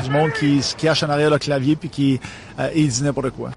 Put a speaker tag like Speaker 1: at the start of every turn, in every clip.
Speaker 1: Du monde qui se cache en arrière le clavier puis qui euh, il dit n'importe quoi.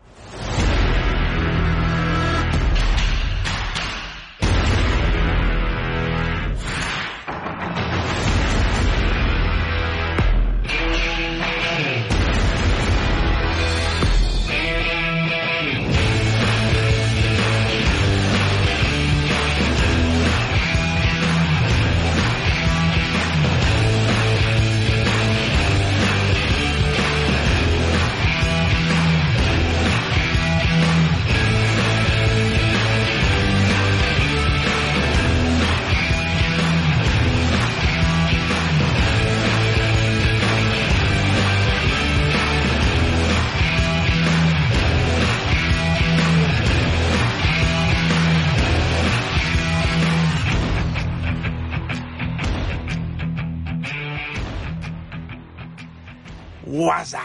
Speaker 2: Waza!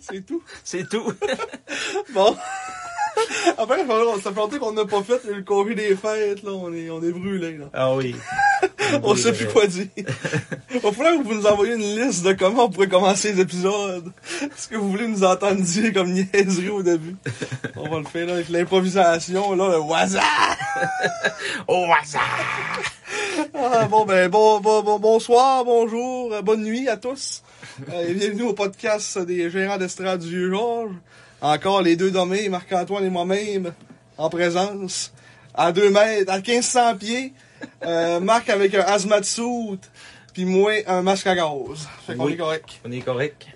Speaker 3: C'est tout.
Speaker 2: C'est tout.
Speaker 3: Bon. Après, on s'est planté qu'on n'a pas fait le congrès des fêtes, là. On est, on est brûlé, là.
Speaker 2: Ah oui.
Speaker 3: On sait plus quoi dire. On pourrait que vous nous envoyez une liste de comment on pourrait commencer les épisodes. Est-ce que vous voulez nous entendre dire comme niaiserie au début? On va le faire, là, avec l'improvisation, là, le waza!
Speaker 2: Au hasard.
Speaker 3: Ah, bon, ben, bon, bon, bon, bonsoir, bonjour, euh, bonne nuit à tous. Euh, et bienvenue au podcast des gérants d'estrade du Vieux-Georges. Encore les deux nommés, Marc-Antoine et moi-même, en présence, à 2 mètres, à 1500 pieds. Euh, Marc avec un hazmat suit, puis moi, un masque à gaz. Fait qu'on
Speaker 2: Oui.
Speaker 3: est correct.
Speaker 2: On est correct.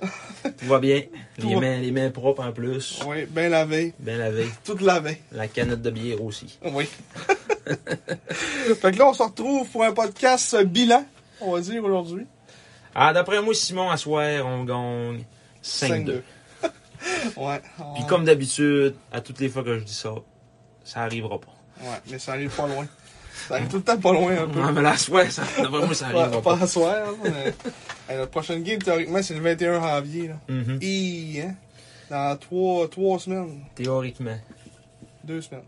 Speaker 2: Tout va bien. Les
Speaker 3: va-
Speaker 2: mains, les mains propres en plus.
Speaker 3: Oui, bien lavé,
Speaker 2: Bien lavé.
Speaker 3: toute lavée.
Speaker 2: La canette de bière aussi.
Speaker 3: Oui. fait que là, on se retrouve pour un podcast bilan, on va dire, aujourd'hui.
Speaker 2: Ah, d'après moi, Simon, à soir, on gagne 5-2.
Speaker 3: 5-2. ouais.
Speaker 2: Puis
Speaker 3: on-
Speaker 2: comme d'habitude, à toutes les fois que je dis ça, ça arrivera pas.
Speaker 3: Ouais, mais ça arrive pas loin. Ça arrive tout le temps pas loin un peu.
Speaker 2: Ouais, mais là, à soir, ça, d'après moi, ça
Speaker 3: Pas,
Speaker 2: arrivera
Speaker 3: pas
Speaker 2: pas.
Speaker 3: à soir, là, mais... Hey, notre prochaine game, théoriquement, c'est le 21 janvier. Là.
Speaker 2: Mhm.
Speaker 3: Et, hein, dans trois, trois semaines,
Speaker 2: Théoriquement.
Speaker 3: deux semaines.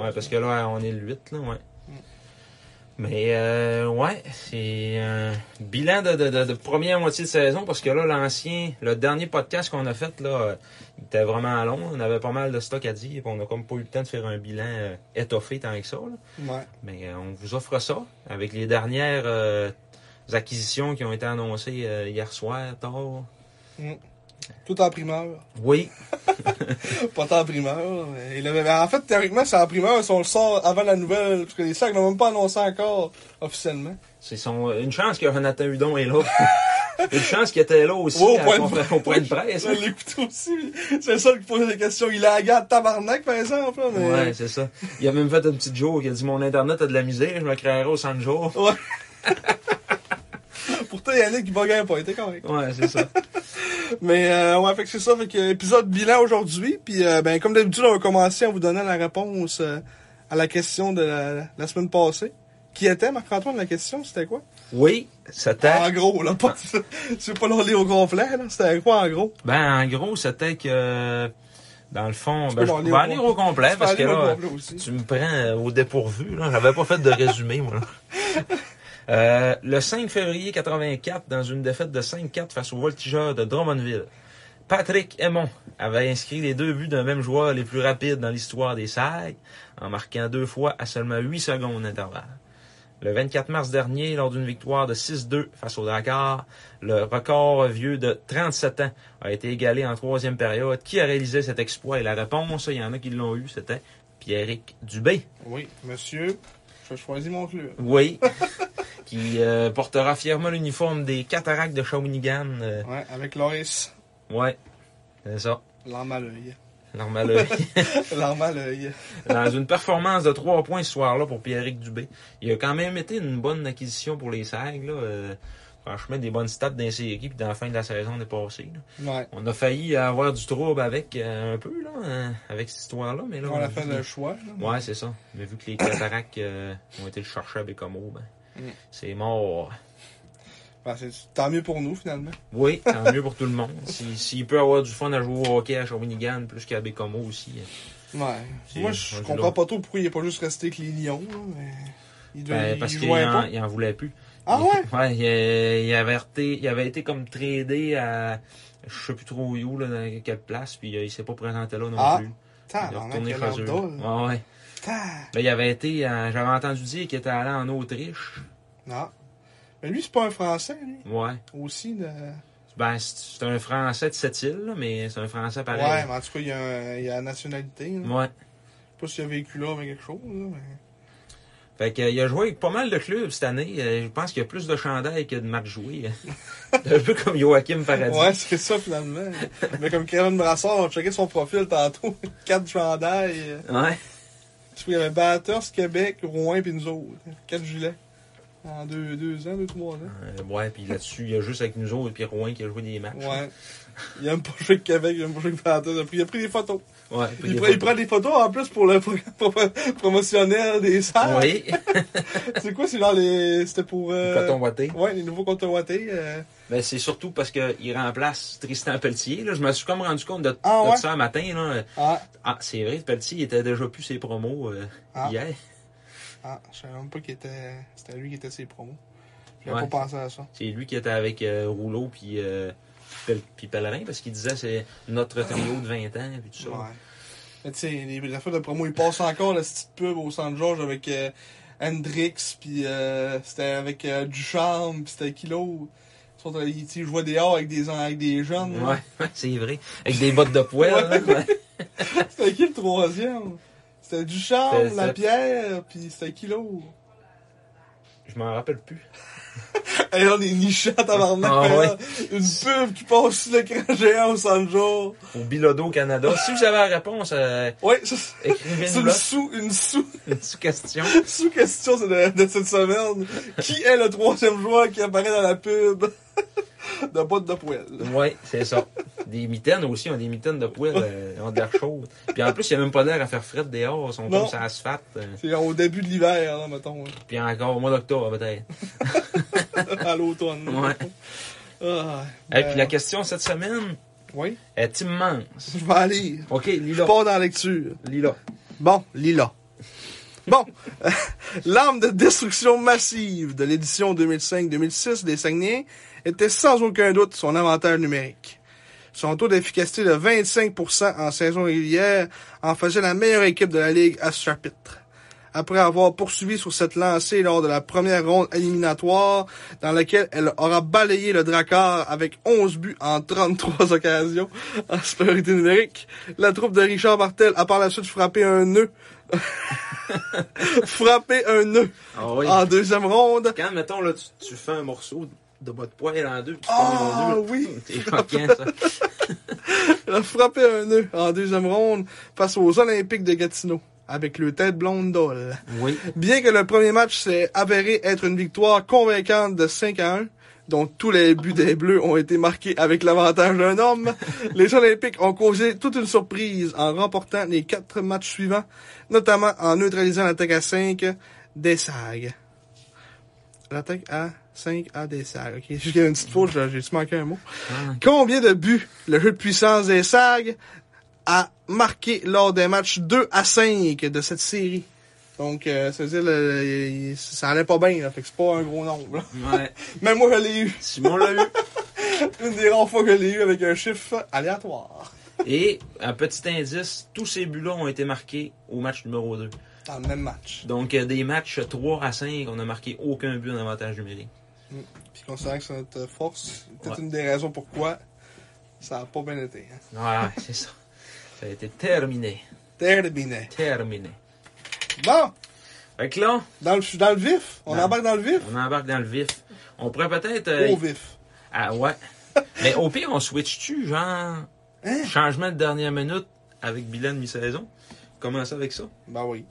Speaker 2: Ouais, parce que là, on est le 8, là, ouais.
Speaker 3: Mm.
Speaker 2: Mais, euh, ouais, c'est un bilan de, de, de, de première moitié de saison parce que là, l'ancien, le dernier podcast qu'on a fait, là, euh, il était vraiment long. On avait pas mal de stock à dire et on a comme pas eu le temps de faire un bilan euh, étoffé tant que ça. là.
Speaker 3: Ouais.
Speaker 2: Mais euh, on vous offre ça avec les dernières euh, acquisitions qui ont été annoncées euh, hier soir, tard.
Speaker 3: Tout en primeur.
Speaker 2: Oui,
Speaker 3: Pas tant en primeur. mais il avait- mais en fait, théoriquement, c'est en primeur si on le sort avant la nouvelle. Parce que les sacs n'ont même pas annoncé encore officiellement.
Speaker 2: c'est son, une chance que Renata Hudon est là. une chance qu'il était là aussi
Speaker 3: Ouais, au
Speaker 2: à
Speaker 3: point de
Speaker 2: la confé- au point de presse.
Speaker 3: Ça, je l'écoute aussi. C'est le seul qui pose la question. Il a la garde tabarnak, par exemple. là, mais-
Speaker 2: Ouais, c'est ça. Il a même fait un petit joke. Il a dit Mon internet a de la misère, je me créerai au 100 jours.
Speaker 3: Pourtant, Yannick, il buguait pas. Il était correct.
Speaker 2: Ouais, c'est ça.
Speaker 3: Mais euh, ouais, fait que c'est ça, fait que euh, épisode bilan aujourd'hui. Puis euh, ben comme d'habitude, on va commencer en vous donnant la réponse euh, à la question de la, la semaine passée. Qui était Marc-Antoine la question, c'était quoi?
Speaker 2: Oui, c'était.
Speaker 3: En gros, là,
Speaker 2: Ah.
Speaker 3: pas tu veux pas l'enlever au grand flair, là, c'était quoi en gros?
Speaker 2: Ben, en gros, c'était que. Dans le fond,
Speaker 3: peux
Speaker 2: ben, je
Speaker 3: l'enlever au
Speaker 2: vais aller
Speaker 3: complet.
Speaker 2: au complet
Speaker 3: Tu peux
Speaker 2: parce que
Speaker 3: aller au
Speaker 2: là,
Speaker 3: complet aussi.
Speaker 2: tu me prends euh, au dépourvu. là. J'avais pas fait de résumé, moi. là. Euh, le 5 février 84, dans une défaite de 5-4 face aux voltigeurs de Drummondville, Patrick Aymon avait inscrit les deux buts d'un même joueur les plus rapides dans l'histoire des Sailles, en marquant deux fois à seulement 8 secondes d'intervalle. Le 24 mars dernier, lors d'une victoire de 6-2 face au Dakar, le record vieux de 37 ans a été égalé en troisième période. Qui a réalisé cet exploit? Et la réponse, il y en a qui l'ont eu, c'était Pierrick Dubé.
Speaker 3: Oui, monsieur, je choisis mon club.
Speaker 2: Oui. qui euh, portera fièrement l'uniforme des cataractes de Shawinigan. euh,
Speaker 3: Ouais, avec Loris.
Speaker 2: ouais. C'est ça.
Speaker 3: L'arme à l'œil.
Speaker 2: Normal. euh,
Speaker 3: L'arme à l'œil.
Speaker 2: Dans une performance de trois points ce soir-là pour Pierrick Dubé. Il a quand même été une bonne acquisition pour les SAG. Là. euh, franchement, des bonnes stats dans ses équipes dans la fin de la saison des passés. là.
Speaker 3: Ouais.
Speaker 2: On a failli avoir du trouble avec euh, un peu, là, euh, avec cette histoire-là, mais là.
Speaker 3: On a
Speaker 2: vu
Speaker 3: fait
Speaker 2: que-
Speaker 3: le choix. là.
Speaker 2: Ouais, c'est ça. Mais vu que les cataractes euh, ont été le chercher à Bécamo, ben,
Speaker 3: Mm.
Speaker 2: c'est mort.
Speaker 3: Ben, c'est- tant mieux pour nous, finalement.
Speaker 2: Oui, tant mieux pour tout le monde. Si- S'il peut avoir du fun à jouer au hockey à Shawinigan plus qu'à Bécamo aussi.
Speaker 3: Ouais.
Speaker 2: C'est-
Speaker 3: Moi, je
Speaker 2: on dit
Speaker 3: comprends
Speaker 2: là.
Speaker 3: pas trop pourquoi il est pas juste resté avec les Lions, là, mais... Il devait
Speaker 2: Ben,
Speaker 3: il
Speaker 2: parce qu'il
Speaker 3: jouait pas.
Speaker 2: en, il en voulait plus.
Speaker 3: Ah ouais?
Speaker 2: Ouais, il, euh, il avait été, il avait été comme tradé à je sais plus trop où, là, dans quelle place, puis euh, il s'est pas présenté là non
Speaker 3: Ah,
Speaker 2: plus.
Speaker 3: T'as
Speaker 2: Il est retourné chez eux. Ouais, ouais.
Speaker 3: Tac.
Speaker 2: Là, il avait été, euh, j'avais entendu dire qu'il était allé en Autriche.
Speaker 3: Non. Mais lui, c'est pas un Français, lui.
Speaker 2: Ouais.
Speaker 3: Aussi, de...
Speaker 2: Ben, c'est c'est un Français de cette île, là, mais c'est un Français
Speaker 3: Ouais,
Speaker 2: pareil.
Speaker 3: mais en tout cas, il y a, un- il y a la nationalité. là.
Speaker 2: ouais.
Speaker 3: Je sais pas s'il a vécu là avec quelque chose, là, mais...
Speaker 2: Fait que, euh, il a joué avec pas mal de clubs cette année. Euh, je pense qu'il y a plus de chandails que de matchs joués. un peu comme Joachim Paradis.
Speaker 3: Ouais, c'est ça, finalement. mais comme Kevin Brassard, on checkait son profil tantôt. Quatre chandails. euh,
Speaker 2: Ouais.
Speaker 3: Je sais pas, il y avait Bathurst, Québec, Rouen, puis nous autres. Quatre gilets. En deux, deux ans, deux, trois ans.
Speaker 2: Euh, ouais, puis là-dessus, il y a juste avec nous autres, puis Rouen qui a joué des matchs.
Speaker 3: Ouais. Il aime pas jouer avec Québec, il aime pas jouer avec Bathurst. Il a pris des photos.
Speaker 2: Ouais, puis
Speaker 3: Il,
Speaker 2: des
Speaker 3: prend, il
Speaker 2: photos.
Speaker 3: prend des photos en plus pour le programme promo- promotionnel des salles.
Speaker 2: Oui,
Speaker 3: C'est quoi, c'est genre les. C'était pour. euh,
Speaker 2: coton watté.
Speaker 3: Ouais, les nouveaux cotons wattés. euh,
Speaker 2: Ben, c'est surtout parce qu'il remplace Tristan Pelletier. Là. Je me suis comme rendu compte de,
Speaker 3: Ah,
Speaker 2: de
Speaker 3: ouais?
Speaker 2: ça un matin. Là.
Speaker 3: Ah,
Speaker 2: Ah, c'est vrai, Pelletier il était déjà plus ses promos euh,
Speaker 3: Ah.
Speaker 2: hier.
Speaker 3: ah, je savais même pas qu'il était. C'était lui qui était ses promos. J'avais
Speaker 2: Ouais.
Speaker 3: pas pensé à ça.
Speaker 2: C'est lui qui était avec euh, Rouleau puis, euh, Pel- puis Pellerin parce qu'il disait c'est notre trio de 20 ans puis tout ça.
Speaker 3: Ouais. Mais tu sais, les, les affaires de promo, ils passent encore la petite pub au Saint-Georges avec euh, Hendrix, puis euh, c'était avec euh, Ducharme, puis c'était Kilo. Ils sont allés- tu sais, Ils jouaient dehors avec des, avec des jeunes. là.
Speaker 2: Ouais, ouais, c'est vrai. Avec des bottes de poêle. hein, ouais.
Speaker 3: C'était qui le troisième C'était
Speaker 2: C'était-
Speaker 3: Ducharme,
Speaker 2: c'était-
Speaker 3: Lapierre, puis c'était Kilo.
Speaker 2: Je m'en rappelle plus.
Speaker 3: Hey, là, on est nichés à tabarnak.
Speaker 2: Ah,
Speaker 3: là. Une pub qui passe sur l'écran géant au Sanjo.
Speaker 2: Au Bilodo Canada. si vous avez la réponse, euh,
Speaker 3: Ouais, ça, c'est- c'est une
Speaker 2: écrivez-nous
Speaker 3: sous, une sous,
Speaker 2: une sous-question.
Speaker 3: sous question de, de cette semaine. Qui est le troisième joueur qui apparaît dans la pub de botte de poêle?
Speaker 2: Ouais, c'est ça. Des mitaines aussi, ont des mitaines de poêle, euh, ont de l'air chaude. Puis en plus, il n'y a même pas d'air à faire fret dehors, ils sont
Speaker 3: Non.
Speaker 2: comme sur l'asphalte. euh,
Speaker 3: C'est au début de l'hiver, là, mettons. hein.
Speaker 2: Puis encore au mois d'octobre, peut-être.
Speaker 3: À l'automne.
Speaker 2: Ouais.
Speaker 3: Ah,
Speaker 2: Et
Speaker 3: ben,
Speaker 2: puis la question cette semaine
Speaker 3: Oui.
Speaker 2: est immense.
Speaker 3: Je vais aller.
Speaker 2: OK,
Speaker 3: Je
Speaker 2: Lila.
Speaker 3: pars dans la lecture.
Speaker 2: Lila.
Speaker 3: Bon, Lila. Bon, l'arme de destruction massive de l'édition 2005-2006 des Saguenay était sans aucun doute son avantage numérique. Son taux d'efficacité de 25% en saison régulière en faisait la meilleure équipe de la Ligue à ce chapitre. Après avoir poursuivi sur cette lancée lors de la première ronde éliminatoire, dans laquelle elle aura balayé le Drakkar avec 11 buts en 33 occasions en supériorité numérique, la troupe de Richard Martel a par la suite frappé un nœud. frappé un nœud
Speaker 2: Ah oui.
Speaker 3: en deuxième ronde.
Speaker 2: Quand, mettons, là, tu, tu fais un morceau de bas de poêle en deux, puis tu
Speaker 3: Ah,
Speaker 2: prends en deux, là.
Speaker 3: oui.
Speaker 2: C'est choquant, ça.
Speaker 3: Elle a frappé un nœud en deuxième ronde face aux Olympiques de Gatineau avec le tête blonde d'Ol.
Speaker 2: Oui.
Speaker 3: Bien que le premier match s'est avéré être une victoire convaincante de 5 à 1, dont tous les buts des Bleus ont été marqués avec l'avantage d'un homme, les Olympiques ont causé toute une surprise en remportant les quatre matchs suivants, notamment en neutralisant l'attaque à 5 des SAG. L'attaque à 5 à des SAG. Ok, j'ai une petite faute, j'ai j'ai-tu manqué un mot. Combien de buts le jeu de puissance des SAG a marqué lors des matchs 2 à 5 de cette série? Donc, euh, ça veut dire, le- il- ça allait pas bien, là. Fait que c'est pas un gros nombre, là.
Speaker 2: Ouais.
Speaker 3: Même moi, je l'ai eu.
Speaker 2: Simon l'a eu.
Speaker 3: Une des rares fois que je l'ai eu avec un chiffre aléatoire.
Speaker 2: Et, un petit indice, tous ces buts-là ont été marqués au match numéro 2.
Speaker 3: Dans le même match.
Speaker 2: Donc, euh, des matchs 3 à 5, on n'a marqué aucun but en avantage numérique.
Speaker 3: Puis, considérant que c'est notre force, c'est peut-être
Speaker 2: Ouais.
Speaker 3: une des raisons pourquoi ça a pas bien été. Hein.
Speaker 2: Ouais, Ah, c'est ça. Ça a été terminé.
Speaker 3: Terminé.
Speaker 2: Terminé.
Speaker 3: Bon!
Speaker 2: Fait que là,
Speaker 3: Dans le, dans le vif. On
Speaker 2: Non.
Speaker 3: embarque dans le vif.
Speaker 2: on embarque dans le vif. On pourrait peut-être...
Speaker 3: Au
Speaker 2: euh,
Speaker 3: vif.
Speaker 2: Ah ouais. Mais au pire, on switch-tu, genre,
Speaker 3: Hein?
Speaker 2: changement de dernière minute avec bilan de mi-saison? Commencer avec ça?
Speaker 3: Ben oui.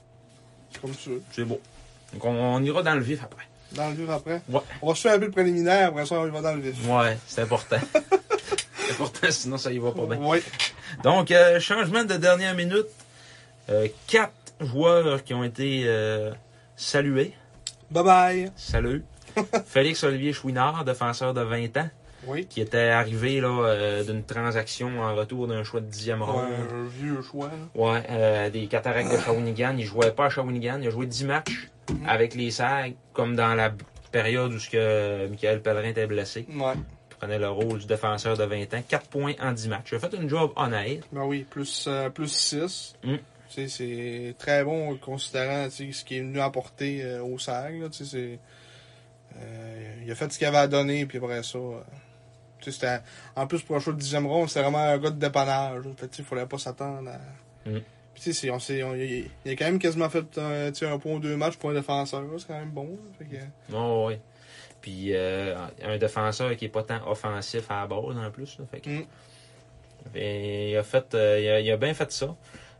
Speaker 3: C'est Comme ça.
Speaker 2: C'est beau. Donc, on, on ira dans le vif après.
Speaker 3: Dans le vif après.
Speaker 2: Ouais.
Speaker 3: On va se faire un peu le préliminaire, après ça, on va dans le vif.
Speaker 2: Ouais, c'est important. c'est important, sinon ça y va pas bien.
Speaker 3: Oui.
Speaker 2: Donc, euh, changement de dernière minute. Euh, quatre joueurs qui ont été euh, salués.
Speaker 3: Bye bye.
Speaker 2: Salut. Félix Olivier Chouinard, défenseur de 20 ans,
Speaker 3: Oui.
Speaker 2: qui était arrivé là euh, d'une transaction en retour d'un choix de 10e
Speaker 3: Ouais,
Speaker 2: ronde.
Speaker 3: un vieux choix, là.
Speaker 2: Ouais, euh, des cataractes de Shawinigan. Il jouait pas à Shawinigan. Il a joué 10 matchs avec les SAG, comme dans la période où ce que Michael Pellerin était blessé.
Speaker 3: Ouais.
Speaker 2: Il prenait le rôle du défenseur de 20 ans. 4 points en 10 matchs. Il a fait une job honnête.
Speaker 3: Ben oui, plus, euh, plus 6.
Speaker 2: Mm.
Speaker 3: Tu sais, c'est très bon considérant tu sais, ce qu'il est venu apporter euh, au SAG. Là, tu sais, c'est, euh, il a fait ce qu'il avait à donner, puis après ça. euh, tu sais, c'était, en plus, pour un choix de 10 round, c'était vraiment un gars de dépannage. là. Fait que, tu sais, il fallait pas s'attendre à.
Speaker 2: Mm.
Speaker 3: Puis, tu sais, c'est- on s'est- on- il, il a quand même quasiment fait euh, tu sais, un point ou deux matchs pour un défenseur. là, C'est quand même bon. là. Fait que,
Speaker 2: Oh, ouais. Puis euh, un défenseur qui est pas tant offensif à la base en plus. là. Fait que-
Speaker 3: Mm.
Speaker 2: Et il a fait euh, il, a, il a bien fait ça.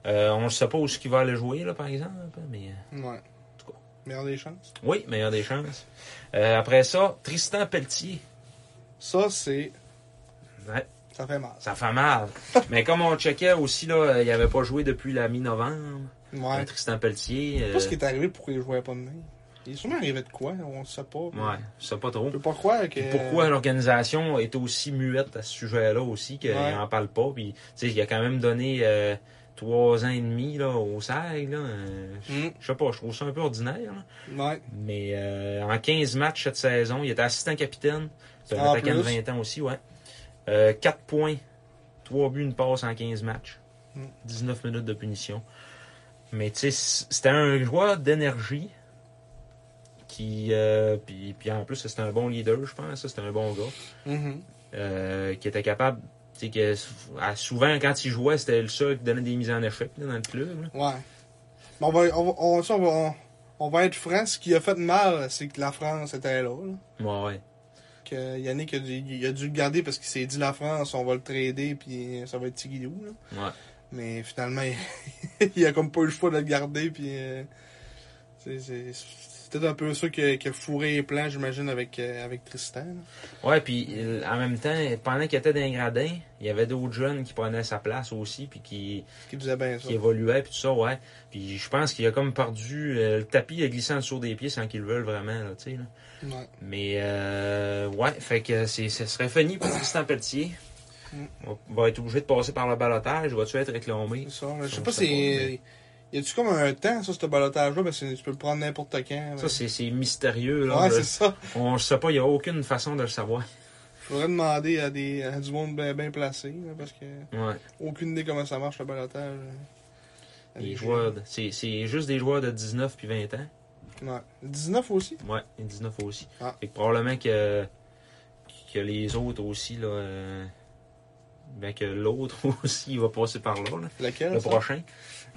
Speaker 2: Euh, on ne sait pas où ce qu'il va aller jouer là, par exemple, mais euh,
Speaker 3: ouais.
Speaker 2: tout cas.
Speaker 3: Meilleure des chances.
Speaker 2: oui, meilleure des chances. Euh, après ça, Tristan Pelletier.
Speaker 3: Ça, c'est.
Speaker 2: Ouais,
Speaker 3: Ça fait mal.
Speaker 2: ça fait mal. mais comme on checkait aussi là, il n'avait pas joué depuis la mi-novembre. Euh,
Speaker 3: Ouais.
Speaker 2: Tristan Pelletier.
Speaker 3: Je sais
Speaker 2: euh,
Speaker 3: pas ce qui est arrivé pour qu'il jouait pas de main. Il est sûrement arrivé de quoi, on ne sait pas.
Speaker 2: Ouais, je sais pas trop.
Speaker 3: Je peux pas croire que.
Speaker 2: Pourquoi l'organisation est aussi muette à ce sujet-là aussi, qu'elle
Speaker 3: Ouais.
Speaker 2: n'en parle pas. Puis, tu sais, il a quand même donné euh, trois ans et demi là, au SAG. Là. Euh,
Speaker 3: Hmm,
Speaker 2: Je sais pas, je trouve ça un peu ordinaire. là.
Speaker 3: ouais.
Speaker 2: Mais euh, en 15 matchs cette saison, il était assistant capitaine. C'est un
Speaker 3: En
Speaker 2: attaquant de
Speaker 3: plus.
Speaker 2: 20 ans aussi, ouais. Euh, 4 points, 3 buts, une passe en 15 matchs.
Speaker 3: Mm.
Speaker 2: 19 minutes de punition. Mais tu sais, c- c'était un joueur d'énergie. Qui, euh, puis, puis en plus, c'était un bon leader, je pense. C'était un bon gars.
Speaker 3: Mhm.
Speaker 2: euh, qui était capable. tu sais, Que, sou- à- souvent, quand il jouait, c'était le seul qui donnait des mises en échec là, dans le club. là.
Speaker 3: Ouais. Mais on va, on, va, on, ça, on va, on- on va être franc. Ce qui a fait mal, c'est que la France était là. là.
Speaker 2: Ouais, ouais.
Speaker 3: Que Yannick a dû, il a dû le garder parce qu'il s'est dit la France, on va le trader, puis euh, ça va être Tigidou. Là.
Speaker 2: ouais.
Speaker 3: Mais finalement, il a comme pas eu le choix de le garder, puis. euh, c'est- c'est- C'était un peu ça qui a, qui a fourré les plans, j'imagine, avec, euh, avec Tristan. là.
Speaker 2: Ouais, puis il- en même temps, pendant qu'il était dans les gradins, il y avait d'autres jeunes qui prenaient sa place aussi, puis qui,
Speaker 3: Qui disait bien ça.
Speaker 2: qui évoluaient, puis tout ça, ouais. Puis je pense qu'il a comme perdu euh, le tapis, a glissé en dessous des pieds sans qu'il le veuille vraiment, là, tu sais. là.
Speaker 3: Ouais.
Speaker 2: Mais euh, ouais, fait que c'est, ce serait fini pour Tristan Pelletier.
Speaker 3: Mm.
Speaker 2: On va être obligé de passer par le balotage. Va-tu être réclamé?
Speaker 3: C'est ça. là. Je
Speaker 2: Ça,
Speaker 3: sais
Speaker 2: on
Speaker 3: pas
Speaker 2: sait pas,
Speaker 3: si. Y a-tu comme un temps, ça, ce balotage-là? Ben, c'est- tu peux le prendre n'importe quand. ben.
Speaker 2: Ça, c'est, c'est mystérieux. Là,
Speaker 3: Ouais,
Speaker 2: Je-
Speaker 3: c'est ça.
Speaker 2: on ne sait pas, il n'y a aucune façon de le savoir.
Speaker 3: Faudrait demander à, des, à du monde bien placé, là, parce que
Speaker 2: Ouais.
Speaker 3: aucune idée comment ça marche le balotage. euh, à
Speaker 2: Les
Speaker 3: des
Speaker 2: joueurs de- c'est, c'est juste des joueurs de 19 puis 20 ans.
Speaker 3: jeunes. Ouais. 19 aussi?
Speaker 2: Ouais, et 19 aussi.
Speaker 3: Ah.
Speaker 2: Fait que probablement que, que les autres aussi, là. euh, ben que l'autre aussi, il va passer par là, là,
Speaker 3: Lequel?
Speaker 2: le
Speaker 3: ça?
Speaker 2: prochain.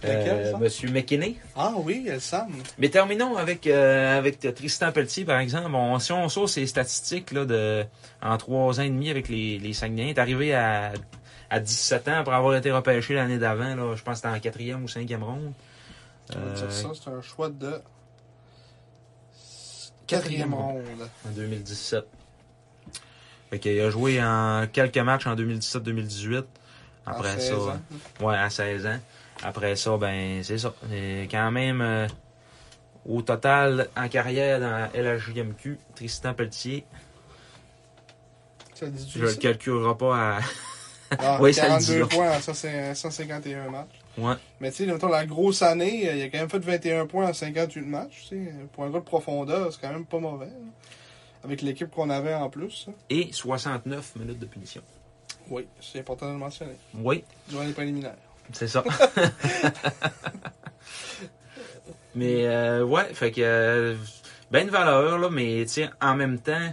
Speaker 2: Euh,
Speaker 3: Lequel, ça?
Speaker 2: Monsieur McKinney.
Speaker 3: Ah oui, elle Sam.
Speaker 2: Mais terminons avec, euh, avec Tristan Pelletier, par exemple. On- si on sort ses statistiques là, de, en trois ans et demi avec les, les Saguenayens, il est arrivé à, à 17 ans après avoir été repêché l'année d'avant. là, Je pense que c'était en quatrième ou cinquième ronde.
Speaker 3: On va
Speaker 2: Euh,
Speaker 3: dire ça, c'est un choix de.
Speaker 2: Quatrième
Speaker 3: Quatrième ronde.
Speaker 2: en 2017. Fait qu'il a joué en quelques matchs en 2017-2018.
Speaker 3: En
Speaker 2: Après
Speaker 3: 16
Speaker 2: ça,
Speaker 3: ans.
Speaker 2: ouais, à 16 ans. Après ça, ben, c'est ça. Et quand même, euh, au total, en carrière dans la LHJMQ, Tristan Pelletier,
Speaker 3: Ça le dit-tu,
Speaker 2: je le
Speaker 3: ça?
Speaker 2: calculerai pas à.
Speaker 3: Ah,
Speaker 2: Oui, ça le dit,
Speaker 3: 42
Speaker 2: là.
Speaker 3: points en 150 151 matchs.
Speaker 2: Ouais,
Speaker 3: Mais tu sais, mettons, la grosse année, euh, il a quand même fait 21 points en 58 matchs. tu sais. Pour un gars de profondeur, c'est quand même pas mauvais. là. Avec l'équipe qu'on avait en plus. hein.
Speaker 2: et 69 minutes de punition.
Speaker 3: Oui, c'est important de le mentionner.
Speaker 2: Oui,
Speaker 3: Durant les préliminaires.
Speaker 2: c'est ça. mais, euh, ouais, fait que. euh, Ben de valeur, là, mais, tu sais, en même temps.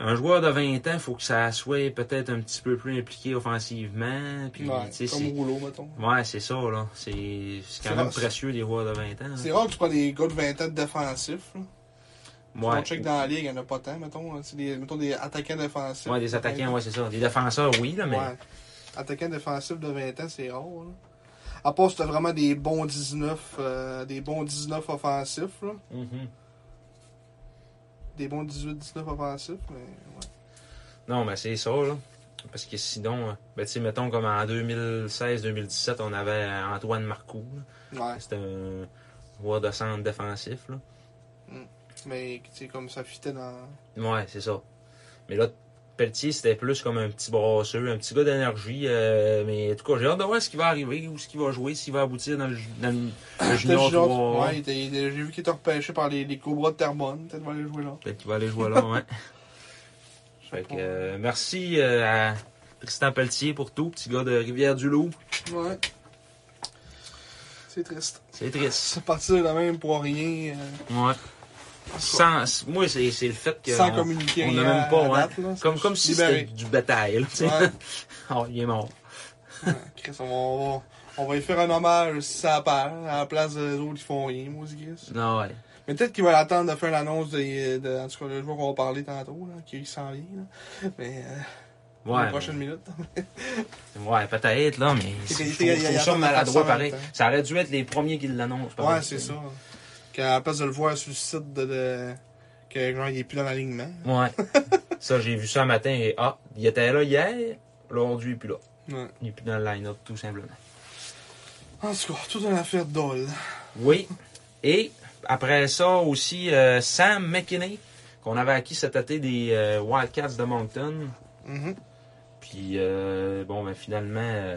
Speaker 2: Un joueur de 20 ans, faut que ça soit peut-être un petit peu plus impliqué offensivement. Puis,
Speaker 3: Ouais,
Speaker 2: tu sais,
Speaker 3: comme
Speaker 2: c'est-
Speaker 3: rouleau, mettons.
Speaker 2: Ouais, c'est ça, là. C'est c'est
Speaker 3: C'est
Speaker 2: quand même
Speaker 3: rare,
Speaker 2: précieux des joueurs de 20 ans. hein.
Speaker 3: C'est rare que tu prends des gars de 20 ans de défensifs. là.
Speaker 2: là.
Speaker 3: On check dans la ligue, il n'y en a pas tant, mettons. hein. C'est des, mettons, des attaquants défensifs.
Speaker 2: Ouais, des attaquants, ouais, c'est ça. Des défenseurs, oui, là, mais.
Speaker 3: Ouais. Attaquant défensif de 20 ans, c'est rare. Là. À part si t'as vraiment des bons 19, euh, des bons 19 offensifs. Là.
Speaker 2: Mhm.
Speaker 3: Des bons 18-19 offensifs, mais ouais.
Speaker 2: Non, mais c'est ça, là. Parce que sinon, euh, ben, tu sais, mettons comme en 2016-2017, on avait Antoine Marcoux. là.
Speaker 3: Ouais,
Speaker 2: C'était un joueur de centre défensif, là.
Speaker 3: mais tu sais, comme ça fitait dans.
Speaker 2: Ouais, c'est ça. Mais là, Pelletier, c'était plus comme un petit brasseux, un petit gars d'énergie. euh, mais en tout cas, j'ai hâte de voir ce qui va arriver, ou ce qui va jouer, s'il va aboutir dans le, ju- dans le- le
Speaker 3: Peut-être
Speaker 2: junior
Speaker 3: Ah, Junior
Speaker 2: 3.
Speaker 3: ouais, il était- il était- j'ai vu qu'il était repêché par les, les Cobras de Terrebonne. Peut-être qu'il va aller jouer là.
Speaker 2: Peut-être qu'il va aller jouer là, ouais.
Speaker 3: Je sais
Speaker 2: Fait que,
Speaker 3: pas.
Speaker 2: euh, merci euh, à Tristan Pelletier pour tout, petit gars de Rivière-du-Loup.
Speaker 3: Ouais. C'est triste.
Speaker 2: C'est triste.
Speaker 3: C'est parti de même pour rien. euh,
Speaker 2: Ouais. Sans, moi, c'est c'est le fait que.
Speaker 3: sans
Speaker 2: on-
Speaker 3: communiquer.
Speaker 2: on n'a
Speaker 3: n'a
Speaker 2: même pas, ouais. Comme, comme si c'était du bétail, là, tu sais.
Speaker 3: Ouais.
Speaker 2: Oh, il est mort.
Speaker 3: Chris, on va, on va- on va lui faire un hommage si ça part, à la place des autres qui font rien, moi, c'est Chris.
Speaker 2: Non, Ah, ouais.
Speaker 3: Mais peut-être qu'il va attendre de faire l'annonce de, de- en tout cas, le joueur qu'on va parler tantôt, là, qui s'en vient, là. Mais, euh, dans
Speaker 2: Ouais,
Speaker 3: les prochaines minutes.
Speaker 2: ouais peut-être, là, mais c'est- je
Speaker 3: il- il-
Speaker 2: trouve je trouve
Speaker 3: il
Speaker 2: ça
Speaker 3: attend
Speaker 2: maladroit
Speaker 3: de faire ça en
Speaker 2: pareil.
Speaker 3: même temps.
Speaker 2: Ça aurait dû être les premiers qui l'annoncent. par
Speaker 3: hein. ouais,
Speaker 2: exemple.
Speaker 3: c'est ça. Qu'à la place de le voir sur le site de, de- que, genre, il est plus dans l'alignement.
Speaker 2: Ouais. ça, j'ai vu ça un matin et ah, il était là hier, aujourd'hui, il est plus là.
Speaker 3: Ouais.
Speaker 2: Il est plus dans le line-up, tout simplement.
Speaker 3: En tout cas, tout une affaire d'ol.
Speaker 2: Oui. Et après ça aussi, euh, Sam McKinney, qu'on avait acquis cet été des euh, Wildcats de Moncton.
Speaker 3: Mhm.
Speaker 2: Puis, euh, bon, ben finalement, euh,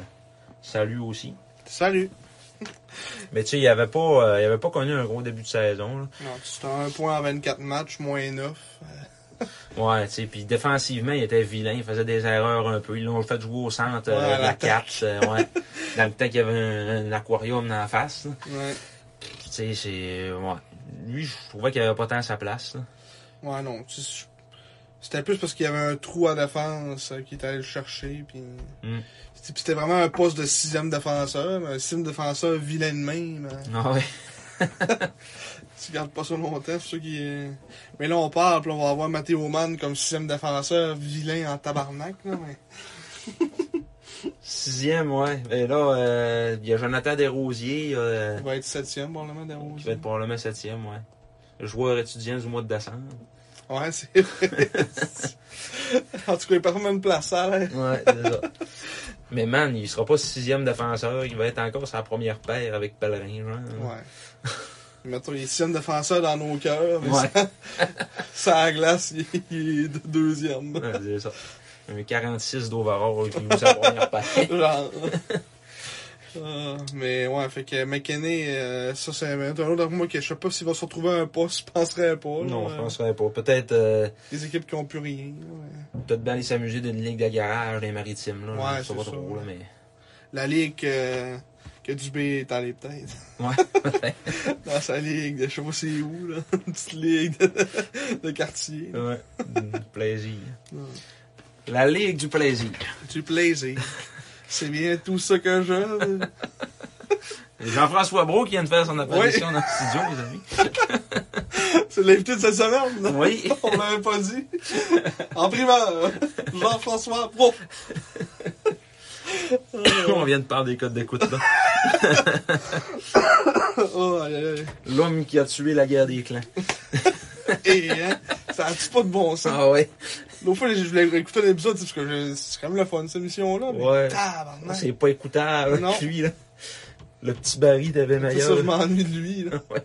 Speaker 2: salut aussi.
Speaker 3: Salut.
Speaker 2: Mais tu sais, il avait pas, euh, il avait pas connu un gros début de saison. là.
Speaker 3: Non, tu as un point en 24 matchs, moins 9.
Speaker 2: Ouais, tu sais, puis défensivement, il était vilain, il faisait des erreurs un peu. Ils l'ont fait jouer au centre euh,
Speaker 3: Ouais, à
Speaker 2: de la
Speaker 3: l'attaque.
Speaker 2: 4, euh, ouais. dans le temps qu'il y avait un, un aquarium dans la face. là.
Speaker 3: Ouais.
Speaker 2: Tu sais, c'est... euh, Ouais. Lui, je trouvais qu'il avait pas tant sa place. là.
Speaker 3: Ouais, non. tu sais, je- C'était plus parce qu'il y avait un trou à défense euh, qui était allé le chercher. Puis
Speaker 2: Mm.
Speaker 3: C'était puis c'était vraiment un poste de sixième défenseur. Mais un sixième défenseur vilain de même. euh,
Speaker 2: Ah ouais.
Speaker 3: Tu gardes pas ça longtemps, c'est sûr qui est... Mais là, on parle, puis on va avoir Matteo Mann comme sixième défenseur vilain en tabarnak. Là, mais...
Speaker 2: Sixième, ouais. Et là, euh, il y a Jonathan Desrosiers, euh,
Speaker 3: Il va être septième, probablement, des
Speaker 2: qui va être probablement septième, ouais. Joueur étudiant du mois de décembre.
Speaker 3: Ouais, c'est vrai. en tout cas, il parle même place sale.
Speaker 2: Ouais, c'est ça. Mais man, il sera pas sixième défenseur, il va être encore sa première paire avec Pellerin, genre.
Speaker 3: Ouais. Mettons, il est sixième défenseur dans nos cœurs, mais
Speaker 2: Ouais.
Speaker 3: ça, ça à la glace, il est- il est de- deuxième.
Speaker 2: Ouais, c'est ça. Un 46 d'overall qui joue sa première paire.
Speaker 3: Genre. Ah, mais ouais, fait que McKinney, euh, ça c'est un autre argument que je sais pas s'il va se retrouver un poste, je penserais pas. là.
Speaker 2: Non, je penserais pas. Peut-être, euh,
Speaker 3: Les équipes qui ont plus rien. là.
Speaker 2: peut-être bien aller s'amuser d'une ligue de garage des maritimes, là.
Speaker 3: Ouais,
Speaker 2: je sais pas
Speaker 3: c'est
Speaker 2: trop,
Speaker 3: ça.
Speaker 2: là, mais.
Speaker 3: La ligue euh, que Dubé est allé peut-être.
Speaker 2: Ouais.
Speaker 3: Dans sa ligue de je sais pas c'est où, là. Une petite ligue de, de quartier. là.
Speaker 2: ouais. Mm, plaisir.
Speaker 3: Ouais.
Speaker 2: La ligue du plaisir.
Speaker 3: Du plaisir. C'est bien tout ça que je.
Speaker 2: Jean-François Brault qui vient de faire son apparition dans le studio, les amis.
Speaker 3: C'est l'invité de cette semaine, non?
Speaker 2: Oui.
Speaker 3: On l'avait pas dit. En primeur, Jean-François Pro.
Speaker 2: On vient de parler des codes d'écoute là.
Speaker 3: Oh, aïe, aïe,
Speaker 2: L'homme qui a tué la guerre des clans.
Speaker 3: aïe. Et, hein, ça a-tu pas de bon sens?
Speaker 2: Ah ouais.
Speaker 3: L'autre fois, je voulais écouter l'épisode, c'est parce que je- c'est quand même le fun, cette émission-là. Mais
Speaker 2: Ouais.
Speaker 3: tabarnak.
Speaker 2: Ah, C'est pas écoutable,
Speaker 3: Non.
Speaker 2: lui, là. Le petit Barry d'avait
Speaker 3: C'est ça,
Speaker 2: meilleur.
Speaker 3: je m'ennuie de lui, là.
Speaker 2: Ouais.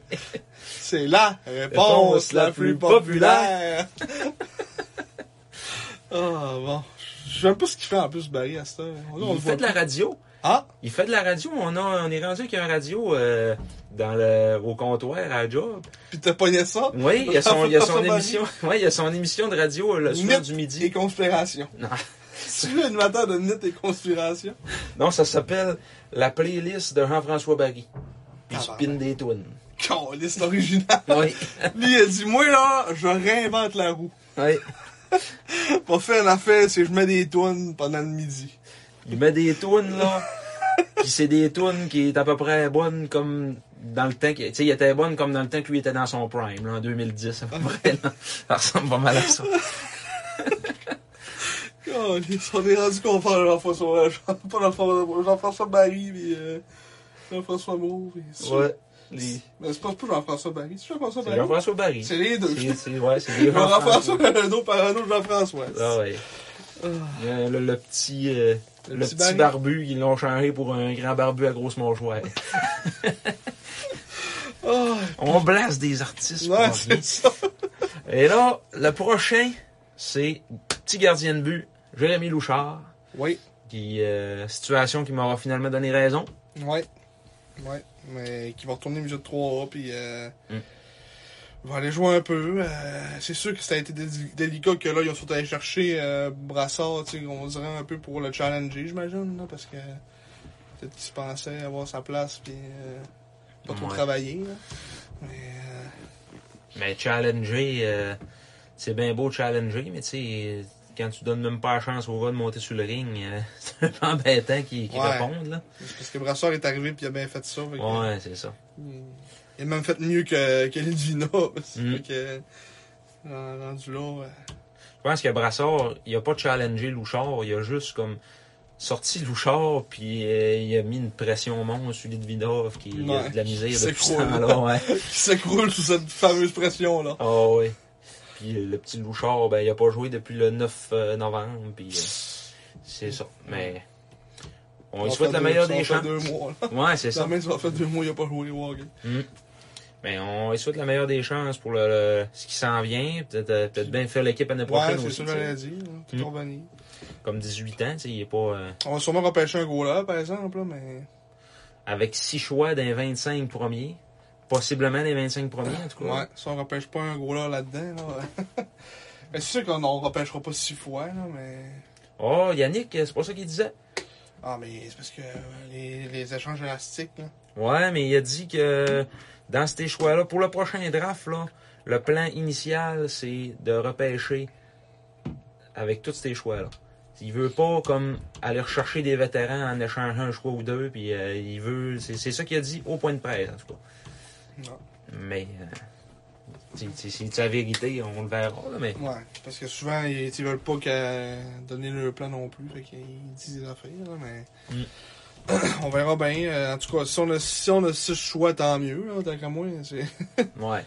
Speaker 3: C'est la réponse la, plus populaire. Ah, bon. Je sais même pas ce qu'il fait en plus, Barry, à cette heure. On, on le
Speaker 2: Il
Speaker 3: voit
Speaker 2: fait de la
Speaker 3: plus.
Speaker 2: radio.
Speaker 3: Ah,
Speaker 2: Il fait de la radio. On, a, on est rendu avec un radio euh, dans le, au comptoir à job.
Speaker 3: pis t'as pogné ça?
Speaker 2: Oui, il y a son, il y a son
Speaker 3: François Barry.
Speaker 2: émission. Oui, il y a son émission de radio euh, le soir
Speaker 3: Mythe
Speaker 2: du
Speaker 3: Et
Speaker 2: midi.
Speaker 3: conspiration.
Speaker 2: Non,
Speaker 3: Tu es animateur de mythes et conspiration?
Speaker 2: non ça s'appelle la playlist de Jean-François Barry. Il
Speaker 3: Ah,
Speaker 2: spin des tunes.
Speaker 3: Caliste original.
Speaker 2: Oui.
Speaker 3: Lui, il a dit, moi, là, je réinvente la roue.
Speaker 2: oui.
Speaker 3: Pour faire l'affaire, c'est que je mets des tonnes pendant le midi.
Speaker 2: Il met des tunes, là. Puis c'est des tunes qui est à peu près bonne comme dans le temps. que- Tu sais, il était bonne comme dans le temps que lui était dans son prime, là, en 2010, à peu près, là. Ça ressemble pas mal à ça.
Speaker 3: Caliste, on est rendu qu'on parle de Jean-François, euh, Jean- pas Jean-François, euh, Jean-François Barry, pis euh, Jean-François Moore, pis c'est-
Speaker 2: Ouais. Les-
Speaker 3: Mais c'est pas pas Jean-François Barry, c'est Jean-François
Speaker 2: C'est
Speaker 3: Barry.
Speaker 2: Jean-François Barry.
Speaker 3: C'est les deux.
Speaker 2: C'est- c'est- ouais, c'est des
Speaker 3: Jean-François,
Speaker 2: Jean-François.
Speaker 3: un autre par un autre Jean-François.
Speaker 2: Ah ouais. Le, le- le petit, euh, le,
Speaker 3: Le
Speaker 2: petit,
Speaker 3: petit Barry.
Speaker 2: barbu, ils l'ont changé pour un grand barbu à grosse mangeoire.
Speaker 3: Ah,
Speaker 2: On blase des artistes. pour
Speaker 3: ouais,
Speaker 2: rien.
Speaker 3: c'est ça.
Speaker 2: Et là, le prochain, c'est petit gardien de but, Jérémy Louchard,
Speaker 3: Oui.
Speaker 2: qui, euh, situation qui m'aura finalement donné raison.
Speaker 3: Ouais. Ouais. Mais qui va retourner milieu de 3A, puis euh,
Speaker 2: Mm.
Speaker 3: va aller jouer un peu. Euh, c'est sûr que ça a été dé- délicat que là, ils ont surtout allé chercher euh, Brassard, tu sais, on dirait un peu pour le challenger, j'imagine, là, parce que peut-être qu'il se pensait avoir sa place, puis euh, pas trop
Speaker 2: Ouais.
Speaker 3: travailler, là. Mais, euh,
Speaker 2: Mais challenger, euh, c'est bien beau challenger, mais tu sais, quand tu donnes même pas la chance au gars de monter sur le ring, euh, c'est un peu embêtant qu'ils qu'ils
Speaker 3: Ouais.
Speaker 2: répondent, là.
Speaker 3: c'est parce que Brassard est arrivé, puis il a bien fait ça. fait que-
Speaker 2: Ouais, c'est ça.
Speaker 3: Il a même fait mieux que, que Lidvina. parce
Speaker 2: Mm.
Speaker 3: que, euh, rendu là, ouais.
Speaker 2: Je pense que Brassard, il a pas challengé Louchard, il a juste comme sorti Louchard, puis euh, il a mis une pression monstre sur Lidvinov, qui a
Speaker 3: Ouais,
Speaker 2: de la misère
Speaker 3: c'est
Speaker 2: depuis ce
Speaker 3: cool.
Speaker 2: temps-là. Ouais.
Speaker 3: qui s'écroule sous cette fameuse pression-là.
Speaker 2: Ah oui. Puis euh, le petit Louchard, ben, il a pas joué depuis le 9 euh, novembre, puis euh, c'est ça. Mais on lui
Speaker 3: va
Speaker 2: souhaite
Speaker 3: faire deux-
Speaker 2: la meilleure
Speaker 3: ça
Speaker 2: des
Speaker 3: va faire
Speaker 2: chances.
Speaker 3: deux mois. là.
Speaker 2: Ouais, c'est ça.
Speaker 3: La main, ça va faire deux mois, il a pas joué les Wargames.
Speaker 2: Mais on lui souhaite la meilleure des chances pour le, le- ce qui s'en vient. Peut-être euh, peut-être bien faire l'équipe l'année
Speaker 3: Ouais,
Speaker 2: prochaine
Speaker 3: c'est
Speaker 2: aussi.
Speaker 3: ça que
Speaker 2: tu sais.
Speaker 3: j'allais dire. hein, tout
Speaker 2: Mm.
Speaker 3: revenu.
Speaker 2: Comme 18 ans, tu sais, il est pas. euh,
Speaker 3: On va sûrement repêcher un goal là, par exemple, là, mais.
Speaker 2: avec 6 choix d'un 25 premiers. Possiblement des 25 premiers, en tout cas.
Speaker 3: Ouais, si on repêche pas un goal là là-dedans, là. mais c'est sûr qu'on on repêchera pas six fois, là, mais.
Speaker 2: Oh, Yannick, c'est pas ça qu'il disait.
Speaker 3: Ah, mais c'est parce que euh, les, les échanges élastiques, là.
Speaker 2: Ouais, mais il a dit que dans ces choix-là, pour le prochain draft, là, le plan initial, c'est de repêcher avec tous ces choix-là. Il veut pas comme aller rechercher des vétérans en échangeant un choix ou deux, puis euh, il veut. C'est c'est ça qu'il a dit au point de presse, en tout cas.
Speaker 3: Non.
Speaker 2: Mais euh, c'est- c'est c'est la vérité, on le verra, là, mais
Speaker 3: Ouais, parce que souvent, ils, ils veulent pas que donner leur plan non plus, fait qu'ils disent des affaires, là, mais...
Speaker 2: Mm.
Speaker 3: on verra bien. euh, En tout cas, si on a, si on a six choix, tant mieux, là, tant qu'à moi. c'est-
Speaker 2: Ouais.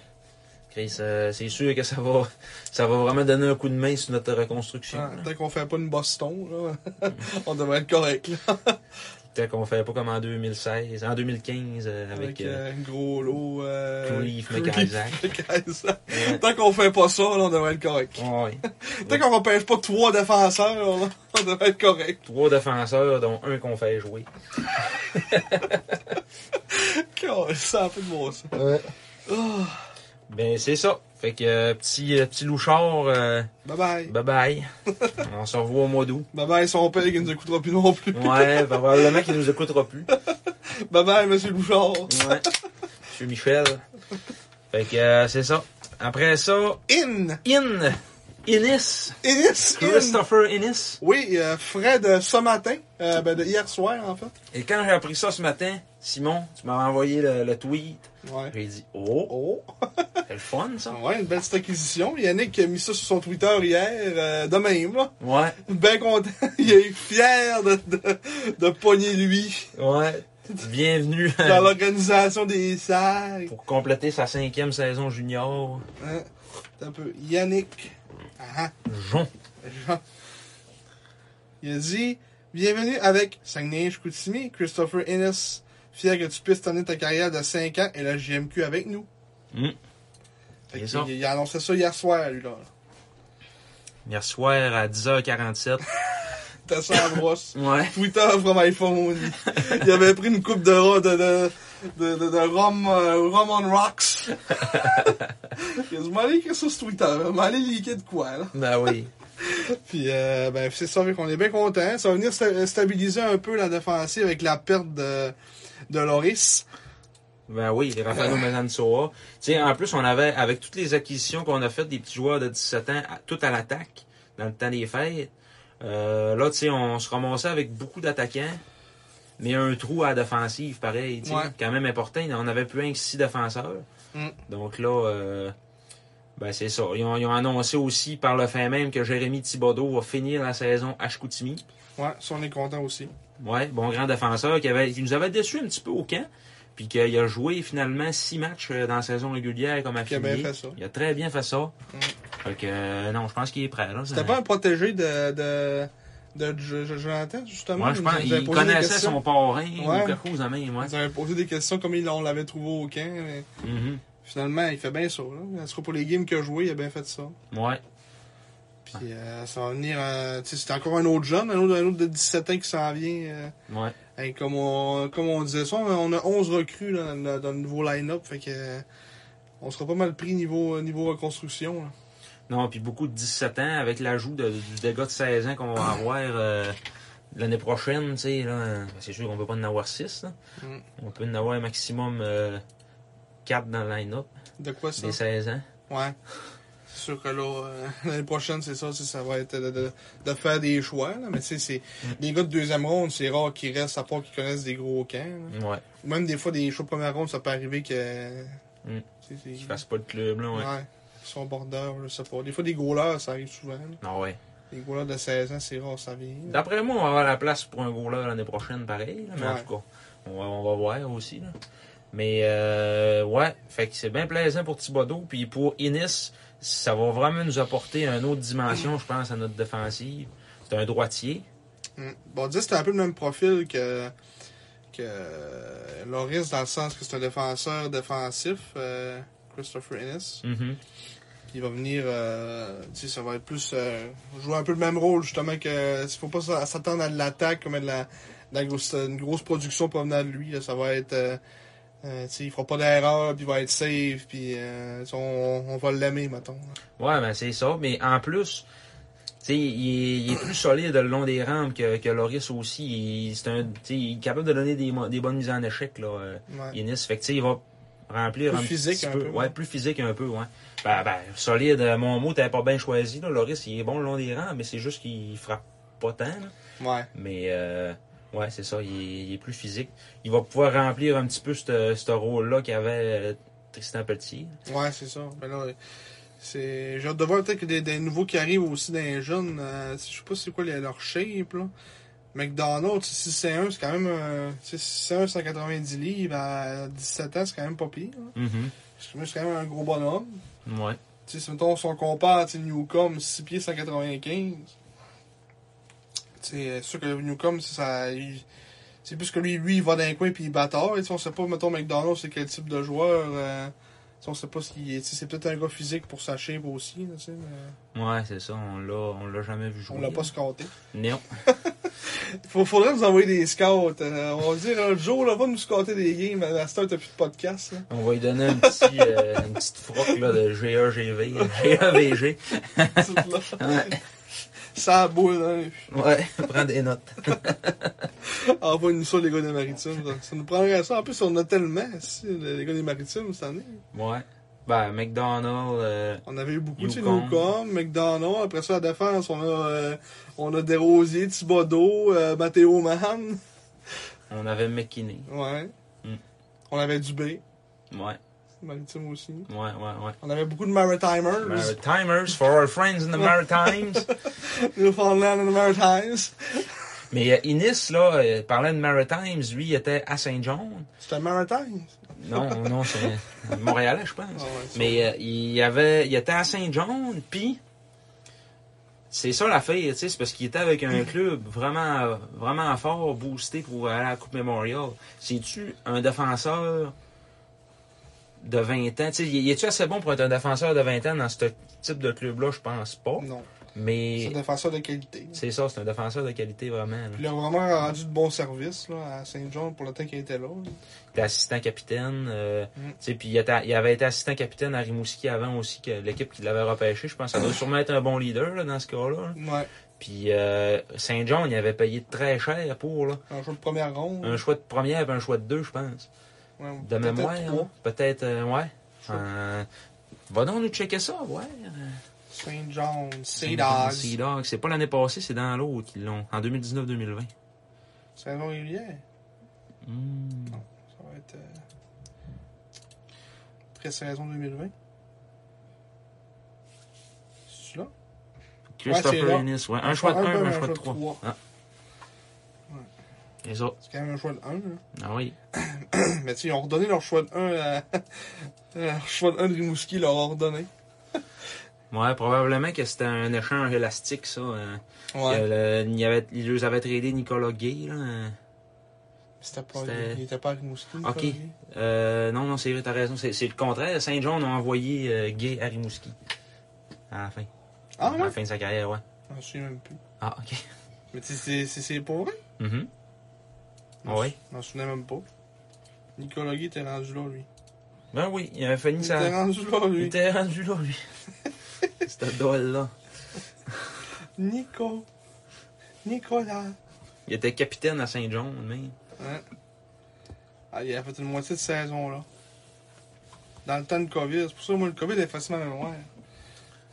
Speaker 2: Chris, euh, c'est sûr que ça va, ça va vraiment donner un coup de main sur notre reconstruction.
Speaker 3: Ah,
Speaker 2: là.
Speaker 3: Tant qu'on fait pas une Boston, là,
Speaker 2: Mm.
Speaker 3: on devrait être correct, là,
Speaker 2: Peut-être qu'on fait pas comme en 2016, en 2015 euh,
Speaker 3: avec
Speaker 2: avec.
Speaker 3: euh, un gros lot... Euh,
Speaker 2: Cleef,
Speaker 3: Cleef,
Speaker 2: McIsaac.
Speaker 3: McIsaac.
Speaker 2: euh,
Speaker 3: Tant qu'on fait pas ça, là, on devrait être correct.
Speaker 2: ouais. Ouais.
Speaker 3: Tant qu'on repêche pas trois défenseurs, là, on devrait être correct.
Speaker 2: Trois défenseurs, dont un qu'on fait jouer.
Speaker 3: Ça a fait de bon ça. Ah,
Speaker 2: Ben c'est ça. Fait que euh, petit, euh, petit louchard, euh,
Speaker 3: Bye bye.
Speaker 2: bye bye. On se revoit au mois d'août.
Speaker 3: Bye bye, son père qui nous écoutera plus non plus.
Speaker 2: Ouais, probablement qu'il nous écoutera plus.
Speaker 3: Bye bye, monsieur Bouchard.
Speaker 2: Ouais. Monsieur Michel. Fait que euh, c'est ça. Après ça,
Speaker 3: In!
Speaker 2: In. Innis.
Speaker 3: Innis! In!
Speaker 2: Christopher Innis.
Speaker 3: Oui, euh, Fred, euh, ce matin, euh, ben, de hier soir, en fait.
Speaker 2: Et quand j'ai appris ça ce matin, Simon, tu m'avais envoyé le, le tweet.
Speaker 3: Ouais.
Speaker 2: J'ai dit, oh,
Speaker 3: Oh!
Speaker 2: c'est le fun, ça.
Speaker 3: Ouais, une belle petite acquisition. Yannick a mis ça sur son Twitter hier, euh, de même, là.
Speaker 2: Ouais,
Speaker 3: Ben content. Il est fier de, de, de pogner lui
Speaker 2: ouais. Bienvenue
Speaker 3: dans l'organisation des sacs.
Speaker 2: pour compléter sa cinquième saison junior.
Speaker 3: Hein? T'as un peu. Yannick. Ah,
Speaker 2: Jean.
Speaker 3: ah, Jean. Il a dit Bienvenue avec Saguenay-Chicoutimi, Christopher Innes. Fier que tu puisses terminer ta carrière de 5 ans et la JMQ avec nous.
Speaker 2: Mm.
Speaker 3: Fait
Speaker 2: C'est
Speaker 3: qu'il-
Speaker 2: ça.
Speaker 3: il, a annoncé ça hier soir, lui, là.
Speaker 2: Hier soir à 10h47.
Speaker 3: T'as ça en brosse.
Speaker 2: Ouais.
Speaker 3: Twitter from iPhone. Il avait pris une coupe de ro- de, de, de, de, de rum, euh, rum on rocks. Il a dit, m'allez écrire ça sur Twitter, hein. m'allez liker de quoi, là.
Speaker 2: Ben oui.
Speaker 3: Puis, euh, ben, c'est ça, on est bien content. Ça va venir sta- stabiliser un peu la défensive avec la perte de, de Loris.
Speaker 2: Ben oui, les
Speaker 3: Euh.
Speaker 2: Rafael Mesansoa. Tu sais, en plus, on avait, avec toutes les acquisitions qu'on a faites des petits joueurs de 17 ans, à- tout à l'attaque, dans le temps des fêtes, euh, là, tu sais, on se ramassait avec beaucoup d'attaquants, mais un trou à la défensive, pareil, tu sais,
Speaker 3: Ouais.
Speaker 2: quand même important. On avait plus un que six défenseurs.
Speaker 3: Mm.
Speaker 2: Donc là, euh, ben c'est ça. Ils ont, ils ont annoncé aussi par le fait même que Jérémy Thibodeau va finir la saison à Chicoutimi.
Speaker 3: Ouais, ça, on est content aussi.
Speaker 2: Ouais, bon grand défenseur qui, avait, qui nous avait déçus un petit peu au camp. Puis qu'il a joué finalement six matchs euh, dans la saison régulière comme
Speaker 3: Qui a bien
Speaker 2: affilié.
Speaker 3: fait ça.
Speaker 2: Il a très bien fait ça.
Speaker 3: Mm.
Speaker 2: Fait que, euh, non, je pense qu'il est prêt. Là.
Speaker 3: C'était pas un protégé de, de, de, Jo- Jo- Jonathan, justement.
Speaker 2: Moi, je
Speaker 3: Vous
Speaker 2: pense
Speaker 3: avez
Speaker 2: qu'il
Speaker 3: posé des
Speaker 2: connaissait
Speaker 3: questions.
Speaker 2: son parrain
Speaker 3: Ouais.
Speaker 2: ou quelque chose de même. Ouais.
Speaker 3: Vous avez posé des questions comme il- on l'avait trouvé au camp. mais-
Speaker 2: Mhm.
Speaker 3: Finalement, il fait bien ça. Là. En tout cas, pour les games qu'il a joué, il a bien fait ça.
Speaker 2: ouais.
Speaker 3: Puis Puis euh, ça va venir. euh, tu sais, c'est encore un autre jeune, un autre, un autre de 17 ans qui s'en vient. euh,
Speaker 2: Ouais.
Speaker 3: Hey, comme, on, comme on disait ça, on a 11 recrues là, dans, le- dans le nouveau line-up. Fait que euh, on sera pas mal pris niveau, niveau reconstruction. là.
Speaker 2: Non, puis beaucoup de 17 ans, avec l'ajout de- du dégât de 16 ans qu'on va avoir euh, l'année prochaine, tu sais, là, ben, c'est sûr qu'on peut pas en avoir 6.
Speaker 3: Mm.
Speaker 2: On peut en avoir un maximum 4 dans le line-up,
Speaker 3: De quoi ça?
Speaker 2: des 16 ans.
Speaker 3: Ouais. C'est sûr que là, euh, l'année prochaine, c'est ça, c'est- ça va être de, de- de faire des choix. Là. Mais tu sais, c'est
Speaker 2: Mm.
Speaker 3: les gars de deuxième ronde, c'est rare qu'ils restent à part qu'ils connaissent des gros camps. là.
Speaker 2: Ouais,
Speaker 3: Ou Même des fois, des choix de première ronde, ça peut arriver que.
Speaker 2: Mm.
Speaker 3: tu sais, c'est-
Speaker 2: qu'ils fassent pas le club, là, ouais.
Speaker 3: Ouais. Ils sont bordeurs, je sais pas. Des fois, des goalers, ça arrive souvent. là.
Speaker 2: Non, Ah, ouais.
Speaker 3: Les goalers de 16 ans, c'est rare, ça vient. là.
Speaker 2: D'après moi, on va avoir la place pour un goaler l'année prochaine, pareil. là, mais en
Speaker 3: Ouais.
Speaker 2: tout cas, on va, on va voir aussi. là. Mais euh, ouais, fait que c'est bien plaisant pour Thibodeau. Puis pour Innis, ça va vraiment nous apporter une autre dimension, je pense, à notre défensive. C'est un droitier.
Speaker 3: Mm. Bon, dis, c'était un peu le même profil que, que euh, Loris, dans le sens que c'est un défenseur défensif, euh, Christopher Ennis.
Speaker 2: Mhm.
Speaker 3: qui va venir, euh, tu sais, ça va être plus euh, jouer un peu le même rôle justement que s'il faut pas s'a- s'attendre à de l'attaque comme à de la, de la grosse, une grosse production provenant de lui, là, ça va être, euh, euh, tu sais, il fera pas d'erreur, puis il va être safe, puis euh, tu sais, on, on va l'aimer, mettons. là.
Speaker 2: Ouais, ben c'est ça. Mais en plus, tu sais, il, est- il est plus solide le long des rampes que, que Loris aussi. Il, c'est un, tu sais, il est capable de donner des, mo- des bonnes mises en échec. Là, euh,
Speaker 3: Ouais.
Speaker 2: Innis. Fait que, tu sais, il va remplir
Speaker 3: Plus
Speaker 2: un
Speaker 3: physique
Speaker 2: petit
Speaker 3: un
Speaker 2: peu.
Speaker 3: peu,
Speaker 2: ouais.
Speaker 3: ouais.
Speaker 2: plus physique un peu, ouais. Ben, ben, solide, euh, mon mot, t'avais pas bien choisi, là. Loris, il est bon le long des rangs, mais c'est juste qu'il frappe pas tant, là.
Speaker 3: Ouais.
Speaker 2: Mais, euh, ouais, c'est ça, il est, il est plus physique. Il va pouvoir remplir un petit peu ce ce rôle-là qu'avait euh, Tristan Petit.
Speaker 3: Ouais, c'est ça. Ben là, c'est, j'ai hâte de voir peut-être que des, des nouveaux qui arrivent aussi dans les jeunes. euh, je sais pas c'est quoi les- leur shape là. McDonald's, si c'est un, c'est quand même, euh, tu sais, si c'est un 190 livres à 17 ans, c'est quand même pas pire. là. Parce que moi, c'est quand même un gros bonhomme.
Speaker 2: Mm-hmm. Ouais.
Speaker 3: Tu sais, si mettons, si on compare, tu sais, Newcombe, 6 pieds 195. Tu sais, euh, c'est sûr que Newcombe, c'est ça. il- C'est plus que lui, lui, il va d'un coin puis il bâtard. Et tu sais, on sait pas, mettons, McDonald's, c'est quel type de joueur. euh, tu sais, on sait pas s'il est. tu sais, C'est peut-être un gars physique pour sa shape aussi. là, tu sais, mais
Speaker 2: Ouais, c'est ça, on l'a, on l'a jamais vu jouer.
Speaker 3: on l'a pas scoté.
Speaker 2: Non.
Speaker 3: Faut, faudrait nous envoyer des scouts. euh, on va dire, un jour, là, va nous scoter des games. À cette heure, t'as plus de podcast. là.
Speaker 2: On va lui donner un petit, euh, une petite froc, là, de GEGV, GEVG.
Speaker 3: Tout là. Ça boule, hein.
Speaker 2: Ouais, prends des notes.
Speaker 3: Envoie-nous ça, les gars des maritimes. Ça, ça nous prendrait ça. En plus, on a tellement, si, les gars des maritimes, cette année.
Speaker 2: Ouais. Ben, McDonald's, euh,
Speaker 3: On avait eu beaucoup, tu sais,
Speaker 2: Yukon.
Speaker 3: Newcombe, McDonald. Après ça, à la défense, on a, euh, on a Desrosiers, Thibodeau, euh, Matteo Mahan.
Speaker 2: on avait McKinney.
Speaker 3: Ouais.
Speaker 2: Mm.
Speaker 3: On avait Dubé,
Speaker 2: Ouais,
Speaker 3: maritime aussi.
Speaker 2: ouais, ouais, ouais.
Speaker 3: On avait beaucoup de Maritimers.
Speaker 2: Maritimers, for our friends in the Maritimes.
Speaker 3: Newfoundland and the Maritimes.
Speaker 2: Mais euh, Innis, là, euh, parlant de Maritimes, lui, il était à Saint-John.
Speaker 3: C'était Maritimes.
Speaker 2: Non, non, c'est Montréalais, je pense.
Speaker 3: Ah ouais, c'est
Speaker 2: Mais euh, il, avait, il était à Saint-John, puis c'est ça l'affaire, tu sais, c'est parce qu'il était avec un club vraiment, euh, vraiment fort, boosté pour aller à la Coupe Memorial. C'est-tu un défenseur de 20 ans? Tu sais, il est-tu assez bon pour être un défenseur de 20 ans dans ce type de club-là? Je pense pas.
Speaker 3: Non. C'est
Speaker 2: Mais
Speaker 3: un défenseur de qualité.
Speaker 2: c'est ça, c'est un défenseur de qualité vraiment. là.
Speaker 3: Il a vraiment rendu de bons services là, à Saint-John pour le temps qu'il était là.
Speaker 2: Il était assistant capitaine. euh,
Speaker 3: Mm.
Speaker 2: tu sais, Puis il, était- il avait été assistant capitaine à Rimouski avant aussi, que l'équipe qui l'avait repêché. Je pense que ça doit sûrement être un bon leader là, dans ce cas-là. là.
Speaker 3: Ouais.
Speaker 2: Puis euh, Saint-John, il avait payé très cher pour là,
Speaker 3: Un jeu de première ronde.
Speaker 2: un choix de première et un choix de deux, je pense.
Speaker 3: Ouais,
Speaker 2: De
Speaker 3: Mm. peut-être
Speaker 2: mémoire,
Speaker 3: trois.
Speaker 2: hein. peut-être, euh, ouais.
Speaker 3: Sure.
Speaker 2: Euh, va donc nous checker ça, ouais.
Speaker 3: Saint John, Sea Dogs.
Speaker 2: Dogs. C'est pas l'année passée, c'est dans l'autre qu'ils l'ont, en 2019-2020.
Speaker 3: Saint-Jean Rivière. Mm.
Speaker 2: Hmm.
Speaker 3: Ça va être. Euh... Pré-saison 2020. C'est là?
Speaker 2: Christopher
Speaker 3: là.
Speaker 2: Ennis, ouais. Un choix de 1, un, choix de 3.
Speaker 3: trois.
Speaker 2: Ah.
Speaker 3: Ouais.
Speaker 2: Et ça,
Speaker 3: C'est quand même un choix de 1. Là.
Speaker 2: ah oui.
Speaker 3: Mais tu sais, ils ont redonné leur choix de 1 à. euh, leur choix de 1 de Rimouski, ils leur ont redonné.
Speaker 2: Ouais, probablement que c'était un échange élastique, ça. hein.
Speaker 3: Ouais.
Speaker 2: Il y a le- il y avait, ils nous avaient tradé Nicolas Gay, là. hein.
Speaker 3: C'était pas.
Speaker 2: c'était-
Speaker 3: Il était pas à Rimouski.
Speaker 2: Ok.
Speaker 3: pas lui.
Speaker 2: Euh, non, non, c'est vrai, t'as raison. C'est c'est le contraire. Saint-John a envoyé euh, Gay à Rimouski. À la fin.
Speaker 3: Ah
Speaker 2: à la
Speaker 3: ouais?
Speaker 2: fin de sa carrière, ouais.
Speaker 3: Je me souviens même plus.
Speaker 2: Ah, ok.
Speaker 3: Mais tu sais, c'est- c'est c'est pour vrai?
Speaker 2: Mhm.
Speaker 3: Non,
Speaker 2: Ouais.
Speaker 3: Je m'en souvenais même pas. Nicolas Guy était rendu là, lui.
Speaker 2: Ben oui, il avait fini
Speaker 3: Il
Speaker 2: sa.
Speaker 3: était rendu là,
Speaker 2: Il
Speaker 3: lui.
Speaker 2: était rendu là, lui. C'était drôle, là.
Speaker 3: Nico. Nicolas.
Speaker 2: Il était capitaine à Saint-Jean, mais.
Speaker 3: Hein? Ah, il a fait une moitié de saison, là. Dans le temps de COVID. C'est pour ça, moi, le COVID est facilement ma mémoire.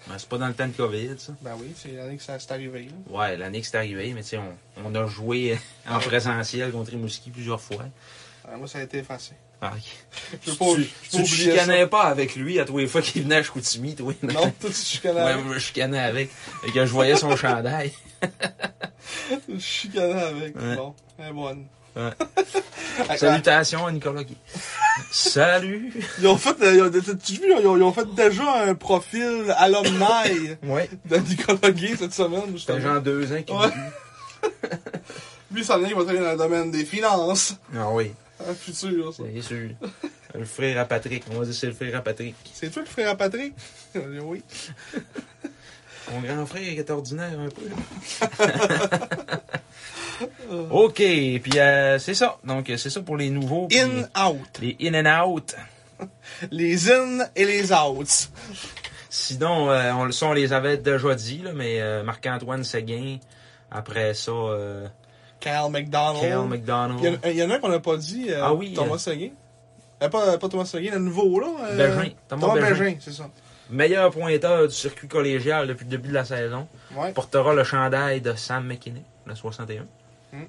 Speaker 2: Ben, c'est pas dans le temps de COVID, ça.
Speaker 3: Ben oui, c'est l'année que ça s'est arrivé, là.
Speaker 2: Ouais, l'année que c'est arrivé, mais tu sais, on, on a joué en présentiel contre Rimouski plusieurs fois.
Speaker 3: Ah, moi, ça a été effacé.
Speaker 2: Ah, ok.
Speaker 3: Je peux
Speaker 2: Tu,
Speaker 3: pas,
Speaker 2: tu,
Speaker 3: je peux
Speaker 2: te
Speaker 3: oublier
Speaker 2: chicanais pas avec lui à tous les fois qu'il venait à Chicoutimi, toi.
Speaker 3: ça. Non, ben- tout de suite, je
Speaker 2: Ouais,
Speaker 3: connais.
Speaker 2: moi, je chicanais avec. Et que je voyais son chandail.
Speaker 3: Je chicanais avec.
Speaker 2: Ouais.
Speaker 3: Bon, elle est bonne.
Speaker 2: Ouais.
Speaker 3: Ah,
Speaker 2: Salutations à Nicolas Guy. Salut!
Speaker 3: Ils ont fait, euh, ils ont, t'as-tu vu, ils ont, ils ont fait déjà un profil alumni
Speaker 2: Ouais.
Speaker 3: de Nicolas Gay cette semaine.
Speaker 2: C'était
Speaker 3: justement.
Speaker 2: genre deux ans qu'il
Speaker 3: Ouais. Lui, ça vient, il va travailler dans le domaine des finances.
Speaker 2: Ah oui,
Speaker 3: Un futur, ça.
Speaker 2: c'est sûr. Le frère à Patrick, on va dire c'est le frère à Patrick.
Speaker 3: C'est toi le frère à Patrick? Euh, oui.
Speaker 2: Mon grand frère est ordinaire un peu. OK, puis euh, c'est ça. Donc, c'est ça pour les nouveaux. puis
Speaker 3: In-out.
Speaker 2: Les in and out.
Speaker 3: Les in et les outs.
Speaker 2: Sinon, euh, on le ça, on les avait déjà dit, là, mais euh, Marc-Antoine Seguin, après ça, euh,
Speaker 3: Kyle
Speaker 2: Kyle
Speaker 3: McDonald. Oh. Il y, en
Speaker 2: McDonald,
Speaker 3: a- il y en a un qu'on n'a pas dit. euh,
Speaker 2: Ah oui,
Speaker 3: Thomas
Speaker 2: euh,
Speaker 3: Seguin. Euh, pas, pas Thomas Seguin, le nouveau, là. euh,
Speaker 2: Bergin, Thomas
Speaker 3: Thomas
Speaker 2: Bergin.
Speaker 3: Bergin, c'est ça.
Speaker 2: meilleur pointeur du circuit collégial depuis le début de la saison,
Speaker 3: Ouais.
Speaker 2: portera le chandail de Sam McKinney, le 61.
Speaker 3: Hmm.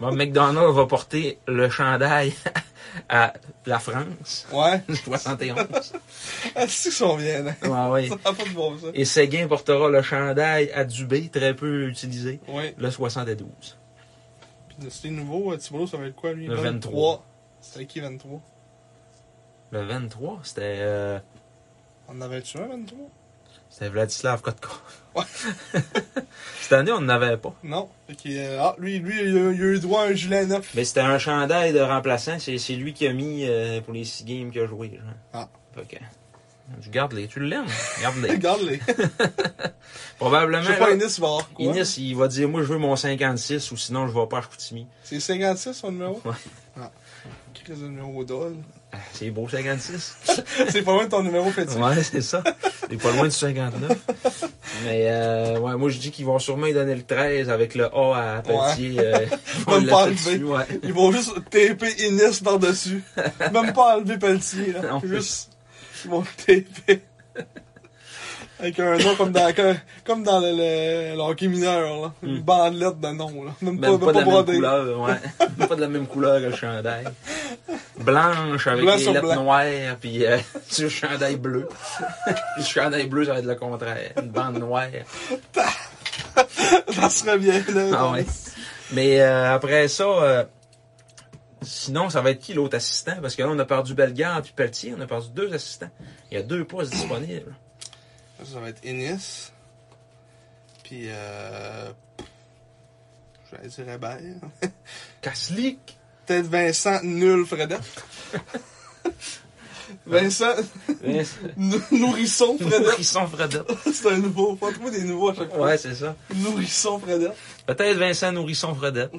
Speaker 2: Bob McDonald va porter le chandail à la France,
Speaker 3: Ouais.
Speaker 2: le 71.
Speaker 3: Ah, c'est qu'ils sont bien, hein?
Speaker 2: Ouais, ouais.
Speaker 3: Ça n'a pas de bon, ça.
Speaker 2: Et Seguin portera le chandail à Dubé, très peu utilisé,
Speaker 3: Ouais.
Speaker 2: le 72.
Speaker 3: Puis c'était nouveau, euh, Thibault, ça va être quoi, lui?
Speaker 2: Le 23.
Speaker 3: C'était qui, 23?
Speaker 2: Le 23, c'était euh,
Speaker 3: On en avait-tu un, 23?
Speaker 2: c'était Vladislav Kotkov.
Speaker 3: Ouais.
Speaker 2: Cette année, on n'en avait pas.
Speaker 3: Non. Fait que, euh, ah, lui, lui, il a, il a eu droit à un gilet neuf.
Speaker 2: Mais c'était un chandail de remplaçant. C'est c'est lui qui a mis euh, pour les six games qu'il a joué. Genre.
Speaker 3: Ah.
Speaker 2: Fait que, tu gardes-les. Tu l'aimes. Garde-les.
Speaker 3: Regarde-les. Je
Speaker 2: Probablement.
Speaker 3: sais pas,
Speaker 2: là,
Speaker 3: Inès va avoir quoi.
Speaker 2: Inès, il va dire Moi, je veux mon 56 ou sinon, je vais pas à Chicoutimi.
Speaker 3: C'est 56, son numéro?
Speaker 2: Ouais.
Speaker 3: Ah. Chris, le numéro d'ol.
Speaker 2: Ah, C'est beau, 56.
Speaker 3: C'est pas loin de ton numéro fétiche.
Speaker 2: Ouais, c'est ça. Il est pas loin du 59. Mais euh, ouais, moi je dis qu'ils vont sûrement lui donner le 13 avec le A à Pelletier. euh, ils vont
Speaker 3: Même
Speaker 2: le
Speaker 3: pas
Speaker 2: laisser
Speaker 3: enlevé.
Speaker 2: dessus, ouais.
Speaker 3: Ils vont juste taper Inès par-dessus. Même pas enlever Pelletier, là.
Speaker 2: Non.
Speaker 3: Juste, ils vont le taper. Avec un nom comme dans, que- comme dans le, le- le hockey mineur, là. Une bandelette de nom, là. Même,
Speaker 2: Hmm. Même pas, de la même
Speaker 3: brodé.
Speaker 2: couleur, ouais. Même pas de la même couleur que le chandail. Blanche avec
Speaker 3: Blanc
Speaker 2: les
Speaker 3: sur
Speaker 2: lettres
Speaker 3: blanc.
Speaker 2: noires, puis euh, sur le chandail bleu. le chandail bleu, ça va être le contraire. Une bande noire.
Speaker 3: Ça serait bien, là.
Speaker 2: Ah ouais. Mais euh, après ça, euh, sinon, ça va être qui l'autre assistant? Parce que là, on a perdu Bellegarde puis Pelletier, on a perdu deux assistants. Il y a deux postes disponibles.
Speaker 3: Ça va être Innis. Puis, euh. Je vais dire Hébert.
Speaker 2: Kaslik!
Speaker 3: hein. Peut-être Vincent Nul Fredette. Vincent N- Nourrisson Fredette.
Speaker 2: Nourrisson Fredette.
Speaker 3: C'est un nouveau. Faut trouver des nouveaux à chaque fois.
Speaker 2: Ouais, c'est ça.
Speaker 3: Nourrisson hein. Fredette.
Speaker 2: Peut-être Vincent Nourrisson Fredette.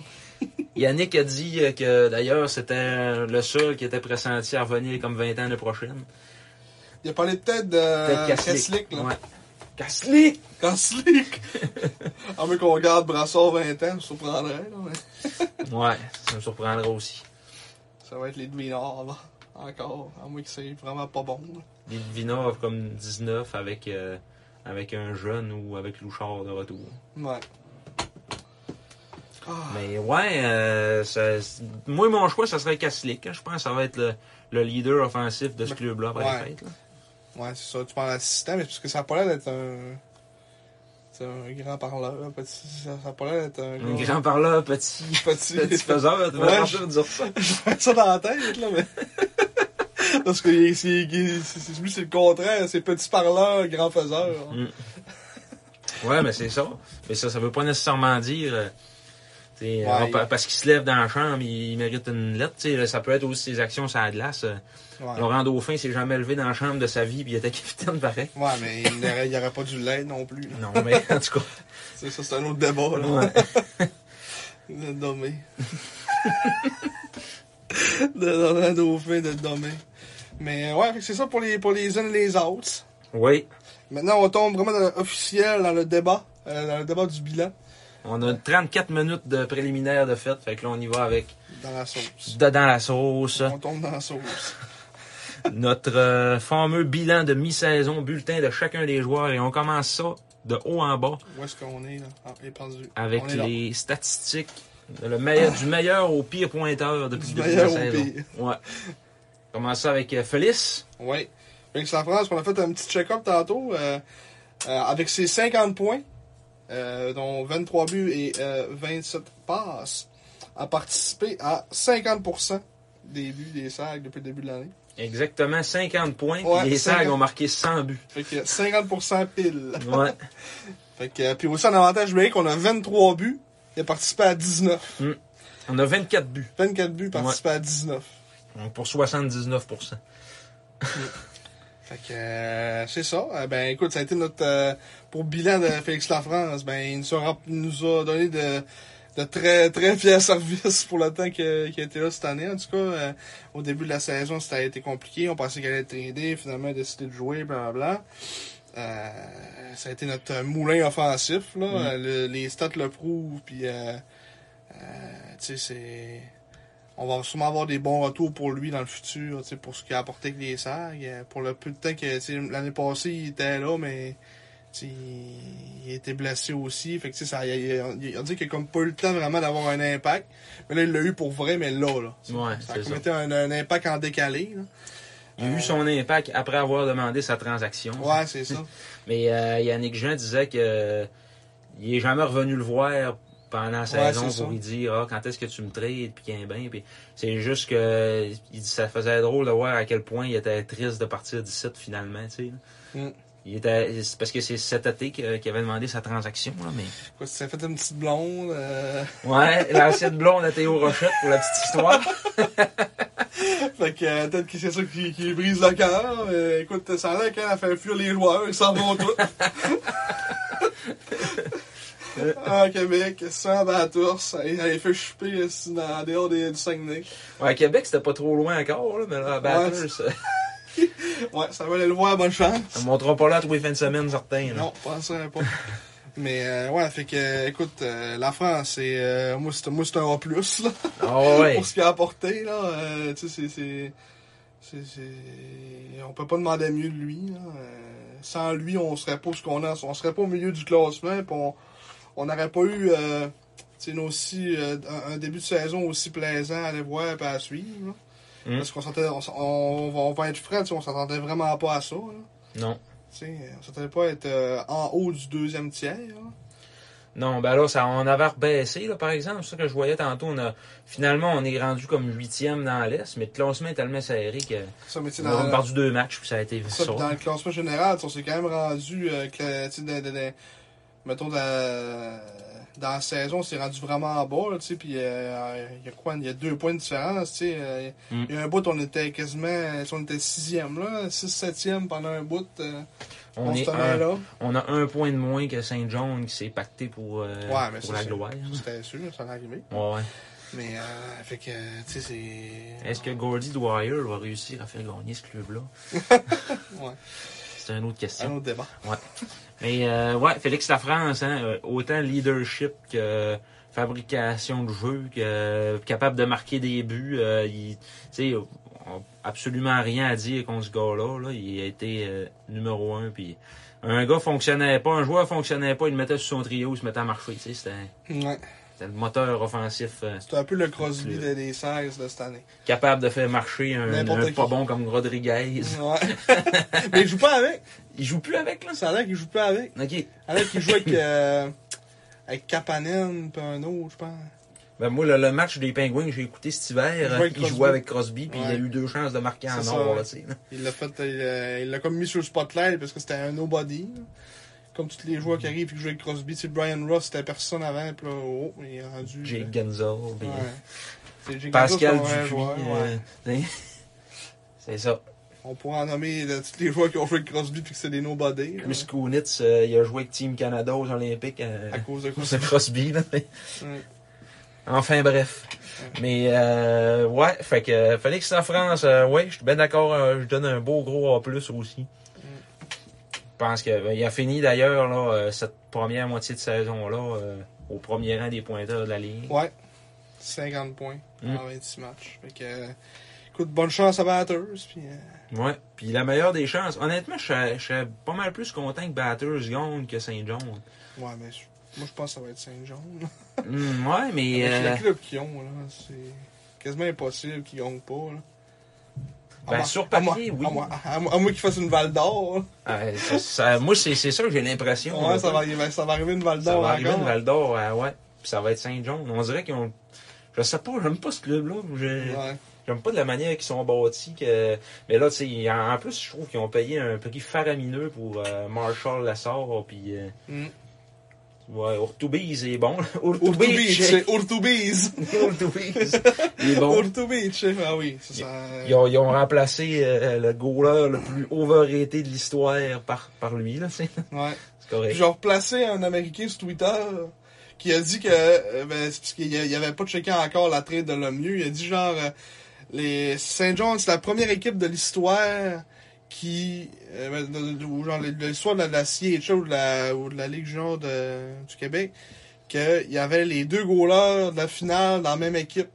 Speaker 2: Yannick a dit euh, que d'ailleurs c'était le seul qui était pressenti à revenir comme 20 ans l'année prochaine.
Speaker 3: Il a parlé peut-être de
Speaker 2: Peut-être Kaslik.
Speaker 3: Kesslick, Euh, là.
Speaker 2: Ouais. Kaslik!
Speaker 3: Kesslick! ah, mais qu'on regarde Brassard 20 ans, ça surprendrait, là. mais
Speaker 2: Ouais, ça me surprendra aussi.
Speaker 3: Ça va être les demi-nord, là. Encore. À moins que c'est vraiment pas bon, là.
Speaker 2: Lidvina a comme 19 avec, euh, avec un jeune ou avec Louchard de retour.
Speaker 3: Ouais. Ah.
Speaker 2: Mais ouais, euh, ça- c'est- moi mon choix, ça serait Kaslik. hein. Je pense que ça va être le, le leader offensif de ce club-là après la
Speaker 3: Ben, Ouais.
Speaker 2: fête. là.
Speaker 3: Ouais, c'est ça. Tu parles d'assistant, mais parce que ça a pas l'air d'être un. C'est un grand parleur. un Petit... Ça ça a pas l'air d'être un.
Speaker 2: Un
Speaker 3: gars-
Speaker 2: grand parleur, petit,
Speaker 3: Petit.
Speaker 2: petit faiseur, tu vas
Speaker 3: Ben, Ouais,
Speaker 2: pas
Speaker 3: je-
Speaker 2: de dire ça.
Speaker 3: J'ai ça dans la tête, là, mais. parce que il- c'est- il- c'est- c'est- lui, c'est le contraire. C'est petit parleur, grand faiseur.
Speaker 2: Mm. Ouais, mais c'est ça. Mais ça, ça veut pas nécessairement dire. euh, tu T'sais,
Speaker 3: Ouais,
Speaker 2: alors,
Speaker 3: il-
Speaker 2: pa- Parce qu'il se lève dans la chambre, il mérite une lettre. t'sais, là, ça peut être aussi ses actions sur la glace. euh.
Speaker 3: Ouais.
Speaker 2: Laurent Dauphin s'est jamais levé dans la chambre de sa vie puis il était capitaine pareil.
Speaker 3: Ouais, mais il n'aurait- il n'y aurait pas dû l'être non plus. là.
Speaker 2: Non, mais en tout cas.
Speaker 3: C'est ça, c'est un autre débat. Là.
Speaker 2: ouais.
Speaker 3: De le nommer. de Laurent Dauphin, de le nommer. Mais euh, ouais, fait que c'est ça pour les, pour les uns et les autres.
Speaker 2: Oui,
Speaker 3: Maintenant, on tombe vraiment dans l'officiel, dans le débat, euh, dans le débat du bilan,
Speaker 2: on a 34 minutes de préliminaire de fête. Fait que là, on y va avec
Speaker 3: dans la sauce.
Speaker 2: Dedans la sauce.
Speaker 3: On tombe dans la sauce.
Speaker 2: Notre euh, fameux bilan de mi-saison, bulletin de chacun des joueurs. Et on commence ça de haut en bas
Speaker 3: Où est-ce qu'on est, là? Ah, il est perdu.
Speaker 2: avec
Speaker 3: on est là.
Speaker 2: les statistiques de le meilleur, du meilleur au pire pointeur depuis
Speaker 3: Du
Speaker 2: le début de
Speaker 3: meilleur
Speaker 2: la
Speaker 3: au
Speaker 2: saison.
Speaker 3: pire.
Speaker 2: Ouais. Commence ça avec euh, Félix.
Speaker 3: Oui. Fait que ça France, qu'on a fait un petit check-up tantôt, euh, euh, avec ses 50 points, euh, dont 23 buts et euh, 27 passes, a participé à 50% des buts des SAG depuis le début de l'année.
Speaker 2: Exactement 50 points.
Speaker 3: Ouais,
Speaker 2: les Sags
Speaker 3: 50.
Speaker 2: ont marqué 100 buts.
Speaker 3: Fait que 50% pile.
Speaker 2: Ouais.
Speaker 3: Fait que, euh, puis aussi en avantage numérique, on a 23 buts, il a participé à 19.
Speaker 2: On a 24 buts.
Speaker 3: 24 buts, participé à 19.
Speaker 2: Donc pour 79%.
Speaker 3: Fait que euh, c'est ça. Euh, ben écoute, ça a été notre euh, pour bilan de Félix Lafrance. Ben il nous a, il nous a donné de, de très très fiers services pour le temps que- qu'il a été là cette année. En tout cas, euh, au début de la saison, ça a été compliqué. On pensait qu'il allait être aidé. Finalement, il a décidé de jouer, blablabla. Euh, ça a été notre moulin offensif. Là.
Speaker 2: Mm.
Speaker 3: Euh, le- les stats le prouvent. Puis, euh, euh, tu sais, c'est on va sûrement avoir des bons retours pour lui dans le futur, tu sais, pour ce qu'il a apporté avec les SAG. Euh, Pour le peu de temps que tu sais, l'année passée, il était là, mais tu sais, il était blessé aussi. Fait que, tu sais, ça, il, il- il- on dit qu'il a comme pas eu le temps vraiment d'avoir un impact. Mais là, il l'a eu pour vrai, mais là, là.
Speaker 2: Ouais,
Speaker 3: Ça a
Speaker 2: c'est ça.
Speaker 3: comme été un, un impact en décalé. là.
Speaker 2: Il a eu son impact après avoir demandé sa transaction.
Speaker 3: Ouais, c'est ça.
Speaker 2: Mais euh, Yannick Jean disait que euh, il est jamais revenu le voir pendant la saison
Speaker 3: c'est
Speaker 2: pour
Speaker 3: ça.
Speaker 2: lui dire ah, quand est-ce que tu me trades puis qu'il y a un bain puis c'est juste que euh, il dit ça faisait drôle de voir à quel point il était triste de partir d'ici finalement tu sais. là.
Speaker 3: Mm.
Speaker 2: Il était c'est parce que c'est cet été que- qu'il avait demandé sa transaction là mais
Speaker 3: Quoi, tu t'es fait une petite blonde. euh,
Speaker 2: ouais l'assiette blonde à Théo Rochette pour la petite histoire
Speaker 3: Fait que euh, peut-être que c'est ça qui, qui brise le cœur. Euh, écoute, ça a l'air qu'elle a fait fuir les joueurs, ils s'en vont tous. ah, Québec, sans batours, elle elle fait choper euh, si, dans, en dehors des, du Saguenay.
Speaker 2: ouais à Québec c'était pas trop loin encore là, mais là à Bathurst
Speaker 3: Ouais, ça va aller le voir, bonne chance.
Speaker 2: ça ne montera pas là tous les fins de semaine certains là.
Speaker 3: Non, penserais pas. Mais euh, ouais, fait que euh, écoute, euh, la France, c'est euh, moi c'est moi, c'est un A plus là.
Speaker 2: Ah ouais
Speaker 3: pour ce qu'il a apporté là euh, tu sais c'est- c'est c'est- c'est- on peut pas demander mieux de lui là. Euh, sans lui on serait pas ce qu'on a on serait pas au milieu du classement puis on on n'aurait pas eu euh, tu sais, nos six, euh, un- un début de saison aussi plaisant à aller voir et à suivre là.
Speaker 2: Mm.
Speaker 3: parce qu'on s'entendait on, s- on va, on va être frais tu sais, on s'attendait vraiment pas à ça là.
Speaker 2: non
Speaker 3: Tu sais, on s'attendait pas à être euh, en haut du deuxième tiers là.
Speaker 2: Non, ben là, ça, on avait rebaissé, là, par exemple. C'est ça que je voyais tantôt. On a, finalement, on est rendu comme huitième dans l'Est, mais le classement est tellement serré que
Speaker 3: ça mais tu sais,
Speaker 2: on
Speaker 3: dans-
Speaker 2: a perdu deux matchs, puis ça a été
Speaker 3: Ça,
Speaker 2: ça.
Speaker 3: puis dans le classement général, tu sais, on s'est quand même rendu, euh, que, tu sais, dans- dans- dans- mettons, dans, dans la saison, on s'est rendu vraiment en bas, là, tu sais, puis euh, il y a quoi, il y a deux points de différence, tu sais. euh,
Speaker 2: Mm.
Speaker 3: Il y a un bout, on était quasiment, tu sais, on était sixième, là, six, septième pendant un bout, euh, on,
Speaker 2: On,
Speaker 3: se
Speaker 2: est
Speaker 3: tenait
Speaker 2: un-
Speaker 3: là.
Speaker 2: on a un point de moins que Saint-John qui s'est pacté pour, euh,
Speaker 3: Ouais, mais
Speaker 2: pour
Speaker 3: ça,
Speaker 2: la
Speaker 3: c'est-
Speaker 2: gloire.
Speaker 3: C'était sûr, ça allait arriver.
Speaker 2: Ouais.
Speaker 3: Mais, euh, fait que, tu sais, c'est...
Speaker 2: Est-ce que Gordy Dwyer va réussir à faire gagner ce club-là?
Speaker 3: Ouais,
Speaker 2: C'est une autre
Speaker 3: un
Speaker 2: question.
Speaker 3: autre débat.
Speaker 2: Mais euh, ouais, Félix Lafrance, hein, euh, autant leadership que fabrication de jeu, que euh, capable de marquer des buts, euh, il- tu sais, on- absolument rien à dire contre ce gars-là. là. Il a été euh, numéro un. Puis un gars fonctionnait pas, un joueur fonctionnait pas, il le mettait sur son trio, il se mettait à marcher. tu sais, C'était
Speaker 3: Ouais,
Speaker 2: c'était le moteur offensif euh,
Speaker 3: c'est un peu le Crosby
Speaker 2: Le-
Speaker 3: des, des 16 de cette année.
Speaker 2: capable de faire marcher un,
Speaker 3: N'importe
Speaker 2: un
Speaker 3: qui.
Speaker 2: pas bon comme Rodriguez.
Speaker 3: Ouais. mais il joue pas avec,
Speaker 2: Il joue plus avec là.
Speaker 3: ça a l'air qu'il joue pas avec.
Speaker 2: Ok.
Speaker 3: Alors qu'il joue avec, euh, avec Kapanen puis un autre, je pense.
Speaker 2: Ben moi, le, le match des Penguins que j'ai écouté cet
Speaker 3: Il jouait
Speaker 2: hiver, euh,
Speaker 3: avec
Speaker 2: il
Speaker 3: Crosby.
Speaker 2: jouait avec Crosby, puis il a
Speaker 3: Ouais.
Speaker 2: eu deux chances de marquer en
Speaker 3: C'est
Speaker 2: or.
Speaker 3: ça.
Speaker 2: Là, tu sais, là.
Speaker 3: Il l'a fait, euh, il l'a comme mis sur le spotlight parce que c'était un nobody. là. comme tous les joueurs qui arrivent puis qui jouent avec Crosby, tu sais, Brian Ross, c'était personne avant, puis là, oh, il est rendu.
Speaker 2: Jake Genzel,
Speaker 3: euh,
Speaker 2: puis
Speaker 3: ouais. C'est Jake
Speaker 2: Pascal
Speaker 3: Gazos, c'est un vrai
Speaker 2: Dupuis.
Speaker 3: joueur, ouais.
Speaker 2: euh, t'sais. C'est ça.
Speaker 3: On pourrait en nommer là, tous les joueurs qui ont joué avec Crosby puis que c'est des nobody. là,
Speaker 2: Chris Kunitz, euh, il a joué avec Team Canada aux Olympiques. euh,
Speaker 3: à cause de Crosby.
Speaker 2: c'est Crosby, là.
Speaker 3: Ouais.
Speaker 2: Enfin bref. Mais euh, ouais, fait que euh, Félix en France, euh, ouais, je suis bien d'accord, euh, je donne un beau gros A plus aussi.
Speaker 3: Mm.
Speaker 2: Je pense qu'il a fini d'ailleurs là, euh, cette première moitié de saison-là euh, au premier rang des pointeurs de la Ligue.
Speaker 3: Ouais. 50 points
Speaker 2: Mm.
Speaker 3: en 26 matchs. Fait que, euh, écoute, bonne chance à Batters. Puis, euh,
Speaker 2: Ouais. Puis la meilleure des chances. Honnêtement, je serais- je serais pas mal plus content que Batters gagne que Saint John.
Speaker 3: ouais, mais je- moi, je pense que ça va être Saint-Jean. là.
Speaker 2: Hmm, ouais, mais
Speaker 3: Avec
Speaker 2: euh,
Speaker 3: le club qu'ils ont, là, c'est quasiment impossible qu'ils gagnent pas. Là. À
Speaker 2: Ben,
Speaker 3: moins-
Speaker 2: sur
Speaker 3: à moins-
Speaker 2: papier, oui.
Speaker 3: À moins, à moins- à moins qu'ils fassent une Val d'Or. là.
Speaker 2: euh, ça- ça- moi c'est c'est ça que j'ai l'impression.
Speaker 3: Ouais,
Speaker 2: là.
Speaker 3: ça, va, arriver- ça va arriver une Val
Speaker 2: Ça
Speaker 3: d'Or
Speaker 2: va arriver
Speaker 3: encore.
Speaker 2: une Val d'Or, euh, ouais. Puis ça va être Saint-John. On dirait qu'ils ont. Je sais pas, j'aime pas ce club-là. Je-
Speaker 3: Ouais.
Speaker 2: J'aime pas de la manière qu'ils sont bâtis. Que... Mais là, tu sais, en en plus, je trouve qu'ils ont payé un prix faramineux pour euh, Marshall Lassard. Puis. Euh...
Speaker 3: Mm.
Speaker 2: Ouais, Urtubiz est bon. là.
Speaker 3: Urtubiz,
Speaker 2: Urtubiz,
Speaker 3: c'est Urtubiz.
Speaker 2: Urtubiz. Il est bon.
Speaker 3: Urtubiz, ah oui, c'est ça.
Speaker 2: Ils ont, ils ont remplacé euh, le goaler le plus overrated de l'histoire par, par lui, là, c'est
Speaker 3: Ouais.
Speaker 2: c'est correct.
Speaker 3: Puis j'ai replacé un Américain sur Twitter euh, qui a dit que euh, ben, c'est parce qu'il y a- il y avait pas checké encore la trade de Lemieux. Il a dit genre euh, les Saint John, c'est la première équipe de l'histoire qui euh, ben, de- de- ou genre de de l'histoire de la, de la CHA ou de la, ou de la Ligue junior de, du Québec qu'il y avait les deux goalers de la finale dans la même équipe.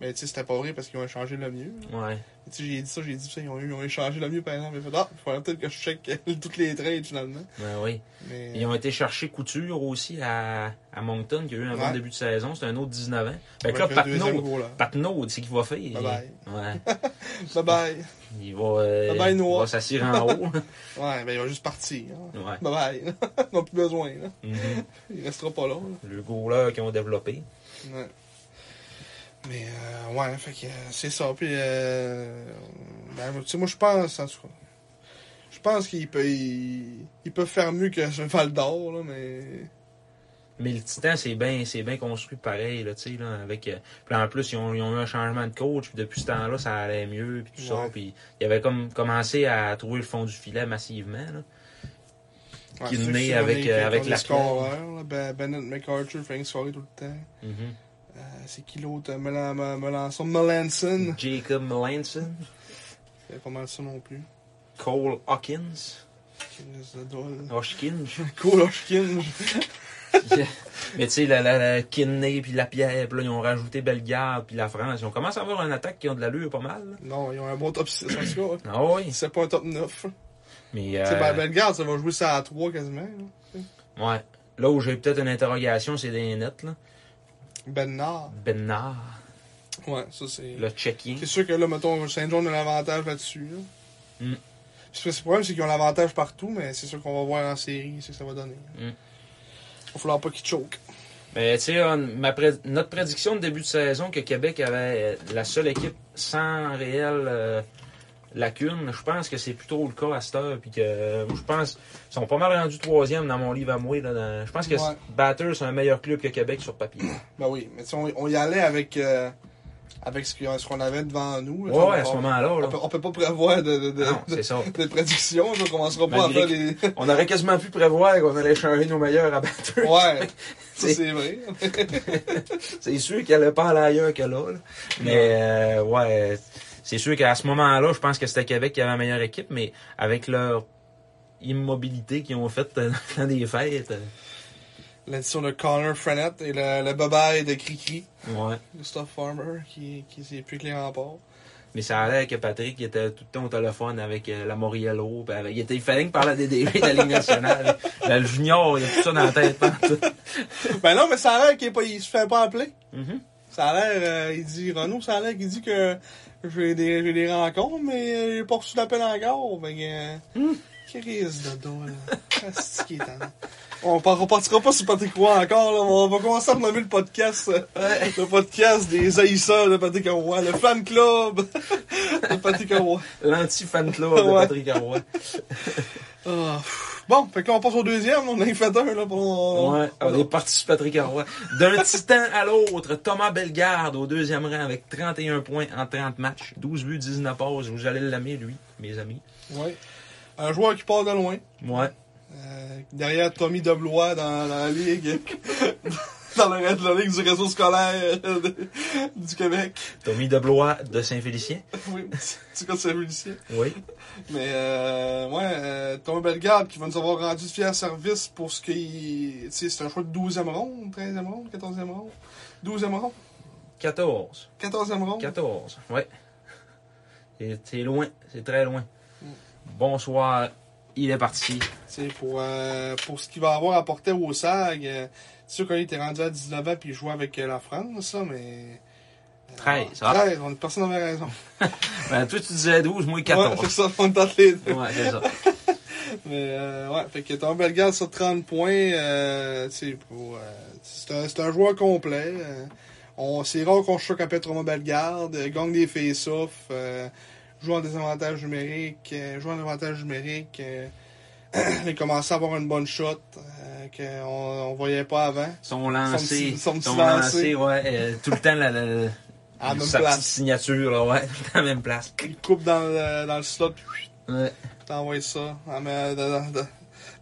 Speaker 3: Mais tu sais, c'était pas vrai parce qu'ils ont échangé Lemieux.
Speaker 2: Ouais.
Speaker 3: Tu sais, j'ai dit ça, j'ai dit ça, ils ont, eu- ils ont échangé Lemieux par exemple. Il a fait, ah, il faudrait peut-être que je check toutes les trades finalement.
Speaker 2: Ben oui.
Speaker 3: Mais,
Speaker 2: Ils ont été chercher Couture aussi à, à Moncton, qui a eu un bon
Speaker 3: Ouais.
Speaker 2: début de saison. C'est un autre 19 ans. Ben, Fait que là,
Speaker 3: Avec le deuxième
Speaker 2: Patnaud,
Speaker 3: gros, là.
Speaker 2: Patnaud, c'est qu'il va faire. Il-
Speaker 3: Bye-bye.
Speaker 2: Ouais.
Speaker 3: Bye bye.
Speaker 2: Il va, euh,
Speaker 3: Bye-bye,
Speaker 2: il
Speaker 3: Noah.
Speaker 2: va s'assurer en haut.
Speaker 3: Ouais, ben il va juste partir. hein.
Speaker 2: Ouais.
Speaker 3: Bye bye. là. Ils n'ont plus besoin. Là.
Speaker 2: Mhm.
Speaker 3: Il restera pas là. là.
Speaker 2: Le goaler qu'ils ont développé.
Speaker 3: Ouais. Mais euh, ouais, fait que euh, c'est ça. Puis, euh, ben, tu sais, moi je pense, en tout cas. Je pense qu'ils peuvent ils, ils peuvent faire mieux que ce Val d'Or, là, mais.
Speaker 2: Mais le Titan, c'est bien c'est bien construit pareil, là, tu sais, là, avec... euh, puis en plus, ils ont, ils ont eu un changement de coach, puis depuis ce temps-là, ça allait mieux, puis tout ça.
Speaker 3: Ouais.
Speaker 2: Puis ils avaient comme commencé à trouver le fond du filet massivement, là.
Speaker 3: Ouais,
Speaker 2: Qui
Speaker 3: ceux
Speaker 2: naît
Speaker 3: sont
Speaker 2: avec,
Speaker 3: donnés- qui
Speaker 2: euh,
Speaker 3: sont
Speaker 2: avec
Speaker 3: des
Speaker 2: la
Speaker 3: scoreurs, là, ben, Bennett McArthur fait une soirée tout le temps.
Speaker 2: Mhm.
Speaker 3: Euh, c'est qui l'autre Melan- Melançon
Speaker 2: Mm.
Speaker 3: Melanson.
Speaker 2: Jacob Melanson,
Speaker 3: C'est pas mal ça non plus.
Speaker 2: Cole Hawkins,
Speaker 3: Chris de Dole.
Speaker 2: Hoskins,
Speaker 3: Cole Hochkin.
Speaker 2: Yeah. Mais tu sais, la, la, la Kidney, puis la Pierre, puis là, ils ont rajouté Bellegarde, puis la France. Ils ont commencé à avoir une attaque qui ont de l'allure pas mal. là.
Speaker 3: Non, ils ont un bon top 6 en tout cas.
Speaker 2: Ah oui.
Speaker 3: C'est pas un top 9.
Speaker 2: Mais
Speaker 3: Tu
Speaker 2: euh,
Speaker 3: sais, ben, Bellegarde, ça va jouer ça à 3 quasiment. là.
Speaker 2: ouais. là où j'ai peut-être une interrogation, c'est des nets. Là.
Speaker 3: Bernard.
Speaker 2: Bernard,
Speaker 3: Ouais, ça c'est.
Speaker 2: le Tchèquien.
Speaker 3: C'est sûr que là, mettons, Saint-John a l'avantage là-dessus. Là.
Speaker 2: Mm.
Speaker 3: Parce que le problème, c'est qu'ils ont l'avantage partout, mais c'est sûr qu'on va voir en série ce que ça va donner.
Speaker 2: Mm.
Speaker 3: Il va falloir pas qu'ils choquent.
Speaker 2: Mais tu sais, on- ma pré- notre prédiction de début de saison que Québec avait euh, la seule équipe sans réelle euh, lacune, je pense que c'est plutôt le cas à cette heure. Puis que euh, je pense ils sont pas mal rendus troisième dans mon livre à moi. là, dans- Je pense que
Speaker 3: Ouais.
Speaker 2: Batters c'est un meilleur club que Québec sur papier.
Speaker 3: Ben oui, mais tu sais, on, on y allait avec, euh, avec ce qu'il y a- ce qu'on avait devant nous. là.
Speaker 2: Ouais, ouais,
Speaker 3: on,
Speaker 2: à ce
Speaker 3: on-
Speaker 2: moment-là. là.
Speaker 3: on peut, on peut pas prévoir de, de, de,
Speaker 2: Ah Non, c'est ça.
Speaker 3: de prédictions, donc on commencera pas
Speaker 2: Malgré
Speaker 3: à faire des.
Speaker 2: On aurait quasiment pu prévoir qu'on allait changer nos meilleurs à Batters.
Speaker 3: Ouais, ça
Speaker 2: C'est-
Speaker 3: c'est vrai.
Speaker 2: C'est sûr qu'il allait pas aller ailleurs que là. là. Mais euh, ouais, c'est sûr qu'à ce moment-là, je pense que c'était Québec qui avait la meilleure équipe, mais avec leur immobilité qu'ils ont faite euh, dans le temps des fêtes. euh,
Speaker 3: L'édition de Connor Frenette et le, le bye de Cricri,
Speaker 2: Ouais.
Speaker 3: Gustave Farmer, qui, qui s'est plus que les remports.
Speaker 2: Mais ça allait que Patrick il était tout le temps au téléphone avec euh, la Moriello. puis avec- Il, était, il fallait qu'il parle à DDG de la Ligue nationale. Là, le junior, il a tout ça dans la tête. pas en tout.
Speaker 3: ben non, mais ça a l'air qu'il est pas- il se fait pas appeler.
Speaker 2: Mhm.
Speaker 3: Ça a l'air, euh, il dit, Renaud, ça a l'air qu'il dit que j'ai des, j'ai des rencontres, mais euh, j'ai pas reçu d'appel encore. Fait que, euh, crise de dos, là. Asti qui est tannant. On par- repartira pas sur Patrick Roy encore, là. On va commencer à renommer le podcast, euh, le podcast des haïsseurs de Patrick Roy, le fan club de Patrick Roy.
Speaker 2: L'anti-fan club de
Speaker 3: Ouais.
Speaker 2: Patrick Arroy.
Speaker 3: Ah, pff, Bon, fait que là, on passe au deuxième. On en a fait un, là, pour...
Speaker 2: Ouais, on est parti sur Patrick Roy. D'un titan à l'autre, Thomas Bellegarde au deuxième rang avec 31 points en 30 matchs. 12 buts, 19 passes. Vous allez l'aimer, lui, mes amis.
Speaker 3: Ouais. Un joueur qui part de loin.
Speaker 2: Ouais.
Speaker 3: Euh, derrière Tommy Deblois dans, dans la ligue. dans la, la ligue du réseau scolaire euh, de- du Québec.
Speaker 2: Tommy Deblois de Saint-Félicien.
Speaker 3: Oui, c'est quoi c'est policier.
Speaker 2: Oui.
Speaker 3: Mais euh, ouais, euh, Thomas Bellegarde qui va nous avoir rendu de fier service pour ce qui. Tu sais, c'est un choix de 12e ronde, 13e ronde, 14e ronde. 12e ronde,
Speaker 2: 14.
Speaker 3: 14e ronde.
Speaker 2: 14. Ouais. C'est- C'est loin. C'est très loin. Bonsoir. Il est parti.
Speaker 3: Tu sais, pour, euh, pour ce qu'il va avoir apporté au SAG. euh, c'est sûr qu'il était rendu à 19 ans puis il jouait avec euh, la France, là, mais.
Speaker 2: 13. Ah.
Speaker 3: 13, on, personne n'avait raison.
Speaker 2: Ben, toi, tu disais 12, moi
Speaker 3: Ouais,
Speaker 2: 14.
Speaker 3: c'est ça, on tente les deux.
Speaker 2: Ouais, c'est ça.
Speaker 3: Mais euh, ouais, fait que Tom Bellegarde sur 30 points, euh, tu sais, pour, euh, c'est un, c'est un joueur complet. euh, on, c'est rare qu'on se choque après Thomas Bellegarde. euh, gagne des face-offs, euh, joue en désavantage numérique, euh, joue en avantage numérique. euh, il a commencé à avoir une bonne shot euh, qu'on on voyait pas avant.
Speaker 2: Son lancé.
Speaker 3: petit- son petit lancé,
Speaker 2: lancé, ouais. euh, tout le temps, la, la, la-
Speaker 3: À la même
Speaker 2: sa petite
Speaker 3: place.
Speaker 2: signature, là, ouais. À la même place.
Speaker 3: Il coupe dans le, dans le slot, puis
Speaker 2: Ouais.
Speaker 3: t'envoies ça en me- dans, dans- dans-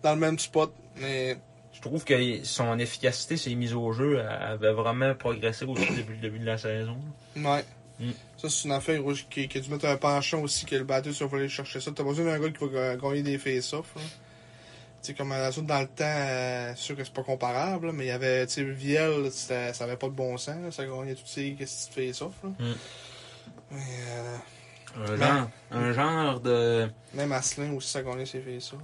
Speaker 3: dans le même spot. Mais
Speaker 2: Je trouve que son efficacité, ses mises au jeu, avait vraiment progressé aussi depuis le début de la saison.
Speaker 3: Ouais.
Speaker 2: Mm.
Speaker 3: Ça, c'est une affaire où- qui, qui a dû mettre un penchant aussi que le batteur sur voulait chercher ça. T'as besoin d'un gars qui va ga- gagner des face-offs. là. Tu sais, comme la zone dans le temps, euh, c'est sûr que c'est pas comparable, là, mais il y avait, tu sais, Viel, là, c'était- ça avait pas de bon sens, là, ça gagnait toutes ces questions de face-off. là.
Speaker 2: Mm.
Speaker 3: Mais, euh,
Speaker 2: Un genre, un genre de.
Speaker 3: même Asselin aussi, ça gagnait ses face-offs.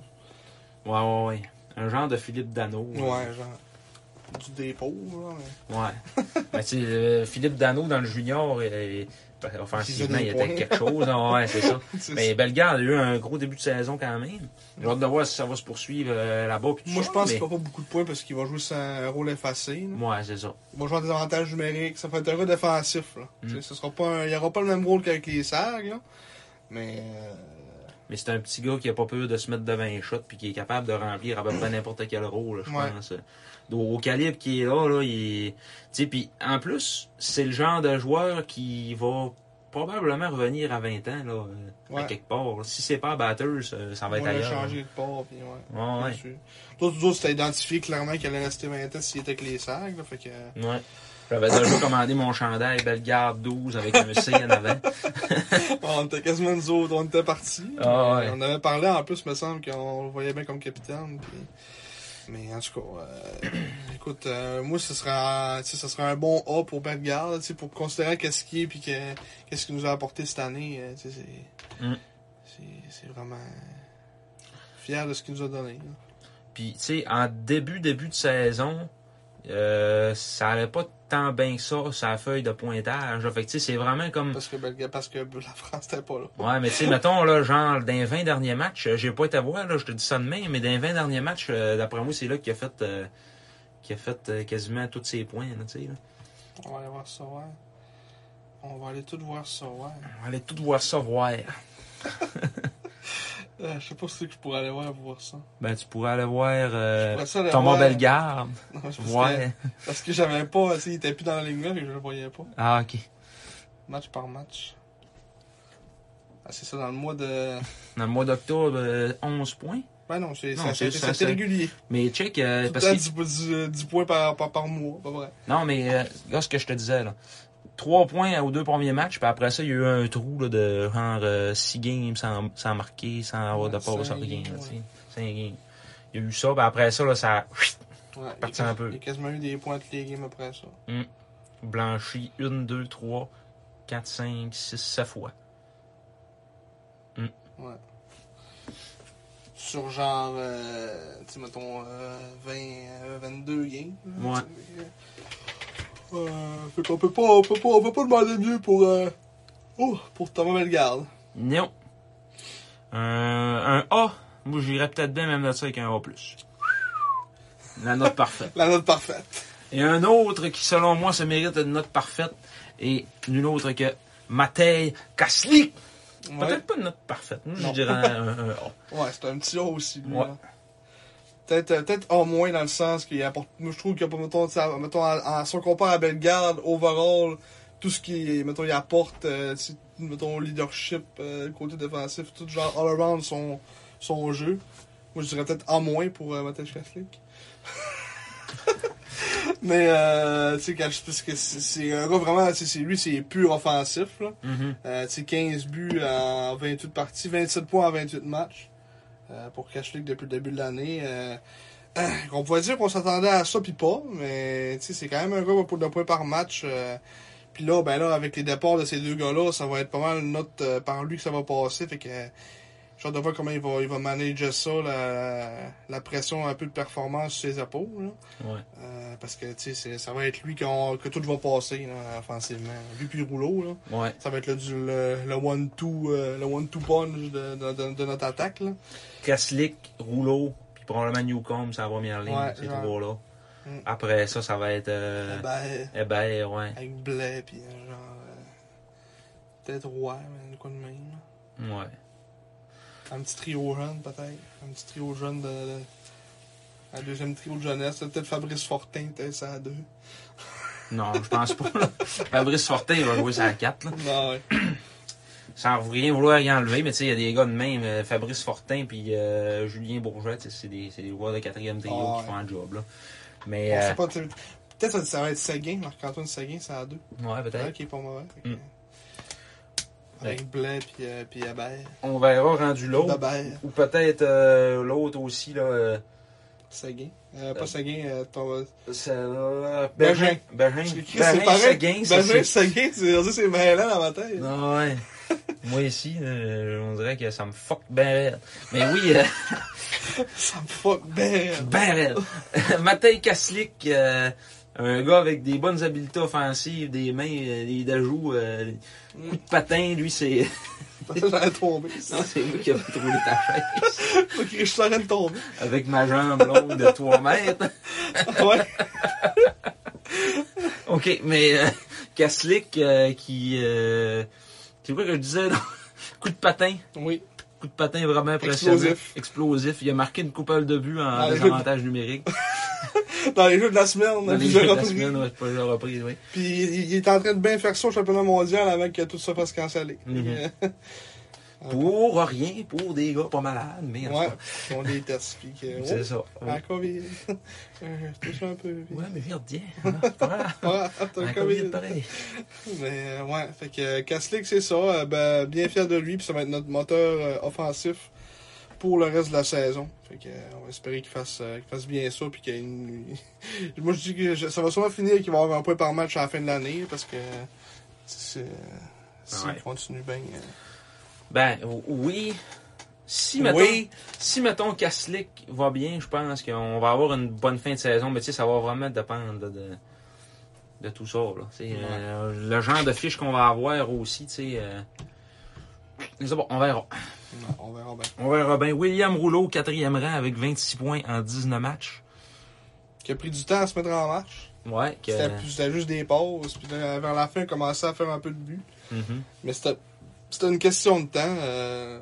Speaker 2: Ouais, ouais, ouais. Un genre de Philippe Dano.
Speaker 3: Ouais, genre. Du dépôt, là. Mais...
Speaker 2: Ouais. Mais tu sais, euh, Philippe Dano dans le junior, euh, ben, offensivement, il
Speaker 3: Il faisait des
Speaker 2: était
Speaker 3: points.
Speaker 2: quelque chose. hein, ouais, c'est ça.
Speaker 3: C'est-
Speaker 2: Mais Bellegarde a eu un gros début de saison quand même. J'ai hâte de voir si ça va se poursuivre euh, là-bas. puis tout
Speaker 3: Moi,
Speaker 2: ça,
Speaker 3: je pense
Speaker 2: mais-
Speaker 3: qu'il va pas beaucoup de points parce qu'il va jouer sans euh, rôle effacé. là.
Speaker 2: Ouais, c'est ça.
Speaker 3: Il va jouer en désavantage numérique. Ça va être un gars défensif. Là.
Speaker 2: Mm.
Speaker 3: Tu sais, Ce sera pas un- Il n'y aura pas le même rôle qu'avec les SAG. Là. Mais euh,
Speaker 2: Mais c'est un petit gars qui a pas peur de se mettre devant un shot puis qui est capable de remplir à peu près n'importe quel rôle, je
Speaker 3: Ouais.
Speaker 2: pense. Donc, au calibre qui est là, là, il est- Tu sais, puis en plus, c'est le genre de joueur qui va probablement revenir à 20 ans, là, euh, à
Speaker 3: Ouais.
Speaker 2: quelque part. Si c'est pas batteur, ça, ça va
Speaker 3: euh, on
Speaker 2: être
Speaker 3: va
Speaker 2: ailleurs. Ah,
Speaker 3: changer de port. Puis, ouais.
Speaker 2: Ouais, ouais.
Speaker 3: Là-dessus. D'autres, d'autres, c'était identifié clairement qu'il allait rester 20 ans s'il était avec les SAG. Là, fait que, euh,
Speaker 2: Ouais. J'avais déjà commandé mon chandail Bellegarde 12 avec un C en avant.
Speaker 3: Ah, on était quasiment nous autres. On était partis.
Speaker 2: Ah,
Speaker 3: Mais
Speaker 2: ouais.
Speaker 3: On avait parlé en plus, me semble, qu'on le voyait bien comme capitaine. puis- Mais en tout cas, euh, écoute, euh, moi, ce sera, tu sais, ce sera un bon A pour Bellegarde, là, tu sais, pour considérer qu'est-ce qu'il est puis que- qu'est-ce qu'il nous a apporté cette année. euh, tu sais, c'est
Speaker 2: Mm.
Speaker 3: c'est- c'est vraiment fier de ce qu'il nous a donné. là.
Speaker 2: Puis, tu sais, en début, début de saison, euh, ça allait pas tant bien que ça, sa feuille de pointage. Fait que, tu sais, c'est vraiment comme.
Speaker 3: Parce que Bellegarde, parce que la France n'était pas là.
Speaker 2: Ouais, mais tu sais, mettons, là, genre, dans les 20 derniers matchs, euh, j'ai pas été voir, là, je te dis ça demain, mais dans les 20 derniers matchs, euh, d'après moi, c'est là qu'il a fait, euh, qu'il a fait euh, quasiment tous ses points, là, tu sais. là.
Speaker 3: On va aller voir ça, ouais. On va aller tout voir ça, ouais.
Speaker 2: On va aller tout voir ça voir.
Speaker 3: Euh, je sais pas si je pourrais aller voir pour voir ça.
Speaker 2: Ben, tu pourrais aller voir
Speaker 3: Je
Speaker 2: euh,
Speaker 3: pourrais ça aller
Speaker 2: Thomas
Speaker 3: voir-
Speaker 2: Bellegarde.
Speaker 3: Non, parce que-
Speaker 2: Ouais.
Speaker 3: Parce que j'avais pas, tu sais, il était plus dans la ligne là, fait que je le voyais pas.
Speaker 2: Ah, ok.
Speaker 3: Match par match. Ah, c'est ça, dans le mois de.
Speaker 2: Dans le mois d'octobre, euh, 11 points.
Speaker 3: Ben non, c'est
Speaker 2: Non,
Speaker 3: ça-
Speaker 2: c'est-
Speaker 3: c'est-
Speaker 2: ça-
Speaker 3: c'était
Speaker 2: ça-
Speaker 3: régulier.
Speaker 2: Mais check, euh,
Speaker 3: Tout
Speaker 2: parce
Speaker 3: le temps,
Speaker 2: que...
Speaker 3: 10, points par, par, par mois, pas vrai.
Speaker 2: Non, mais euh, regarde ce que je te disais, là. Trois points aux deux premiers matchs, puis après ça, il y a eu un trou là, de genre euh, six games sans, sans marquer, sans avoir de
Speaker 3: Ouais,
Speaker 2: pause, sans
Speaker 3: cinq
Speaker 2: rien. là,
Speaker 3: games,
Speaker 2: tu sais.
Speaker 3: ouais.
Speaker 2: Cinq games. Il y a eu ça, puis après ça, là, ça a
Speaker 3: Ouais, il
Speaker 2: Parti
Speaker 3: y a-
Speaker 2: un peu.
Speaker 3: Il y a quasiment eu des points toutes les games après ça.
Speaker 2: blanchi une, deux, trois, quatre, cinq, six, sept fois.
Speaker 3: Ouais. Sur genre, euh, tu sais, mettons, euh, 20, euh, 22 games. là,
Speaker 2: Ouais.
Speaker 3: tu sais. Euh, fait qu'on peut pas, on peut pas, on peut pas demander mieux pour, euh, oh, pour Thomas Bellegarde.
Speaker 2: Non. Un- un A, moi j'irais peut-être bien même de ça avec un A+. La note parfaite.
Speaker 3: La note parfaite.
Speaker 2: Et un autre qui, selon moi, se mérite une note parfaite, et nul autre que Matej Kaslik.
Speaker 3: Ouais.
Speaker 2: Peut-être pas une note parfaite. Moi, je
Speaker 3: Non.
Speaker 2: dirais un, un A.
Speaker 3: Ouais, c'est un petit haut aussi, lui.
Speaker 2: Ouais.
Speaker 3: là. Peut-être euh, peut-être en moins dans le sens qu'il apporte. Moi, je trouve qu'il y a pas, mettons, ça- mettons en, en- si on compare à Bellegarde, overall, tout ce qui mettons, il apporte, euh, c'est, mettons, leadership, euh, côté défensif, tout genre all around son, son jeu. Moi, je dirais peut-être en moins pour euh, Matej Kachlik. Mais, euh, tu sais, Kach- parce que c'est- c'est un gars vraiment, c'est c'est- lui, c'est pur offensif, là.
Speaker 2: Mhm.
Speaker 3: Euh, tu sais, 15 buts en 28 parties, 27 points en 28 matchs euh, pour Kachlik depuis le début de l'année. Euh, on pourrait dire qu'on s'attendait à ça, puis pas, mais tu sais, c'est quand même un gars pour de points par match. euh, puis là, ben là, avec les départs de ces deux gars-là, ça va être pas mal notre euh, par lui que ça va passer. Fait que euh, j'ai hâte de voir comment il va, il va manager ça, la, la pression un peu de performance sur ses épaules. là.
Speaker 2: Ouais.
Speaker 3: Euh, parce que tu sais, c'est- ça va être lui qu'on- que tout va passer là, offensivement. Lui puis Rouleau, là.
Speaker 2: Ouais.
Speaker 3: Ça va être le, du- le, le one-two euh, le one two punch de, de, de- de notre attaque. Là.
Speaker 2: Kaslik, Rouleau, puis probablement Newcombe, ça va en ligne,
Speaker 3: Ouais,
Speaker 2: ces
Speaker 3: genre.
Speaker 2: trois-là.
Speaker 3: Mm.
Speaker 2: Après ça, ça va être. Euh,
Speaker 3: Ben,
Speaker 2: eh ben, ouais.
Speaker 3: avec Blais, puis euh, genre. euh, peut-être Roy, mais de quoi de même. là.
Speaker 2: Ouais.
Speaker 3: Un petit trio jeune, peut-être. Un petit trio jeune de. de- un deuxième trio de jeunesse. là. Peut-être Fabrice Fortin, peut-être ça à deux.
Speaker 2: Non, je pense pas. Là. Fabrice Fortin, il va jouer ça à 4. Là.
Speaker 3: Non, Ben, ouais.
Speaker 2: Sans rien vouloir y enlever, mais tu sais, il y a des gars de même. euh, Fabrice Fortin puis euh, Julien Bourget, tu sais, c'est des, c'est des joueurs de quatrième trio
Speaker 3: Ah,
Speaker 2: qui
Speaker 3: ouais.
Speaker 2: font un job. Là.
Speaker 3: On
Speaker 2: Mais.
Speaker 3: sait
Speaker 2: euh,
Speaker 3: pas. tu sais, Peut-être ça, ça va être Seguin, Marc-Antoine Seguin, ça à deux.
Speaker 2: euh, ouais, peut-être.
Speaker 3: Ouais, qui est pas mauvais. fait que,
Speaker 2: Mm.
Speaker 3: euh, Avec Blais, puis, euh, puis Hébert.
Speaker 2: On verra rendu l'autre.
Speaker 3: Dabert,
Speaker 2: Ou peut-être euh, l'autre aussi, là. euh,
Speaker 3: Seguin. Euh,
Speaker 2: Euh,
Speaker 3: pas Seguin, euh, ton.
Speaker 2: C'est là.
Speaker 3: Bergin.
Speaker 2: Bergin.
Speaker 3: C'est écrit,
Speaker 2: Bergin,
Speaker 3: c'est pareil. Ben,
Speaker 2: Seguin, ben, ça,
Speaker 3: Benjamin
Speaker 2: c'est-
Speaker 3: Seguin, c'est on dirait que c'est mêlant dans ma tête.
Speaker 2: Non, ouais. Moi ici, euh, on dirait que ça me fuck ben raide. Mais oui, euh,
Speaker 3: Ça me fuck ben.
Speaker 2: ben raide. Matej Kaslik, euh, un gars avec des bonnes habiletés offensives, des mains, euh, des ajouts, euh, coup de patin, lui c'est...
Speaker 3: J'allais tomber.
Speaker 2: Non, c'est moi qui avais trouvé ta chaise.
Speaker 3: Ok, je suis en train de tomber.
Speaker 2: Avec ma jambe longue de 3 mètres.
Speaker 3: Ah Ouais.
Speaker 2: OK, mais euh, Kaslik euh, qui... Euh, c'est quoi que je disais? non? coup de patin.
Speaker 3: Oui.
Speaker 2: Coup de patin vraiment impressionnant.
Speaker 3: Explosif.
Speaker 2: Explosif. Il a marqué une couple de buts en
Speaker 3: Ah,
Speaker 2: désavantage numérique.
Speaker 3: Dans les jeux de la semaine,
Speaker 2: Dans les
Speaker 3: plusieurs
Speaker 2: jeux de la
Speaker 3: reprises.
Speaker 2: semaine, ouais, pas plusieurs reprises, oui.
Speaker 3: Puis il il est en train de bien faire ça au championnat mondial avant que tout ça fasse canceller. Euh,
Speaker 2: Mhm. Pour rien, pour des gars pas malades, mais en tout
Speaker 3: Ouais.
Speaker 2: cas,
Speaker 3: On les teste. Puis que.
Speaker 2: c'est
Speaker 3: Oh,
Speaker 2: ça.
Speaker 3: la COVID. Euh, Je touche un peu. puis-
Speaker 2: Ouais, mais viens, tiens, hein, c'est pas grave.
Speaker 3: Ouais, t'as
Speaker 2: Un
Speaker 3: le
Speaker 2: COVID
Speaker 3: COVID.
Speaker 2: pareil.
Speaker 3: Mais euh, ouais, fait que euh, Kaslik, c'est ça. Euh, ben, bien fier de lui, puis ça va être notre moteur euh, offensif pour le reste de la saison. Fait que, euh, on va espérer qu'il fasse, euh, qu'il fasse bien ça, puis qu'il y ait une- Moi, je dis que je- ça va sûrement finir qu'il va avoir un point par match à la fin de l'année, parce que euh, c'est... euh, S'il
Speaker 2: Ouais.
Speaker 3: continue bien... euh,
Speaker 2: Ben, o- oui. Si, mettons,
Speaker 3: Oui.
Speaker 2: si, mettons, Kaslik va bien, je pense qu'on va avoir une bonne fin de saison, mais tu sais, ça va vraiment dépendre là, de, de tout ça, là. Tu sais, euh, le genre de fiche qu'on va avoir aussi, tu sais, euh, je sais pas, on verra.
Speaker 3: non, on verra bien.
Speaker 2: On verra bien. William Rouleau, quatrième rang avec 26 points en 19 matchs.
Speaker 3: Qui a pris du temps à se mettre en marche.
Speaker 2: Ouais, que...
Speaker 3: C'était plus- C'était juste des pauses, puis là, vers la fin, il commençait à faire un peu de but.
Speaker 2: Mhm.
Speaker 3: Mais c'était c'était une question de temps euh,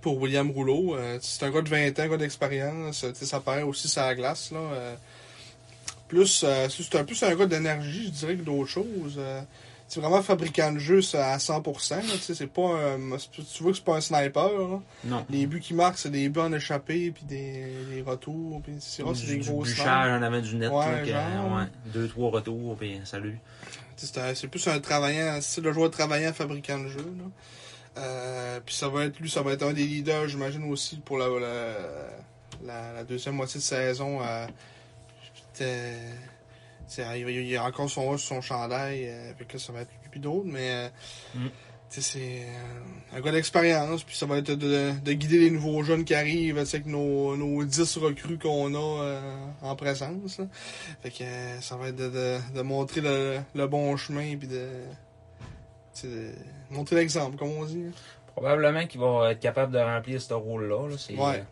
Speaker 3: pour William Rouleau. Euh, c'est un gars de 20 ans, un gars d'expérience. Euh, Tu sais, Ça paraît aussi sur la glace. Là, euh. plus, euh, c'est c'est un, plus un gars d'énergie, je dirais, que d'autres choses. Euh, c'est vraiment fabricant de jeu ça, à 100%. là. Tu sais, c'est pas un- euh, c'est- tu vois que c'est pas un sniper. là.
Speaker 2: Non.
Speaker 3: Les buts qu'il marque, c'est des buts en échappé, puis des, des retours. Puis c'est rare, c'est
Speaker 2: du,
Speaker 3: des
Speaker 2: du
Speaker 3: gros snipers.
Speaker 2: bûchage en avant du net.
Speaker 3: Ouais,
Speaker 2: là, que,
Speaker 3: genre.
Speaker 2: ouais, deux, trois retours, puis salut.
Speaker 3: Tu sais, C'est un- c'est plus un travaillant, un style de joueur travaillant, fabricant de jeu. Là. Euh, puis ça va être lui, ça va être un des leaders, j'imagine aussi pour la, la, la- la deuxième moitié de saison. euh, c'était- c'est- il, il y a encore son haut sur son chandail, euh, fait que là, ça va être lui puis d'autres, mais euh,
Speaker 2: Mm.
Speaker 3: tu sais, c'est euh, un gars d'expérience, puis ça va être de, de guider les nouveaux jeunes qui arrivent, tu sais, avec nos, nos 10 recrues qu'on a euh, en présence. là. Fait que euh, ça va être de, de- de montrer le, le bon chemin, puis de, tu sais, de montrer l'exemple, comme on dit. hein.
Speaker 2: Probablement qu'il va être capable de remplir ce rôle-là. là. C'est- euh,
Speaker 3: Ouais.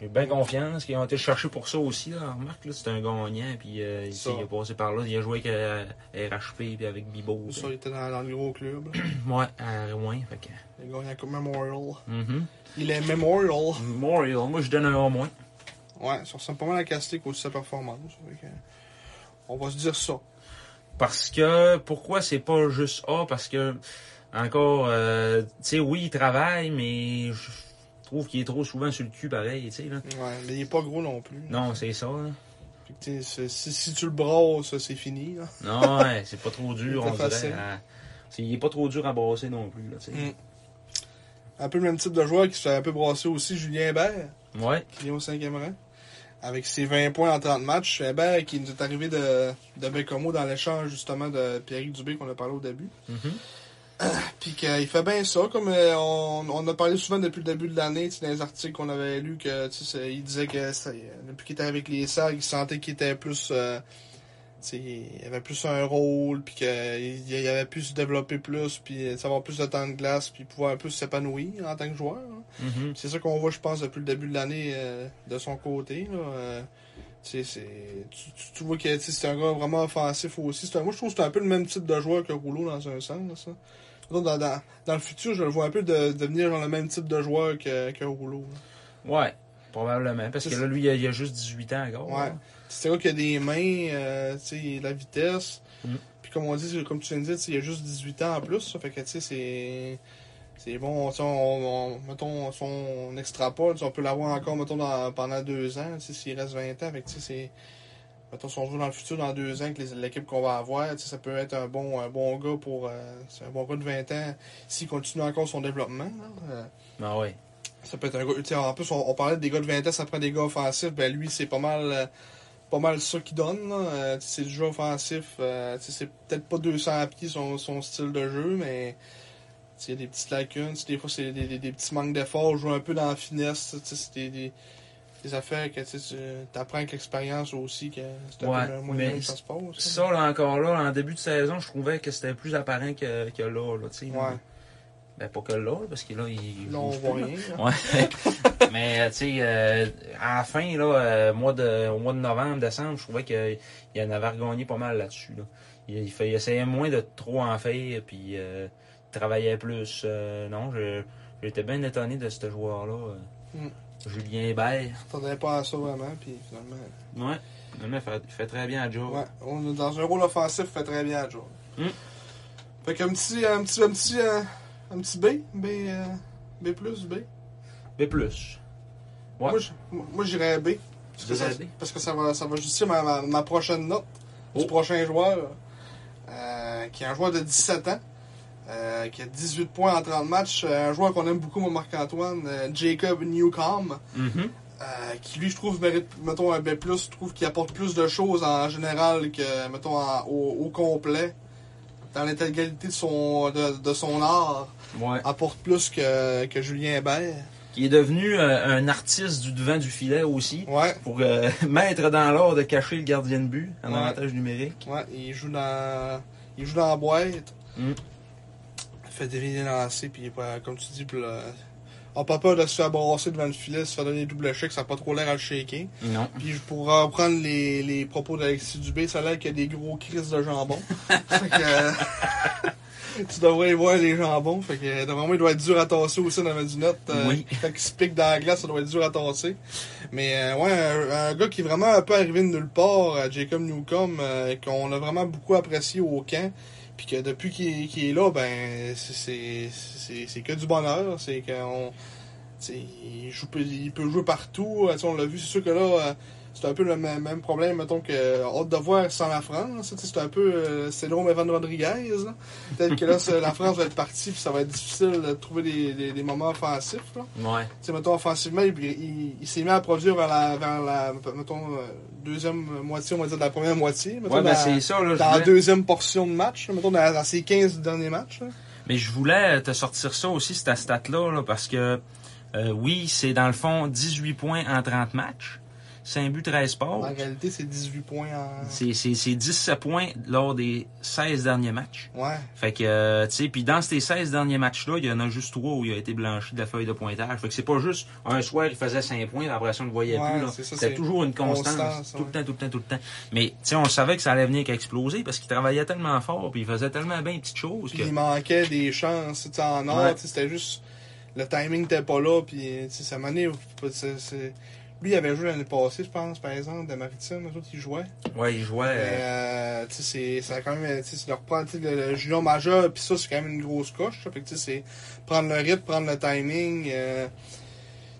Speaker 2: J'ai bien confiance qu'ils ont été chercher pour ça aussi. Là. Remarque, là, c'est un gagnant. Puis euh, il,
Speaker 3: Ça.
Speaker 2: il est passé par là. Il a joué avec euh, RHP puis avec Bibo.
Speaker 3: Pour
Speaker 2: puis-
Speaker 3: Ça, il était dans, dans le gros club. là.
Speaker 2: Ouais, à Rouen. Fait que,
Speaker 3: Il a gagné la Coupe Memorial.
Speaker 2: mhm.
Speaker 3: Il est Memorial.
Speaker 2: Memorial, moi je donne un au moins.
Speaker 3: Ouais, ça ressemble pas mal à Castic aussi, sa performance. Fait que, on va se dire ça.
Speaker 2: Parce que pourquoi c'est pas juste A Parce que encore, euh, tu sais, oui, il travaille, mais je trouve qu'il est trop souvent sur le cul pareil, tu sais là.
Speaker 3: Ouais, mais il est pas gros non plus.
Speaker 2: Non, c'est ça. là.
Speaker 3: Fait que, tu sais, c'est- si, si tu le brasses, c'est fini. Là.
Speaker 2: Non, ouais, c'est pas trop dur,
Speaker 3: C'est
Speaker 2: on
Speaker 3: facile.
Speaker 2: dirait. à- c'est- Il est pas trop dur à brasser non plus, là, tu sais.
Speaker 3: Mm. Un peu le même type de joueur qui se fait un peu brasser aussi, Julien Hébert,
Speaker 2: Ouais,
Speaker 3: qui vient au cinquième rang. Avec ses 20 points en 30 matchs, Hébert qui nous est arrivé de, de Bécomo dans l'échange justement de Pierre Dubé qu'on a parlé au début.
Speaker 2: mhm.
Speaker 3: Puis qu'il fait bien ça, comme euh, on, on a parlé souvent depuis le début de l'année, tu sais, dans les articles qu'on avait lus, que tu sais, c'est- il disait que ça- depuis qu'il était avec les Sags, il sentait qu'il était plus. euh, tu sais, il avait plus un rôle, puis qu'il il avait pu se développer plus, puis euh, avoir plus de temps de glace, puis pouvoir un peu s'épanouir en tant que joueur. hein.
Speaker 2: Mhm.
Speaker 3: C'est ça qu'on voit, je pense, depuis le début de l'année euh, de son côté. Là, euh, tu sais, c'est- tu, tu- tu vois que tu sais, c'est un gars vraiment offensif aussi. C'est un- moi, je trouve que c'est un peu le même type de joueur que Rouleau dans un sens. là, ça. Donc, Dans, dans- dans le futur, je le vois un peu de, devenir genre, le même type de joueur que, que Rouleau. là.
Speaker 2: Ouais, probablement. Parce que
Speaker 3: C'est-
Speaker 2: là, lui, il a, il a juste 18 ans encore.
Speaker 3: Ouais.
Speaker 2: là.
Speaker 3: C'est un gars qui a des mains, euh, tu sais, il a de la vitesse.
Speaker 2: Mhm.
Speaker 3: Puis comme on dit, c'est- comme tu viens de dire, tu sais, il a juste 18 ans en plus. Ça fait que, tu sais, c'est... C'est bon, tu sais, on, on- mettons, si on extrapole, tu sais, on peut l'avoir encore, mettons, dans- pendant deux ans, tu sais, s'il reste 20 ans. Fait que, tu sais, c'est... Mettons, si on joue dans le futur, dans deux ans, que les- l'équipe qu'on va avoir, tu sais, ça peut être un bon, un bon gars pour... euh, c'est un bon gars de 20 ans s'il continue encore son développement, là. Euh,
Speaker 2: Ah ouais.
Speaker 3: ça peut être un gars. tu sais, En plus, on, on parlait des gars de 20 ans, ça prend des gars offensifs. Ben lui, c'est pas mal euh, pas mal ça qu'il donne. là. Euh, tu sais, c'est du jeu offensif. euh, tu sais, c'est peut-être pas 200 à pied son, son style de jeu, mais tu sais, il y a des petites lacunes. Tu sais, Des fois, c'est des, des- des petits manques d'efforts. Jouer un peu dans la finesse. tu sais, C'est des, des- des affaires que tu sais, tu apprends avec l'expérience aussi. que C'est un
Speaker 2: Ouais,
Speaker 3: peu le moyen
Speaker 2: mais
Speaker 3: que ça se passe. hein. là.
Speaker 2: Ça, là, encore là, en début de saison, je trouvais que c'était plus apparent que, que là, là, tu sais.
Speaker 3: Ouais,
Speaker 2: Ben, pas que là, parce que là, il.
Speaker 3: là, on
Speaker 2: joue
Speaker 3: voit
Speaker 2: plus, là.
Speaker 3: rien. là.
Speaker 2: Ouais. Mais, euh, tu sais, euh, à la fin, là, euh, mois de, au mois de novembre, décembre, je trouvais qu'il en avait regagné pas mal là-dessus. Là. Il, il fait- il essayait moins de trop en faire, puis euh, il travaillait plus. Euh, non, je- j'étais bien étonné de ce joueur-là. euh,
Speaker 3: Mm.
Speaker 2: Julien Hébert.
Speaker 3: Je m'attendais pas à ça vraiment, puis finalement.
Speaker 2: Ouais. Finalement, il fait, il fait très bien à job.
Speaker 3: Ouais, on est dans un rôle offensif, fait très bien, Joe.
Speaker 2: Mm.
Speaker 3: Fait qu'un petit, un petit, un petit, euh, un petit B, B, euh, B B.
Speaker 2: Mais plus. Ouais.
Speaker 3: Moi, je- moi j'irais B. Parce
Speaker 2: Tu
Speaker 3: que, ça,
Speaker 2: dirais B?
Speaker 3: parce que ça va, ça va justifier ma, ma, ma prochaine note
Speaker 2: Oh.
Speaker 3: du prochain joueur, euh, qui est un joueur de 17 ans, euh, qui a 18 points en 30 matchs, euh, un joueur qu'on aime beaucoup, mon Marc-Antoine, euh, Jacob Newcomb.
Speaker 2: Mhm.
Speaker 3: Euh, qui lui, je trouve, mérite, mettons, un B+, je trouve qu'il apporte plus de choses en général que, mettons, en- au, au complet, dans l'intégralité de son, de, de son art,
Speaker 2: Ouais.
Speaker 3: apporte plus que, que Julien Hébert.
Speaker 2: Qui est devenu euh, un artiste du devant du filet aussi.
Speaker 3: Ouais,
Speaker 2: pour euh, mettre dans l'or de cacher le gardien de but en
Speaker 3: Ouais.
Speaker 2: avantage numérique.
Speaker 3: ouais, il joue dans, il joue dans la boîte,
Speaker 2: Mm.
Speaker 3: il fait des lignes lancées, puis ouais, comme tu dis, puis là, on n'a pas peur de se faire brasser devant le filet, se faire donner des double chèques, ça n'a pas trop l'air à le shaker.
Speaker 2: Non.
Speaker 3: Puis je pourrais reprendre les, les propos d'Alexis Dubé, ça a l'air qu'il y a des gros crises de jambon. fait que, euh, tu devrais voir les jambons. Fait que euh, normalement, il doit être dur à tasser aussi dans du note.
Speaker 2: Oui.
Speaker 3: Quand il se pique dans la glace, ça doit être dur à tasser. Mais euh, ouais, un, un gars qui est vraiment un peu arrivé de nulle part, euh, Jacob Newcomb, euh, qu'on a vraiment beaucoup apprécié au camp. Puis que depuis qu'il qu'il est là, ben c'est- c'est- c'est c'est que du bonheur. C'est qu'on. t'sais, Il, joue, il peut jouer partout. Euh, t'sais, On l'a vu, c'est sûr que là, euh, c'est un peu le même, même problème, mettons, que euh, Hâte de voir sans la France. t'sais, C'est un peu euh, syndrome Evan Rodriguez. là. Peut-être que là, c'est- la France va être partie, puis ça va être difficile de trouver des, des- des moments offensifs. Là.
Speaker 2: Ouais.
Speaker 3: T'sais, mettons, offensivement, il, il- il s'est mis à produire vers la, vers la mettons, euh, deuxième moitié, on va dire, de la première moitié. Mettons,
Speaker 2: Ouais, ben
Speaker 3: dans-
Speaker 2: c'est ça, là. je
Speaker 3: dans la
Speaker 2: voulais-
Speaker 3: deuxième portion de match, là, mettons dans, dans ces 15 derniers matchs. là.
Speaker 2: Mais je voulais te sortir ça aussi, cette stat-là, là, parce que euh, oui, c'est dans le fond 18 points en 30 matchs, 5 buts, 13
Speaker 3: En
Speaker 2: passes.
Speaker 3: réalité, c'est 18 points en.
Speaker 2: C'est c'est- c'est 17 points lors des 16 derniers matchs.
Speaker 3: Ouais,
Speaker 2: Fait que, euh, tu sais, puis dans ces 16 derniers matchs-là, il y en a juste 3 où il a été blanchi de la feuille de pointage. Fait que c'est pas juste un soir, il faisait 5 points, puis après ça, on ne le voyait
Speaker 3: Ouais,
Speaker 2: plus. là.
Speaker 3: c'est ça,
Speaker 2: C'était
Speaker 3: c'est
Speaker 2: toujours une constance,
Speaker 3: constance,
Speaker 2: tout le
Speaker 3: ouais.
Speaker 2: temps, tout le temps, tout le temps. Mais, tu sais, on savait que ça allait venir qu'exploser parce qu'il travaillait tellement fort, puis il faisait tellement bien de petites choses
Speaker 3: puis
Speaker 2: que...
Speaker 3: il manquait des chances t'sais, en or,
Speaker 2: Ouais.
Speaker 3: t'sais, c'était juste. Le timing n'était pas là, puis t'sais, ça m'en est. c'est- c'est- Lui, il avait joué l'année passée, je pense, par exemple, de Maritime. Eux autres, ils jouaient.
Speaker 2: Ouais, il jouait.
Speaker 3: Mais,
Speaker 2: euh,
Speaker 3: euh, tu sais, c'est- ça a quand même, tu sais, c'est leur prendre, tu sais, le, le junior majeur, puis ça, c'est quand même une grosse coche. ça. Fait que, tu sais, c'est prendre le rythme, prendre le timing. euh,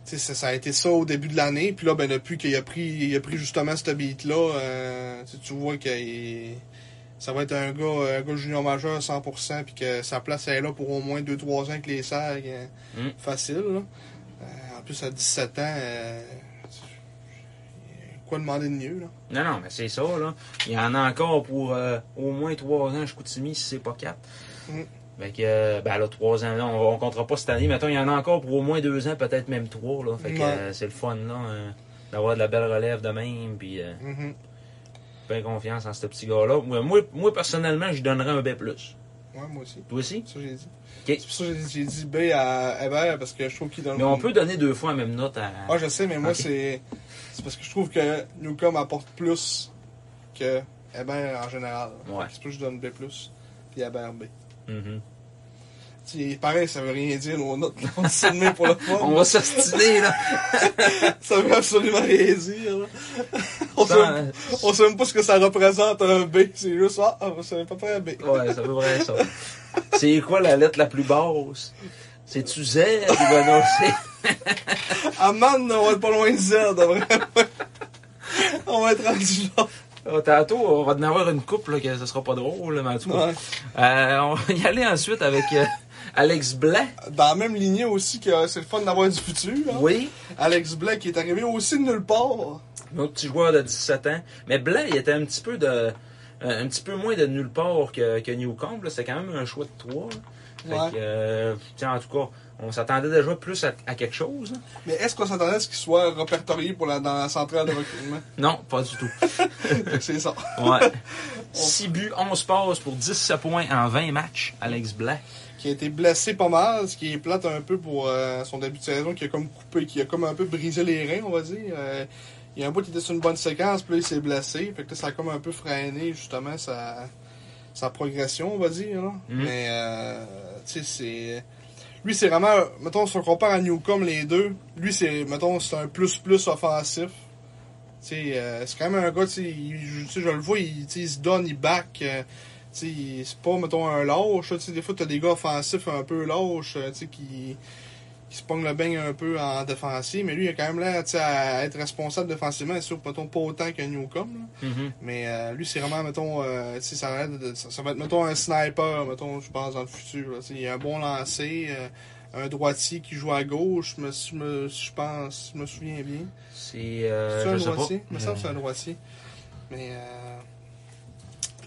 Speaker 3: tu sais, ça, ça a été ça au début de l'année. Puis là, ben, depuis qu'il a pris, il a pris justement ce beat-là, euh, tu sais, tu vois que il- ça va être un gars, un gars junior majeur à 100%, puis que sa place elle est là pour au moins 2-3 ans avec les sacs. euh,
Speaker 2: Mm.
Speaker 3: Facile, là. Euh, en plus, à 17 ans, euh, quoi demander de mieux, là?
Speaker 2: Non, non, mais c'est ça, là. Il y en a encore pour euh, au moins trois ans, je Chicoutimi, si c'est pas quatre.
Speaker 3: Mm.
Speaker 2: Fait que, euh, ben là, trois ans, là, on, on comptera pas cette année. Mettons, il y en a encore pour au moins deux ans, peut-être même trois, là. Fait que
Speaker 3: Ouais.
Speaker 2: euh, c'est le fun, là, euh, d'avoir de la belle relève de même, puis euh,
Speaker 3: Mhm.
Speaker 2: bien confiance en ce petit gars-là. Moi, moi, moi, personnellement, je donnerais un B+. Toi
Speaker 3: Ouais, moi aussi.
Speaker 2: aussi?
Speaker 3: C'est ça que j'ai dit.
Speaker 2: OK.
Speaker 3: C'est pour ça que j'ai- j'ai dit B à Hébert parce que je trouve qu'il donne.
Speaker 2: Mais on peut donner deux fois la même note à...
Speaker 3: Ah, je sais, mais moi,
Speaker 2: Ok.
Speaker 3: c'est. C'est parce que je trouve que Newcombe apporte plus que Hébert en général.
Speaker 2: Ouais.
Speaker 3: C'est pour ça que je donne B, puis Hébert B.
Speaker 2: Mhm.
Speaker 3: Tu sais, pareil, ça veut rien dire, nos notes. là. On s'est mis pour le fun.
Speaker 2: On va s'obstiner, là.
Speaker 3: Ça veut absolument rien dire, là. on, sait, même-
Speaker 2: Ça, hein.
Speaker 3: on sait même pas ce que ça représente, un B. C'est juste, ah, c'est à peu près un B.
Speaker 2: Ouais, c'est à peu près ça. C'est quoi la lettre la plus basse? C'est-tu Z ou ben non, c'est-
Speaker 3: À Man, on va être pas loin de Z, vraiment. on va être rendu là.
Speaker 2: Ah, Tantôt, on va en avoir une couple, là, que ce sera pas drôle, mais en tout cas.
Speaker 3: Ouais.
Speaker 2: Euh, on va y aller ensuite avec euh, Alex Blanc.
Speaker 3: Dans la même lignée aussi que euh, c'est le fun d'avoir du futur. hein.
Speaker 2: Oui,
Speaker 3: Alex Blake qui est arrivé aussi de nulle part.
Speaker 2: un autre petit joueur de 17 ans. Mais Blanc, il était un petit peu de. euh, Un petit peu moins de nulle part que, que Newcombe. là. C'est quand même un choix de trois. là. Fait
Speaker 3: Ouais.
Speaker 2: que, euh, tiens, en tout cas, on s'attendait déjà plus à, à quelque chose. hein. là.
Speaker 3: Mais est-ce qu'on s'attendait à ce qu'il soit répertorié pour la, dans la centrale de recrutement?
Speaker 2: Non, pas du tout.
Speaker 3: c'est ça.
Speaker 2: Ouais. 6 buts, 11 passes pour 10 points en 20 matchs, Alex Black.
Speaker 3: Qui a été blessé pas mal, ce qui est plate un peu pour euh, son début de saison, qui a comme coupé, qui a comme un peu brisé les reins, on va dire. Euh, il y a un bout qui était sur une bonne séquence, puis là, il s'est blessé. Fait que là, ça a comme un peu freiné, justement, sa, sa progression, on va dire. là.
Speaker 2: Mhm.
Speaker 3: Mais, euh, tu sais, c'est... Lui, c'est vraiment... Mettons, si on compare à Newcombe, les deux, lui, c'est, mettons, c'est un plus-plus offensif. Tu sais, euh, c'est quand même un gars, tu sais, il- je- tu sais, je le vois, il, tu sais, il se donne, il back. euh, tu sais, il- c'est pas, mettons, un lâche. là. Tu sais, des fois, t'as des gars offensifs un peu lâches, euh, tu sais, qui qui se pogne le beigne un peu en défensier, mais lui, il a quand même l'air tu sais, à être responsable défensivement, sûr, mettons, pas autant que Newcombe. là.
Speaker 2: Mm-hmm.
Speaker 3: Mais euh, lui, c'est vraiment, mettons, euh, tu sais, ça, a l'air de- de- ça, ça va être, mettons, un sniper, mettons, je pense, dans le futur. là. Tu sais, Il a un bon lancer, euh, un droitier qui joue à gauche, je me, je me- je pense, je me souviens bien.
Speaker 2: C'est. euh,
Speaker 3: C'est un
Speaker 2: je sais
Speaker 3: droitier?
Speaker 2: pas.
Speaker 3: Il me semble que c'est un droitier. Mais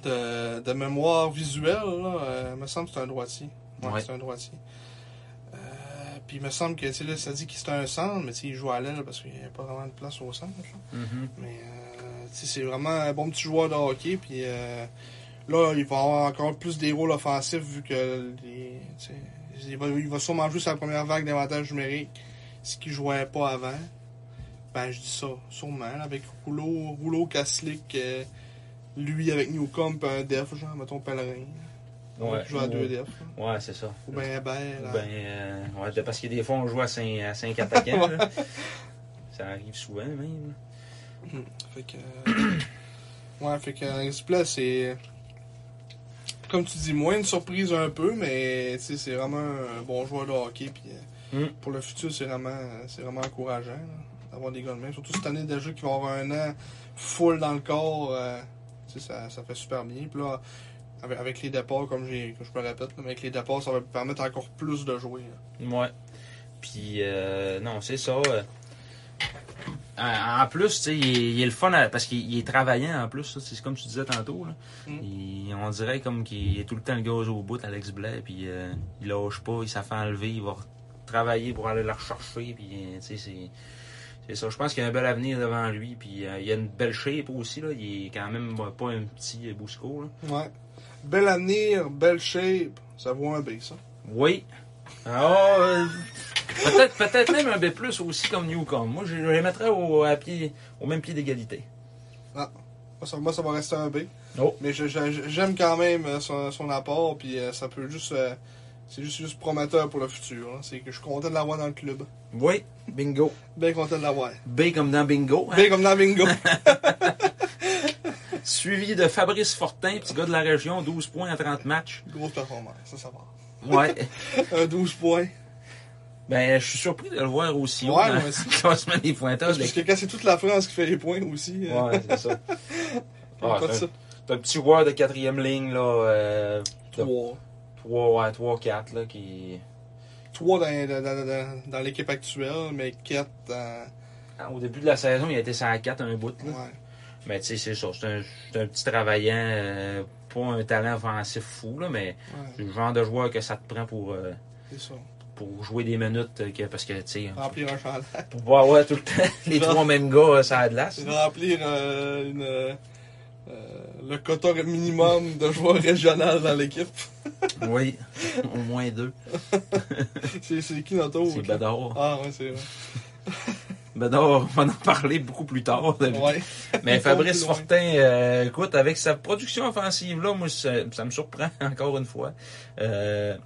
Speaker 3: euh, de, de mémoire visuelle, là, euh, il me semble que c'est un droitier. Ouais,
Speaker 2: Ouais.
Speaker 3: c'est un droitier. Euh, Puis il me semble que tu sais, là, ça dit que c'est un centre, mais tu sais, il joue à l'aile parce qu'il n'y a pas vraiment de place au centre. là.
Speaker 2: Mhm.
Speaker 3: Mais euh, tu sais, c'est vraiment un bon petit joueur de hockey. Puis euh, là, il va avoir encore plus des rôles offensifs vu que les, tu sais, il, va, il va sûrement jouer sa première vague d'avantage numérique, ce qu'il jouait pas avant. Ben, je dis ça, sûrement, là, avec Rouleau, Rouleau Kaslik, euh, lui avec Newcombe, puis un def, genre, mettons Pellerin.
Speaker 2: Ouais.
Speaker 3: Ouais, joue à deux def. là.
Speaker 2: Ouais, c'est ça.
Speaker 3: Ou ben Hébert. là.
Speaker 2: Ben, euh, ouais, de- parce que des fois, on joue à 5, à cinq attaquants. là. Ça arrive souvent, même.
Speaker 3: Fait que. euh, ouais, fait que Alex Play, c'est. Comme tu dis, moins une surprise un peu, mais tu sais, c'est vraiment un bon joueur de hockey. Puis, euh,
Speaker 2: Mm.
Speaker 3: Pour le futur, c'est vraiment, c'est vraiment encourageant là, d'avoir des gars de même. Surtout cette année déjà qui va avoir un an full dans le corps. euh, tu sais, ça, ça fait super bien. Puis là, avec, avec les départs, comme j'ai, que je me répète, là, mais avec les départs, ça va permettre encore plus de jouer. là.
Speaker 2: Ouais. Puis, euh, non, c'est ça. euh. En en plus, tu sais, il, est- il est le fun à- parce qu'il il est travaillant en plus. là. C'est comme tu disais tantôt. Là.
Speaker 3: Mm.
Speaker 2: Il- on dirait comme qu'il est tout le temps le gaz au bout, Alex Blais. Puis, euh, il lâche pas, il s'en fait enlever, il va travailler pour aller la rechercher. Puis, euh, tu sais, c'est. C'est ça, je pense qu'il y a un bel avenir devant lui, puis euh, il y a une belle shape aussi, là. il est quand même euh, pas un petit euh, bousco. Là.
Speaker 3: Ouais. Bel avenir, belle shape. Ça vaut un B, ça.
Speaker 2: Oui. Ah, euh, peut-être, peut-être même un B+, aussi comme Newcombe. Moi, je les mettrais au, à pied, au même pied d'égalité.
Speaker 3: Moi, ça, moi, ça va rester un B.
Speaker 2: Oh.
Speaker 3: Mais je- je- j'aime quand même euh, son, son apport, puis euh, ça peut juste. euh, C'est juste, juste prometteur pour le futur. hein. C'est que je suis content de l'avoir dans le club.
Speaker 2: Oui, bingo.
Speaker 3: Bien content de l'avoir.
Speaker 2: B comme dans bingo. hein.
Speaker 3: Bien comme dans Bingo.
Speaker 2: Suivi de Fabrice Fortin, petit gars de la région, 12 points en 30 matchs.
Speaker 3: Grosse performance, ça, ça va.
Speaker 2: Ouais.
Speaker 3: Un 12 points.
Speaker 2: ben, je suis surpris de le voir aussi haut
Speaker 3: Ouais,
Speaker 2: dans
Speaker 3: moi aussi.
Speaker 2: le classement des pointeurs.
Speaker 3: Parce
Speaker 2: de
Speaker 3: que quand c'est toute la France qui fait les points aussi, euh,
Speaker 2: Ouais, c'est ça.
Speaker 3: pas
Speaker 2: Ah,
Speaker 3: de
Speaker 2: c'est
Speaker 3: ça.
Speaker 2: un, c'est un petit joueur de quatrième ligne, là. Euh, de
Speaker 3: Trois.
Speaker 2: 3, ouais, 3, 4, là, qui.
Speaker 3: Trois dans, dans- dans- dans- dans l'équipe actuelle, mais quatre dans.
Speaker 2: Ah, Au début de la saison, il était à 4 un bout, là.
Speaker 3: Ouais.
Speaker 2: Mais tu sais, c'est ça. C'est un, c'est un petit travaillant, euh, pas un talent offensif fou, là, mais
Speaker 3: Ouais,
Speaker 2: c'est le genre de joueur que ça te prend pour, euh,
Speaker 3: c'est ça.
Speaker 2: pour jouer des minutes. euh, que- parce que, tu sais,
Speaker 3: Remplir un chandail.
Speaker 2: pour pouvoir avoir tout le temps les
Speaker 3: Genre-
Speaker 2: trois mêmes gars euh, sur la glace.
Speaker 3: C'est de remplir euh, une, euh, euh, le quota minimum de joueurs régionales dans l'équipe.
Speaker 2: Oui, au moins deux.
Speaker 3: C'est c'est qui notre tour?
Speaker 2: C'est Bedard.
Speaker 3: Ah, ouais, c'est vrai.
Speaker 2: Bedard, on va en parler beaucoup plus tard. de lui.
Speaker 3: Ouais.
Speaker 2: Mais
Speaker 3: Ils sont
Speaker 2: Fabrice
Speaker 3: plus loin.
Speaker 2: Fortin, euh, écoute, avec sa production offensive-là, moi, ça, ça me surprend encore une fois. Euh, tu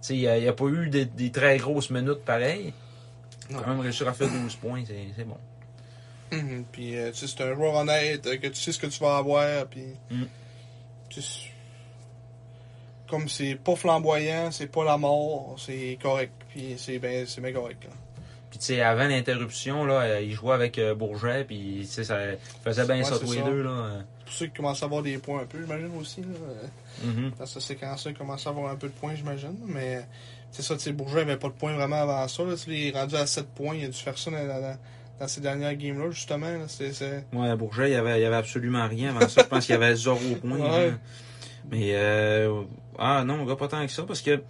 Speaker 2: sais, il n'y a, il a pas eu des, des très grosses minutes pareilles.
Speaker 3: Non.
Speaker 2: Quand même, réussir à faire 12 points, c'est c'est bon.
Speaker 3: Mhm. Puis, euh, tu sais, c'est un joueur honnête, euh, que tu sais ce que tu vas avoir, puis...
Speaker 2: Mm.
Speaker 3: tu sais, c'est- comme c'est pas flamboyant, c'est pas la mort, c'est correct, puis c'est bien c'est bien correct. là.
Speaker 2: Puis, tu sais, avant l'interruption, là, euh, il jouait avec euh, Bourget, puis, tu sais, ça faisait bien
Speaker 3: Ouais,
Speaker 2: ça
Speaker 3: c'est
Speaker 2: tous les
Speaker 3: ça.
Speaker 2: deux, là. euh.
Speaker 3: C'est pour ça qu'ils commencent à avoir des points un peu, j'imagine, aussi. Là. euh,
Speaker 2: Mhm.
Speaker 3: Dans cette séquence-là, ils commencent à avoir un peu de points, j'imagine. Mais, c'est ça, tu sais, Bourgeois avait pas de points vraiment avant ça. Là. Tu sais, Il est rendu à 7 points, il a dû faire ça dans, dans- dans ces dernières games-là, justement. là. C'est- c'est-
Speaker 2: Ouais, Bourget, il y avait, il y avait absolument rien avant ça. Je pense qu'il y avait zéro point.
Speaker 3: Ouais.
Speaker 2: hein. Mais, euh, ah non, on va pas tant que ça parce que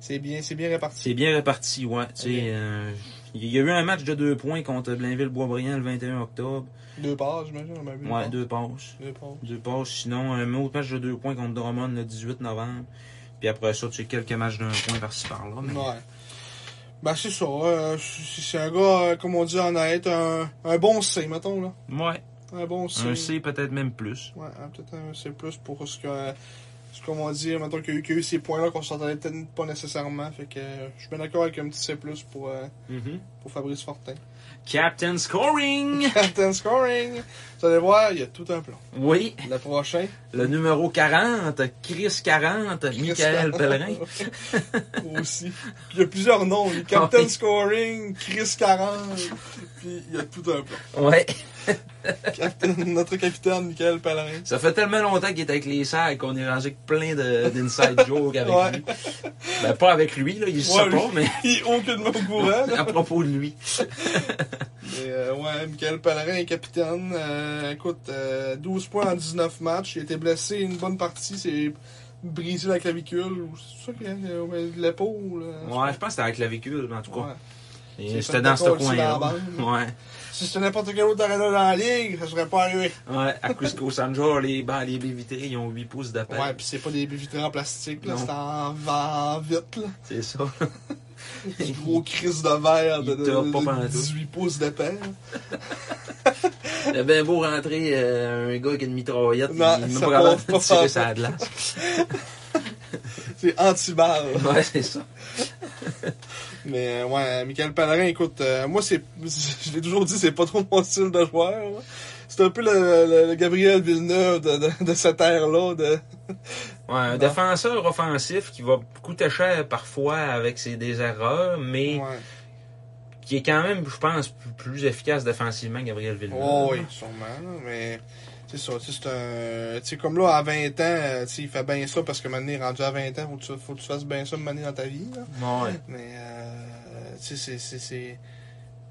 Speaker 3: C'est bien, c'est bien réparti.
Speaker 2: c'est bien réparti, ouais. Tu sais,
Speaker 3: Ok.
Speaker 2: euh, il y a eu un match de deux points contre Blainville-Boisbriand le 21 octobre.
Speaker 3: Deux passes, j'imagine, on m'a vu.
Speaker 2: Ouais, deux passes.
Speaker 3: Deux passes.
Speaker 2: Deux passes. Sinon, un autre match de deux points contre Drummond le 18 novembre. Puis après ça, tu sais, quelques matchs d'un point par-ci par-là. mais-
Speaker 3: Ouais. Ben, c'est ça. euh, c'est c'est un gars, euh, comme on dit en honnête, un, un bon C, mettons, là.
Speaker 2: Ouais,
Speaker 3: Un bon C.
Speaker 2: un C peut-être même plus.
Speaker 3: Ouais, hein, peut-être un C plus pour ce que. Ce qu'on va dire, mettons qu'il y, a eu- qu'il y a eu ces points-là qu'on s'entendait peut-être pas nécessairement. Fait que euh, je suis bien d'accord avec un petit C plus pour, euh, pour Fabrice Fortin.
Speaker 2: Captain Scoring!
Speaker 3: Captain Scoring! Vous allez voir, il y a tout un plan.
Speaker 2: Oui,
Speaker 3: Le prochain,
Speaker 2: le numéro 40, Chris 40, Michael Pellerin. Ah
Speaker 3: aussi. Il y a plusieurs noms. Il y a Captain
Speaker 2: Oui.
Speaker 3: Scoring, Chris 40, puis il y a tout un plan.
Speaker 2: Ouais.
Speaker 3: Captain- notre capitaine, Michael Pellerin.
Speaker 2: Ça fait tellement longtemps qu'il est avec les sacs qu'on est rangé avec plein de- d'inside jokes avec
Speaker 3: Ouais.
Speaker 2: lui. Ben, pas avec lui, là, il le sait
Speaker 3: Ouais,
Speaker 2: pas, mais
Speaker 3: Il est aucunement au courant. là.
Speaker 2: à propos de lui.
Speaker 3: Mais, euh, ouais, Michael Pellerin est capitaine. Euh, écoute, euh, 12 points en 19 matchs. Il a été blessé une bonne partie. C'est brisé la clavicule. ou C'est ça que euh, l'épaule. euh,
Speaker 2: Ouais, je pense que c'était avec la véhicule, mais en tout cas.
Speaker 3: ouais.
Speaker 2: Et
Speaker 3: C'est
Speaker 2: C'était
Speaker 3: fait
Speaker 2: dans ce
Speaker 3: d'accord aussi dans la
Speaker 2: coin-là.
Speaker 3: bande.
Speaker 2: Ouais.
Speaker 3: Si c'était n'importe quel autre arena dans la ligue, ça serait pas arrivé.
Speaker 2: Ouais, à Cusco Sanjar, les, ben, les baies vitrées, ils ont 8 pouces d'appel.
Speaker 3: Ouais, puis c'est pas des vitrines en plastique, là,
Speaker 2: Ben. Non.
Speaker 3: c'est en, en vitre, là.
Speaker 2: C'est ça.
Speaker 3: Du gros crise de verre de,
Speaker 2: Il
Speaker 3: de-
Speaker 2: t'a
Speaker 3: de-
Speaker 2: pas
Speaker 3: de
Speaker 2: pantoute.
Speaker 3: 18 pouces d'épais. là.
Speaker 2: Il a bien beau rentrer euh, un gars avec une mitraillette,
Speaker 3: Non,
Speaker 2: il
Speaker 3: ça
Speaker 2: m'a pas
Speaker 3: passe
Speaker 2: capable de
Speaker 3: pas.
Speaker 2: tirer sa glace.
Speaker 3: C'est anti-balle.
Speaker 2: Ouais, c'est ça.
Speaker 3: Mais euh, ouais, Michael Pellerin, écoute, euh, moi, c'est, je l'ai toujours dit, c'est pas trop mon style de joueur. là. C'est un peu le, le- le Gabriel Villeneuve de, de- de cette ère-là. De...
Speaker 2: Ouais, un
Speaker 3: Non.
Speaker 2: défenseur offensif qui va coûter cher parfois avec ses des erreurs, mais
Speaker 3: Ouais.
Speaker 2: qui est quand même, je pense, plus- plus efficace défensivement que Gabriel Villeneuve.
Speaker 3: Oh, oui, sûrement, là, mais c'est ça, tu sais, c'est un... Tu sais, comme là, à 20 ans, euh, tu sais, il fait bien ça, parce que maintenant, il est rendu à 20 ans, faut que tu, faut que tu fasses bien ça, maintenant, dans ta vie, là.
Speaker 2: Ouais.
Speaker 3: Mais, euh, tu sais, c'est- c'est- c'est.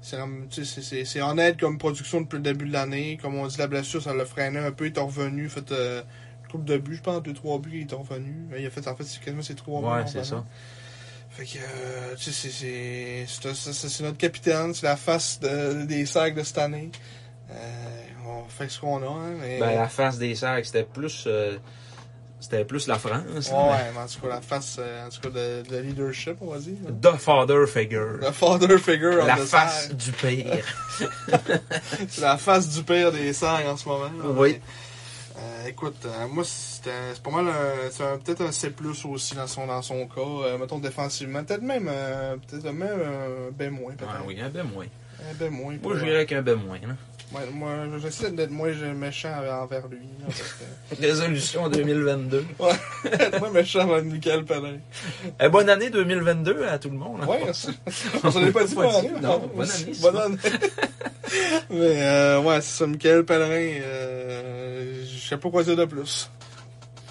Speaker 3: c'est vraiment- tu sais, C'est c'est- c'est honnête comme production depuis le début de l'année. Comme on dit, la blessure, ça l'a freiné un peu. Il est revenu, fait euh, une couple de buts, je pense, deux, trois buts, il est revenu. Mais Il a fait, en fait, c'est quasiment ses trois buts.
Speaker 2: Ouais,
Speaker 3: en
Speaker 2: c'est
Speaker 3: revenant.
Speaker 2: ça.
Speaker 3: Fait que, euh, tu sais, c'est- c'est- c'est- c'est c'est- c'est notre capitaine, c'est la face de- des sacs de cette année. Euh, on fait ce qu'on a, hein, mais.
Speaker 2: Ben, la face des sacs, c'était plus, euh, c'était plus la France. là,
Speaker 3: ouais, mais en tout cas, la face, euh, en tout cas, de, de leadership, on va dire.
Speaker 2: mais- The father figure.
Speaker 3: Le father figure of
Speaker 2: La
Speaker 3: the
Speaker 2: face
Speaker 3: sac.
Speaker 2: du père.
Speaker 3: C'est la face du père des sangs en ce moment. là.
Speaker 2: Oui.
Speaker 3: Mais, Euh, écoute, euh, moi, c'était- c'est pas mal. un- C'est un- peut-être un C aussi dans son, dans son cas. Euh, mettons défensivement. Peut-être même, euh, peut-être même euh, un B moins. peut-être.
Speaker 2: Ah oui, un B moins.
Speaker 3: Un B moins.
Speaker 2: Moi,
Speaker 3: pour- euh,
Speaker 2: je dirais avec un B moins. hein.
Speaker 3: Ouais, moi, j'essaie d'être moins méchant envers lui. là, parce que-
Speaker 2: Résolution 2022.
Speaker 3: Être moins méchant envers Michael Pellerin.
Speaker 2: Eh, bonne année 2022 à tout le monde. hein.
Speaker 3: Ouais, on s'en est pas dit
Speaker 2: Pas
Speaker 3: bonne
Speaker 2: dit,
Speaker 3: année.
Speaker 2: non,
Speaker 3: mais-
Speaker 2: bonne année,
Speaker 3: Bonne année. Mais euh, ouais, c'est ça, Michael Pellerin. Euh, je sais pas quoi dire de plus.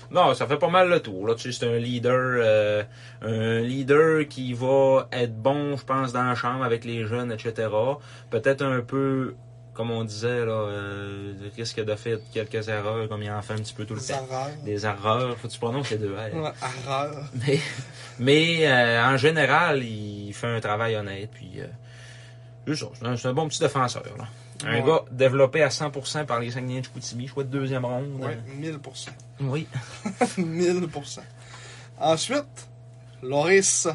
Speaker 2: Non, ça fait pas mal le tour. Là, tu sais, c'est un leader, euh, un leader qui va être bon, je pense, dans la chambre avec les jeunes, etc. Peut-être un peu, comme on disait, là, euh, risque de faire quelques erreurs, comme il en fait un petit peu tout le
Speaker 3: Des
Speaker 2: temps.
Speaker 3: erreurs.
Speaker 2: Des erreurs, faut que tu prononces les deux R.
Speaker 3: Ouais, erreurs.
Speaker 2: Mais, mais euh, en général, il fait un travail honnête. Puis, euh, c'est ça, c'est un- c'est un bon petit défenseur. Là. Un
Speaker 3: Ouais.
Speaker 2: gars développé à 100% par les Saguenay de Chicoutimi, choix de deuxième ronde.
Speaker 3: Ouais, 1000%.
Speaker 2: Oui.
Speaker 3: 1000%. Ensuite, Loris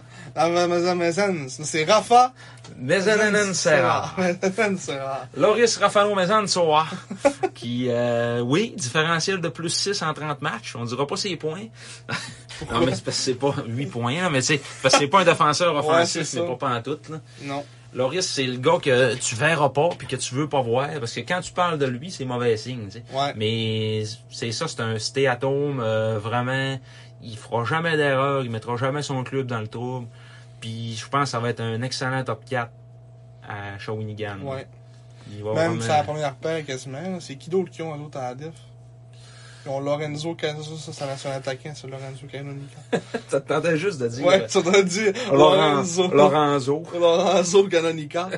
Speaker 3: Ramazamazan. C'est Rafa.
Speaker 2: Mezanen Serra.
Speaker 3: Ramazan Serra.
Speaker 2: Loris Rafano Mezan Soa, qui, euh, oui, différentiel de plus 6 en 30 matchs. On dira pas ses points. non, mais c'est parce que c'est pas 8 points, là, mais tu sais, parce que c'est pas un défenseur
Speaker 3: Ouais,
Speaker 2: offensif,
Speaker 3: c'est ça.
Speaker 2: mais pas pantoute. Là.
Speaker 3: Non.
Speaker 2: Loris, c'est le gars que tu verras pas puis que tu veux pas voir parce que quand tu parles de lui, c'est mauvais signe. tu sais.
Speaker 3: Ouais.
Speaker 2: Mais c'est ça, c'est un stéatome euh, vraiment. Il fera jamais d'erreur, il mettra jamais son club dans le trouble. Puis je pense que ça va être un excellent top 4 à Shawinigan.
Speaker 3: Ouais.
Speaker 2: Il va
Speaker 3: Même
Speaker 2: vraiment-
Speaker 3: c'est la première paire quasiment. là. C'est qui d'autre qui ont un autre à la def? Ils ont Lorenzo Caso, ça c'est un ancien attaquant, c'est Lorenzo Canonica.
Speaker 2: Ça te tentait juste de dire.
Speaker 3: Ouais, tu dois dire
Speaker 2: euh, Laurent-
Speaker 3: Lorenzo.
Speaker 2: Lorenzo.
Speaker 3: Lorenzo Canonica.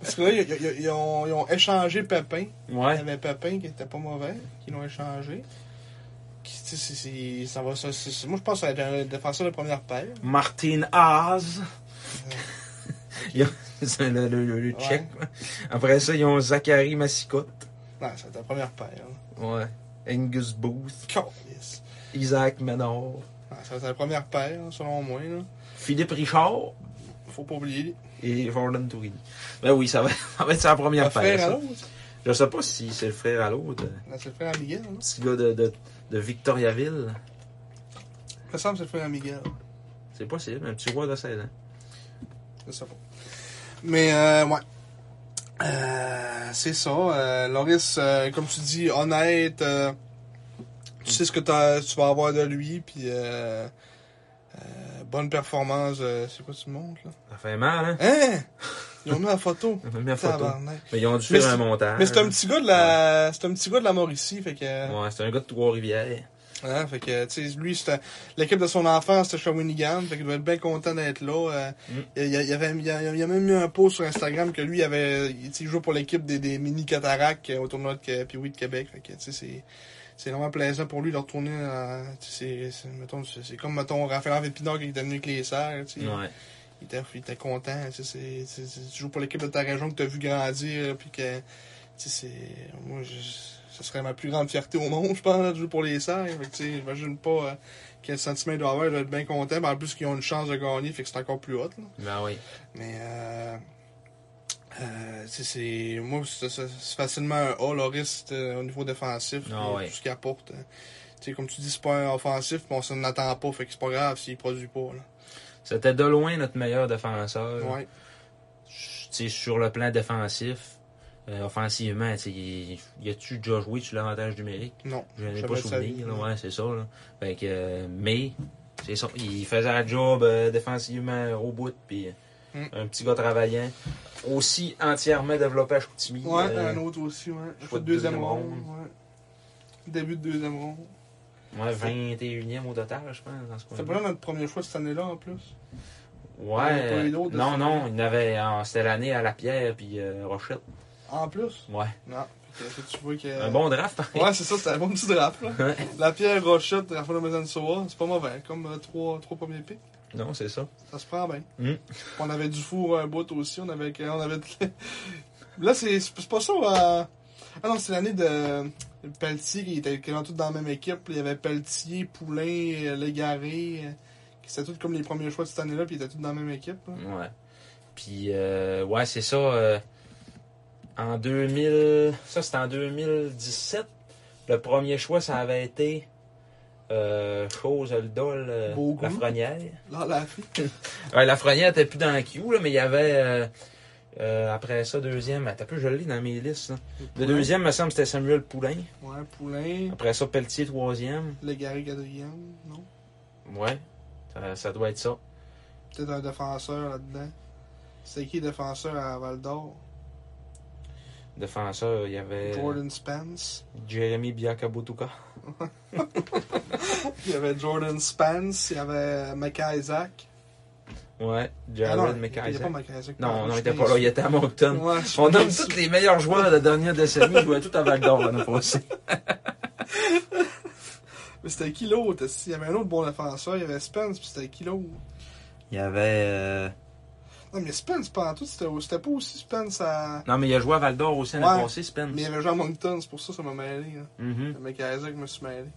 Speaker 3: Parce que là, ils, ils- ils ont, ils ont échangé Pépin. Il y
Speaker 2: Ouais.
Speaker 3: avait Pépin qui était pas mauvais, qui l'ont échangé. Qui, tu sais, c'est- c'est- ça va, ça- c'est- moi, je pense que ça va être un défenseur de première paire.
Speaker 2: Martin Haas. Il y a- c'est le, le- le- le
Speaker 3: Ouais.
Speaker 2: tchèque. Après ça, ils ont Zachary Massicotte.
Speaker 3: Non, c'est la première paire. là.
Speaker 2: Ouais. Angus Booth,
Speaker 3: Câlisse.
Speaker 2: Isaac Menard,
Speaker 3: Non, ça va être la première paire, là, selon moi. Là.
Speaker 2: Philippe Richard
Speaker 3: Faut pas oublier.
Speaker 2: et Jordan Tourigny. Ben oui, ça va, ça va être sa
Speaker 3: Le
Speaker 2: première paire.
Speaker 3: frère à
Speaker 2: ça.
Speaker 3: l'autre.
Speaker 2: Je sais pas si c'est le frère à l'autre. euh,
Speaker 3: Non, C'est le frère à Miguel. là.
Speaker 2: Petit gars de, de, de Victoriaville.
Speaker 3: Il me semble que c'est le frère à Miguel.
Speaker 2: C'est possible, un petit roi de hein. 16 ans.
Speaker 3: Je sais pas. Mais, euh, ouais. Euh, c'est ça. Euh, Loris, euh, comme tu dis, honnête. euh, tu sais ce que t'as- tu vas avoir de lui. Puis, euh, euh, bonne performance. euh, c'est quoi tu me montres, là?
Speaker 2: Ça fait mal, hein?
Speaker 3: Hein? Ils ont mis la photo.
Speaker 2: On a mis la photo.
Speaker 3: Tabarnak.
Speaker 2: Mais ils ont dû
Speaker 3: Mais
Speaker 2: faire un
Speaker 3: c'est-
Speaker 2: montage.
Speaker 3: Mais c'est un petit gars de la, c'est un petit gars de la Mauricie, fait que, euh,
Speaker 2: Ouais, c'est un gars de Trois-Rivières.
Speaker 3: hein, fait que, tu sais, lui, c'était, l'équipe de son enfant, c'était Shawinigan, fait qu'il doit être bien content d'être là. euh,
Speaker 2: Mm.
Speaker 3: il, il- il avait, il, il a même mis un post sur Instagram que lui, il avait, il, tu sais, il joue pour l'équipe des, des mini cataractes euh, au tournoi de Ke- Pee-Wee de Québec, fait que, tu sais, c'est, c'est vraiment plaisant pour lui de retourner dans- tu sais, c'est, c'est, mettons, c'est, c'est comme, mettons, Raphaël Vétinard qui était venu avec les serres, tu sais.
Speaker 2: Ouais.
Speaker 3: il était, il était content. tu sais, c'est- c'est- c'est- tu joues pour l'équipe de ta région que tu as vu grandir. Puis que, tu sais, c'est- moi, je, ce serait ma plus grande fierté au monde, je pense, là, de jouer pour les Serres. Fait que, tu sais, J'imagine pas euh, quel sentiment il doit avoir. Il doit être bien content. mais en plus, qu'ils ont une chance de gagner, fait que c'est encore plus haut.
Speaker 2: Ben oui.
Speaker 3: Mais, euh, euh, tu sais, c'est, moi, c'est c'est- c'est facilement un A, Loris, euh, au niveau défensif,
Speaker 2: Ah
Speaker 3: euh,
Speaker 2: ouais.
Speaker 3: tout ce qu'il apporte. hein. Tu sais, comme tu dis, c'est pas un offensif, mais on s'en attend pas, fait que c'est pas grave s'il produit pas. Là.
Speaker 2: C'était de loin notre meilleur défenseur.
Speaker 3: Ouais.
Speaker 2: tu sais, sur le plan défensif, euh, offensivement, tu sais, il- y a-tu déjà joué sur l'avantage numérique?
Speaker 3: Non.
Speaker 2: Je n'ai
Speaker 3: Jamais
Speaker 2: pas
Speaker 3: de sa vie,
Speaker 2: souvenir, là,
Speaker 3: non.
Speaker 2: ouais, c'est ça. Là. Fait que, euh, mais, c'est ça, il faisait un job euh, défensivement au bout, puis euh,
Speaker 3: Mm.
Speaker 2: un petit gars travaillant. Aussi entièrement développé à Chicoutimi.
Speaker 3: Ouais,
Speaker 2: euh,
Speaker 3: un autre aussi, ouais. Je
Speaker 2: choix
Speaker 3: fais
Speaker 2: de
Speaker 3: deuxième,
Speaker 2: deuxième
Speaker 3: ronde.
Speaker 2: ronde.
Speaker 3: ouais. Début de deuxième ronde.
Speaker 2: ouais, 21e au total, je pense, dans ce
Speaker 3: C'était
Speaker 2: coin-là.
Speaker 3: pas là notre premier choix cette année-là en plus. il y en a pas
Speaker 2: Ouais.
Speaker 3: eu d'autres de
Speaker 2: non,
Speaker 3: ça.
Speaker 2: non, il y en avait. euh, C'était l'année à la pierre, puis euh, Rochette.
Speaker 3: En plus
Speaker 2: Ouais.
Speaker 3: Non. Fait que, tu vois que.
Speaker 2: Un bon draft, hein. pareil.
Speaker 3: Ouais, c'est ça, c'était un bon petit draft, là.
Speaker 2: Ouais.
Speaker 3: La pierre Rochette, Raphaël Mesansoa, c'est pas mauvais. Comme euh, trois, trois premiers pics,
Speaker 2: Non, c'est ça.
Speaker 3: ça se prend bien.
Speaker 2: Mm.
Speaker 3: On avait du four un bout aussi, on avait. On avait de- là, c'est c'est pas ça. euh, Ah non, c'est l'année de. Pelletier qui était quasiment tous dans la même équipe. Il y avait Pelletier, Poulain, euh, Légaré, euh, qui étaient tous comme les premiers choix de cette année-là, puis ils étaient tous dans la même équipe. là.
Speaker 2: Ouais. Puis, euh, ouais, c'est ça. euh, en 2000. Ça, c'était en 2017. Le premier choix, ça avait été euh, Chose, le dol, euh,
Speaker 3: Beaugout.
Speaker 2: Lafrenière.
Speaker 3: Là, la fille.
Speaker 2: Ouais, Lafrenière était plus dans le queue, là, mais il y avait, euh, euh, après ça, deuxième. Attends, un peu, je l'ai dans mes listes. là. Le deuxième, me semble, c'était Samuel Poulain.
Speaker 3: Ouais, Poulain.
Speaker 2: Après ça, Pelletier, troisième.
Speaker 3: Le Gary quatrième, non?
Speaker 2: Ouais, ça, ça doit être ça.
Speaker 3: Peut-être un défenseur là-dedans. C'est qui défenseur à Val d'Or?
Speaker 2: Défenseur, il y avait
Speaker 3: Jordan Spence.
Speaker 2: Jeremy Biakabutuka.
Speaker 3: Il y avait Jordan Spence, il y avait McIsaac.
Speaker 2: Ouais,
Speaker 3: Ah
Speaker 2: Jared
Speaker 3: non, Il
Speaker 2: McIsaac.
Speaker 3: était pas McIsaac.
Speaker 2: Non, on
Speaker 3: je
Speaker 2: n'était
Speaker 3: suis
Speaker 2: pas là, il
Speaker 3: déçu.
Speaker 2: était à Moncton.
Speaker 3: Ouais, je suis
Speaker 2: On nomme
Speaker 3: déçu.
Speaker 2: tous les meilleurs joueurs de la dernière décennie, ils jouaient tout à Val d'Or l'année passée.
Speaker 3: Mais c'était qui l'autre? Il y avait un autre bon défenseur, il y avait Spence, puis c'était qui l'autre?
Speaker 2: Il y avait. euh,
Speaker 3: Non, mais Spence, pas en tout, c'était c'était pas aussi Spence à.
Speaker 2: Non, mais il a joué à Val d'Or aussi l'année
Speaker 3: Ouais.
Speaker 2: passée, Spence.
Speaker 3: Mais il y avait Jean Moncton, c'est pour ça que ça m'a mêlé. Là.
Speaker 2: Mhm.
Speaker 3: Le mec Isaac me suis mêlé.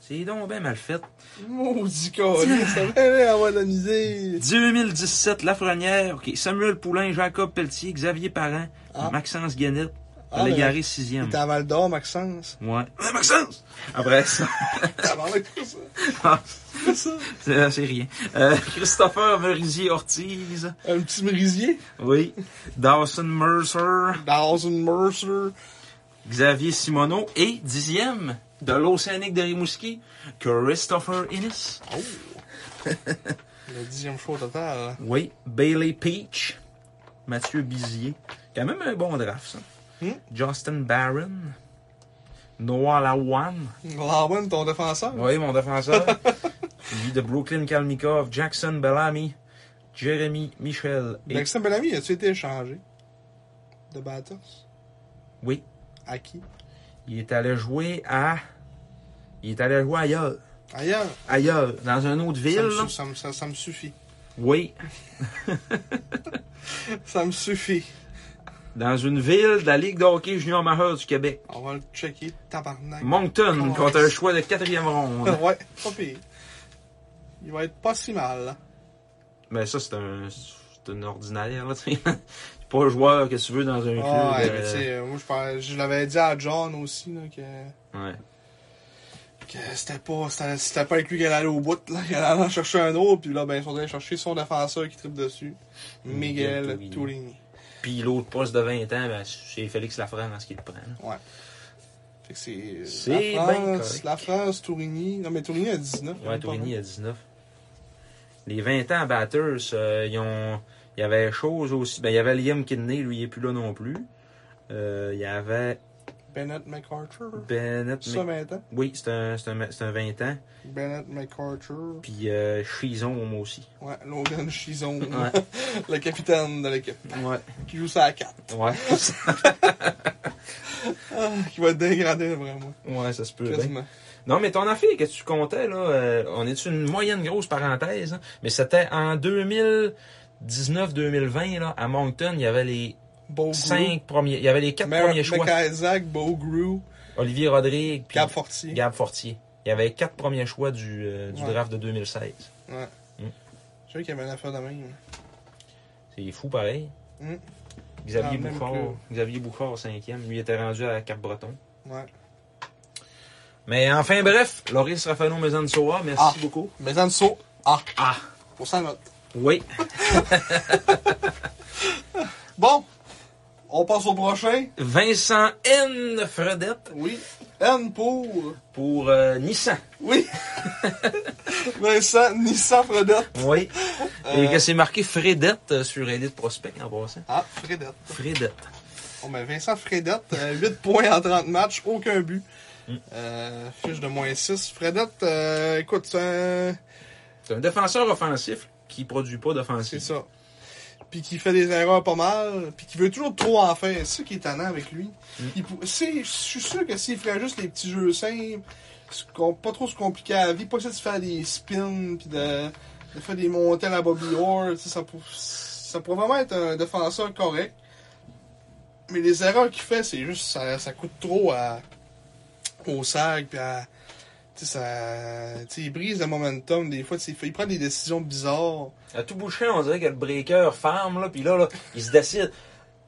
Speaker 2: C'est donc bien mal fait.
Speaker 3: Maudit carré, ça m'a mêlé à avoir de la misère.
Speaker 2: 2017, Lafrenière, ok, Samuel Poulain, Jacob Pelletier, Xavier Parent,
Speaker 3: Ah.
Speaker 2: Maxence Guénette,
Speaker 3: Ah, mais-
Speaker 2: Légaré
Speaker 3: Il
Speaker 2: 6e.
Speaker 3: était à Val d'Or, Maxence.
Speaker 2: Ouais. Hey, Maxence! Après ça,
Speaker 3: T'as parlé de ça. C'est ça.
Speaker 2: c'est c'est rien. Euh, Christopher Merisier Ortiz,
Speaker 3: Un petit merisier.
Speaker 2: oui. Dawson Mercer,
Speaker 3: Dawson Mercer.
Speaker 2: Xavier Simoneau et 10e de l'Océanique de Rimouski, Christopher Innes.
Speaker 3: Oh. Le dixième choix total. hein.
Speaker 2: Oui, Bailey Peach, Mathieu Bizier. Quand même un bon draft, ça.
Speaker 3: Hmm.
Speaker 2: Justin Barron, Noah Lawan.
Speaker 3: Larwin, ton défenseur.
Speaker 2: Oui, mon défenseur. Lui de Brooklyn Kalmikov, Jackson Bellamy, Jeremy Michel. Et...
Speaker 3: Maxime Bellamy, as-tu été échangé? De Batos?
Speaker 2: Oui,
Speaker 3: À qui?
Speaker 2: il est allé jouer à. Il est allé jouer ailleurs.
Speaker 3: Ailleurs.
Speaker 2: Ailleurs, dans une autre ville.
Speaker 3: Ça me,
Speaker 2: là.
Speaker 3: su- ça me- ça- ça me suffit.
Speaker 2: Oui,
Speaker 3: Ça me suffit.
Speaker 2: dans une ville de la Ligue de hockey junior majeur du Québec.
Speaker 3: On va le checker. Tabarnak.
Speaker 2: Moncton,
Speaker 3: Oh,
Speaker 2: contre un
Speaker 3: ouais.
Speaker 2: choix de quatrième ronde.
Speaker 3: ouais, pas pire. Il va être pas si mal. là.
Speaker 2: Mais ça, c'est un. C'est un ordinaire, là, tu sais. C'est pas un joueur que tu veux dans un club.
Speaker 3: Ah, ouais, mais
Speaker 2: euh,
Speaker 3: tu sais, euh, moi, je, parlais- je l'avais dit à John aussi, là, que,
Speaker 2: ouais.
Speaker 3: que c'était pas, c'était, c'était pas avec lui qu'elle allait au bout, là, qu'elle allait en chercher un autre, puis là, ben, ils sont allés chercher son défenseur qui tripe dessus,
Speaker 2: Miguel
Speaker 3: Miguel
Speaker 2: Touligny.
Speaker 3: Touligny.
Speaker 2: Puis l'autre poste de 20 ans, ben, c'est Félix Lafrance dans ce qu'il prend. là.
Speaker 3: Fait que c'est, euh,
Speaker 2: C'est
Speaker 3: la
Speaker 2: bien
Speaker 3: France,
Speaker 2: correct.
Speaker 3: la France, Tourigny. Non, mais Tourigny a 19. il y a
Speaker 2: Ouais,
Speaker 3: même pas
Speaker 2: Tourigny à 19. Les 20 ans à Batters, euh, ils ont. Il y avait chose aussi. Ben, il y avait Liam Kidney, lui, il est plus là non plus. Euh, il y avait
Speaker 3: Bennett McArthur.
Speaker 2: Bennett.
Speaker 3: Ça,
Speaker 2: Mc-
Speaker 3: 20 ans.
Speaker 2: Oui, c'est un, c'est un, c'est un 20 ans.
Speaker 3: Bennett McArthur.
Speaker 2: Puis euh, Chison aussi.
Speaker 3: Ouais, Logan Chison.
Speaker 2: Ouais.
Speaker 3: le capitaine de l'équipe.
Speaker 2: Ouais.
Speaker 3: Qui joue ça à 4.
Speaker 2: Ouais.
Speaker 3: qui va être dégradé, vraiment.
Speaker 2: ouais, ben. ça se peut. bien.
Speaker 3: Quasiment.
Speaker 2: Non, mais ton affaire que tu comptais, là, euh, on est sur une moyenne grosse parenthèse, hein, mais c'était en 2019-2020, là, à Moncton, il y avait les
Speaker 3: Beau
Speaker 2: cinq premiers, il y avait les quatre premiers choix.
Speaker 3: McIsaac, Beaugrew,
Speaker 2: Olivier Rodrigue, puis
Speaker 3: Cap Fortier.
Speaker 2: Gab Fortier. Il y avait quatre premiers choix du, euh, du
Speaker 3: Ouais.
Speaker 2: draft de 2016.
Speaker 3: Ouais.
Speaker 2: Mm.
Speaker 3: Je sais qu'il y avait une affaire de même.
Speaker 2: C'est fou pareil.
Speaker 3: Mm. Dans
Speaker 2: Xavier
Speaker 3: le Ah, même
Speaker 2: Bouchard,
Speaker 3: club.
Speaker 2: Xavier Bouchard, cinquième. Lui était rendu à Cap-Breton.
Speaker 3: Ouais.
Speaker 2: Mais enfin, bref, Loris Rafano Mezansoa, merci
Speaker 3: Ah.
Speaker 2: beaucoup.
Speaker 3: Mais en dessous, ah,
Speaker 2: Ah,
Speaker 3: pour ça note.
Speaker 2: oui.
Speaker 3: Bon, on passe au prochain.
Speaker 2: Vincent N. Fredette
Speaker 3: Oui. N pour.
Speaker 2: pour euh, Nissan.
Speaker 3: Oui. Vincent, Nissan Fredette.
Speaker 2: Oui. Et
Speaker 3: Euh.
Speaker 2: que c'est marqué Fredette euh, sur Elite Prospect en passant.
Speaker 3: Ah, Fredette.
Speaker 2: Fredette.
Speaker 3: Bon, ben Vincent Fredette, euh, 8 points en 30 matchs, aucun but. Euh, fiche de moins 6. Fredette, euh, écoute, c'est un-
Speaker 2: C'est un défenseur offensif qui produit pas
Speaker 3: c'est
Speaker 2: d'offensif.
Speaker 3: ça. Puis qui fait des erreurs pas mal, puis qui veut toujours trop en faire. C'est ça qui est tannant avec lui. Il pou- c'est- Je suis sûr que s'il ferait juste les petits jeux simples, ce qu'on- pas trop se compliquer à la vie, pas essayer de faire des spins, puis de, de faire des montées à la Bobby Orr, tu sais, ça, pour- ça pourrait vraiment être un défenseur correct. Mais les erreurs qu'il fait, c'est juste ça, ça coûte trop à, au sac, puis à. Tu sais, ça- tu sais, il brise le momentum des fois. tu sais, Il fait- il prend des décisions bizarres.
Speaker 2: À tout boucher, on dirait que le breaker ferme, là, puis là, là, il se décide.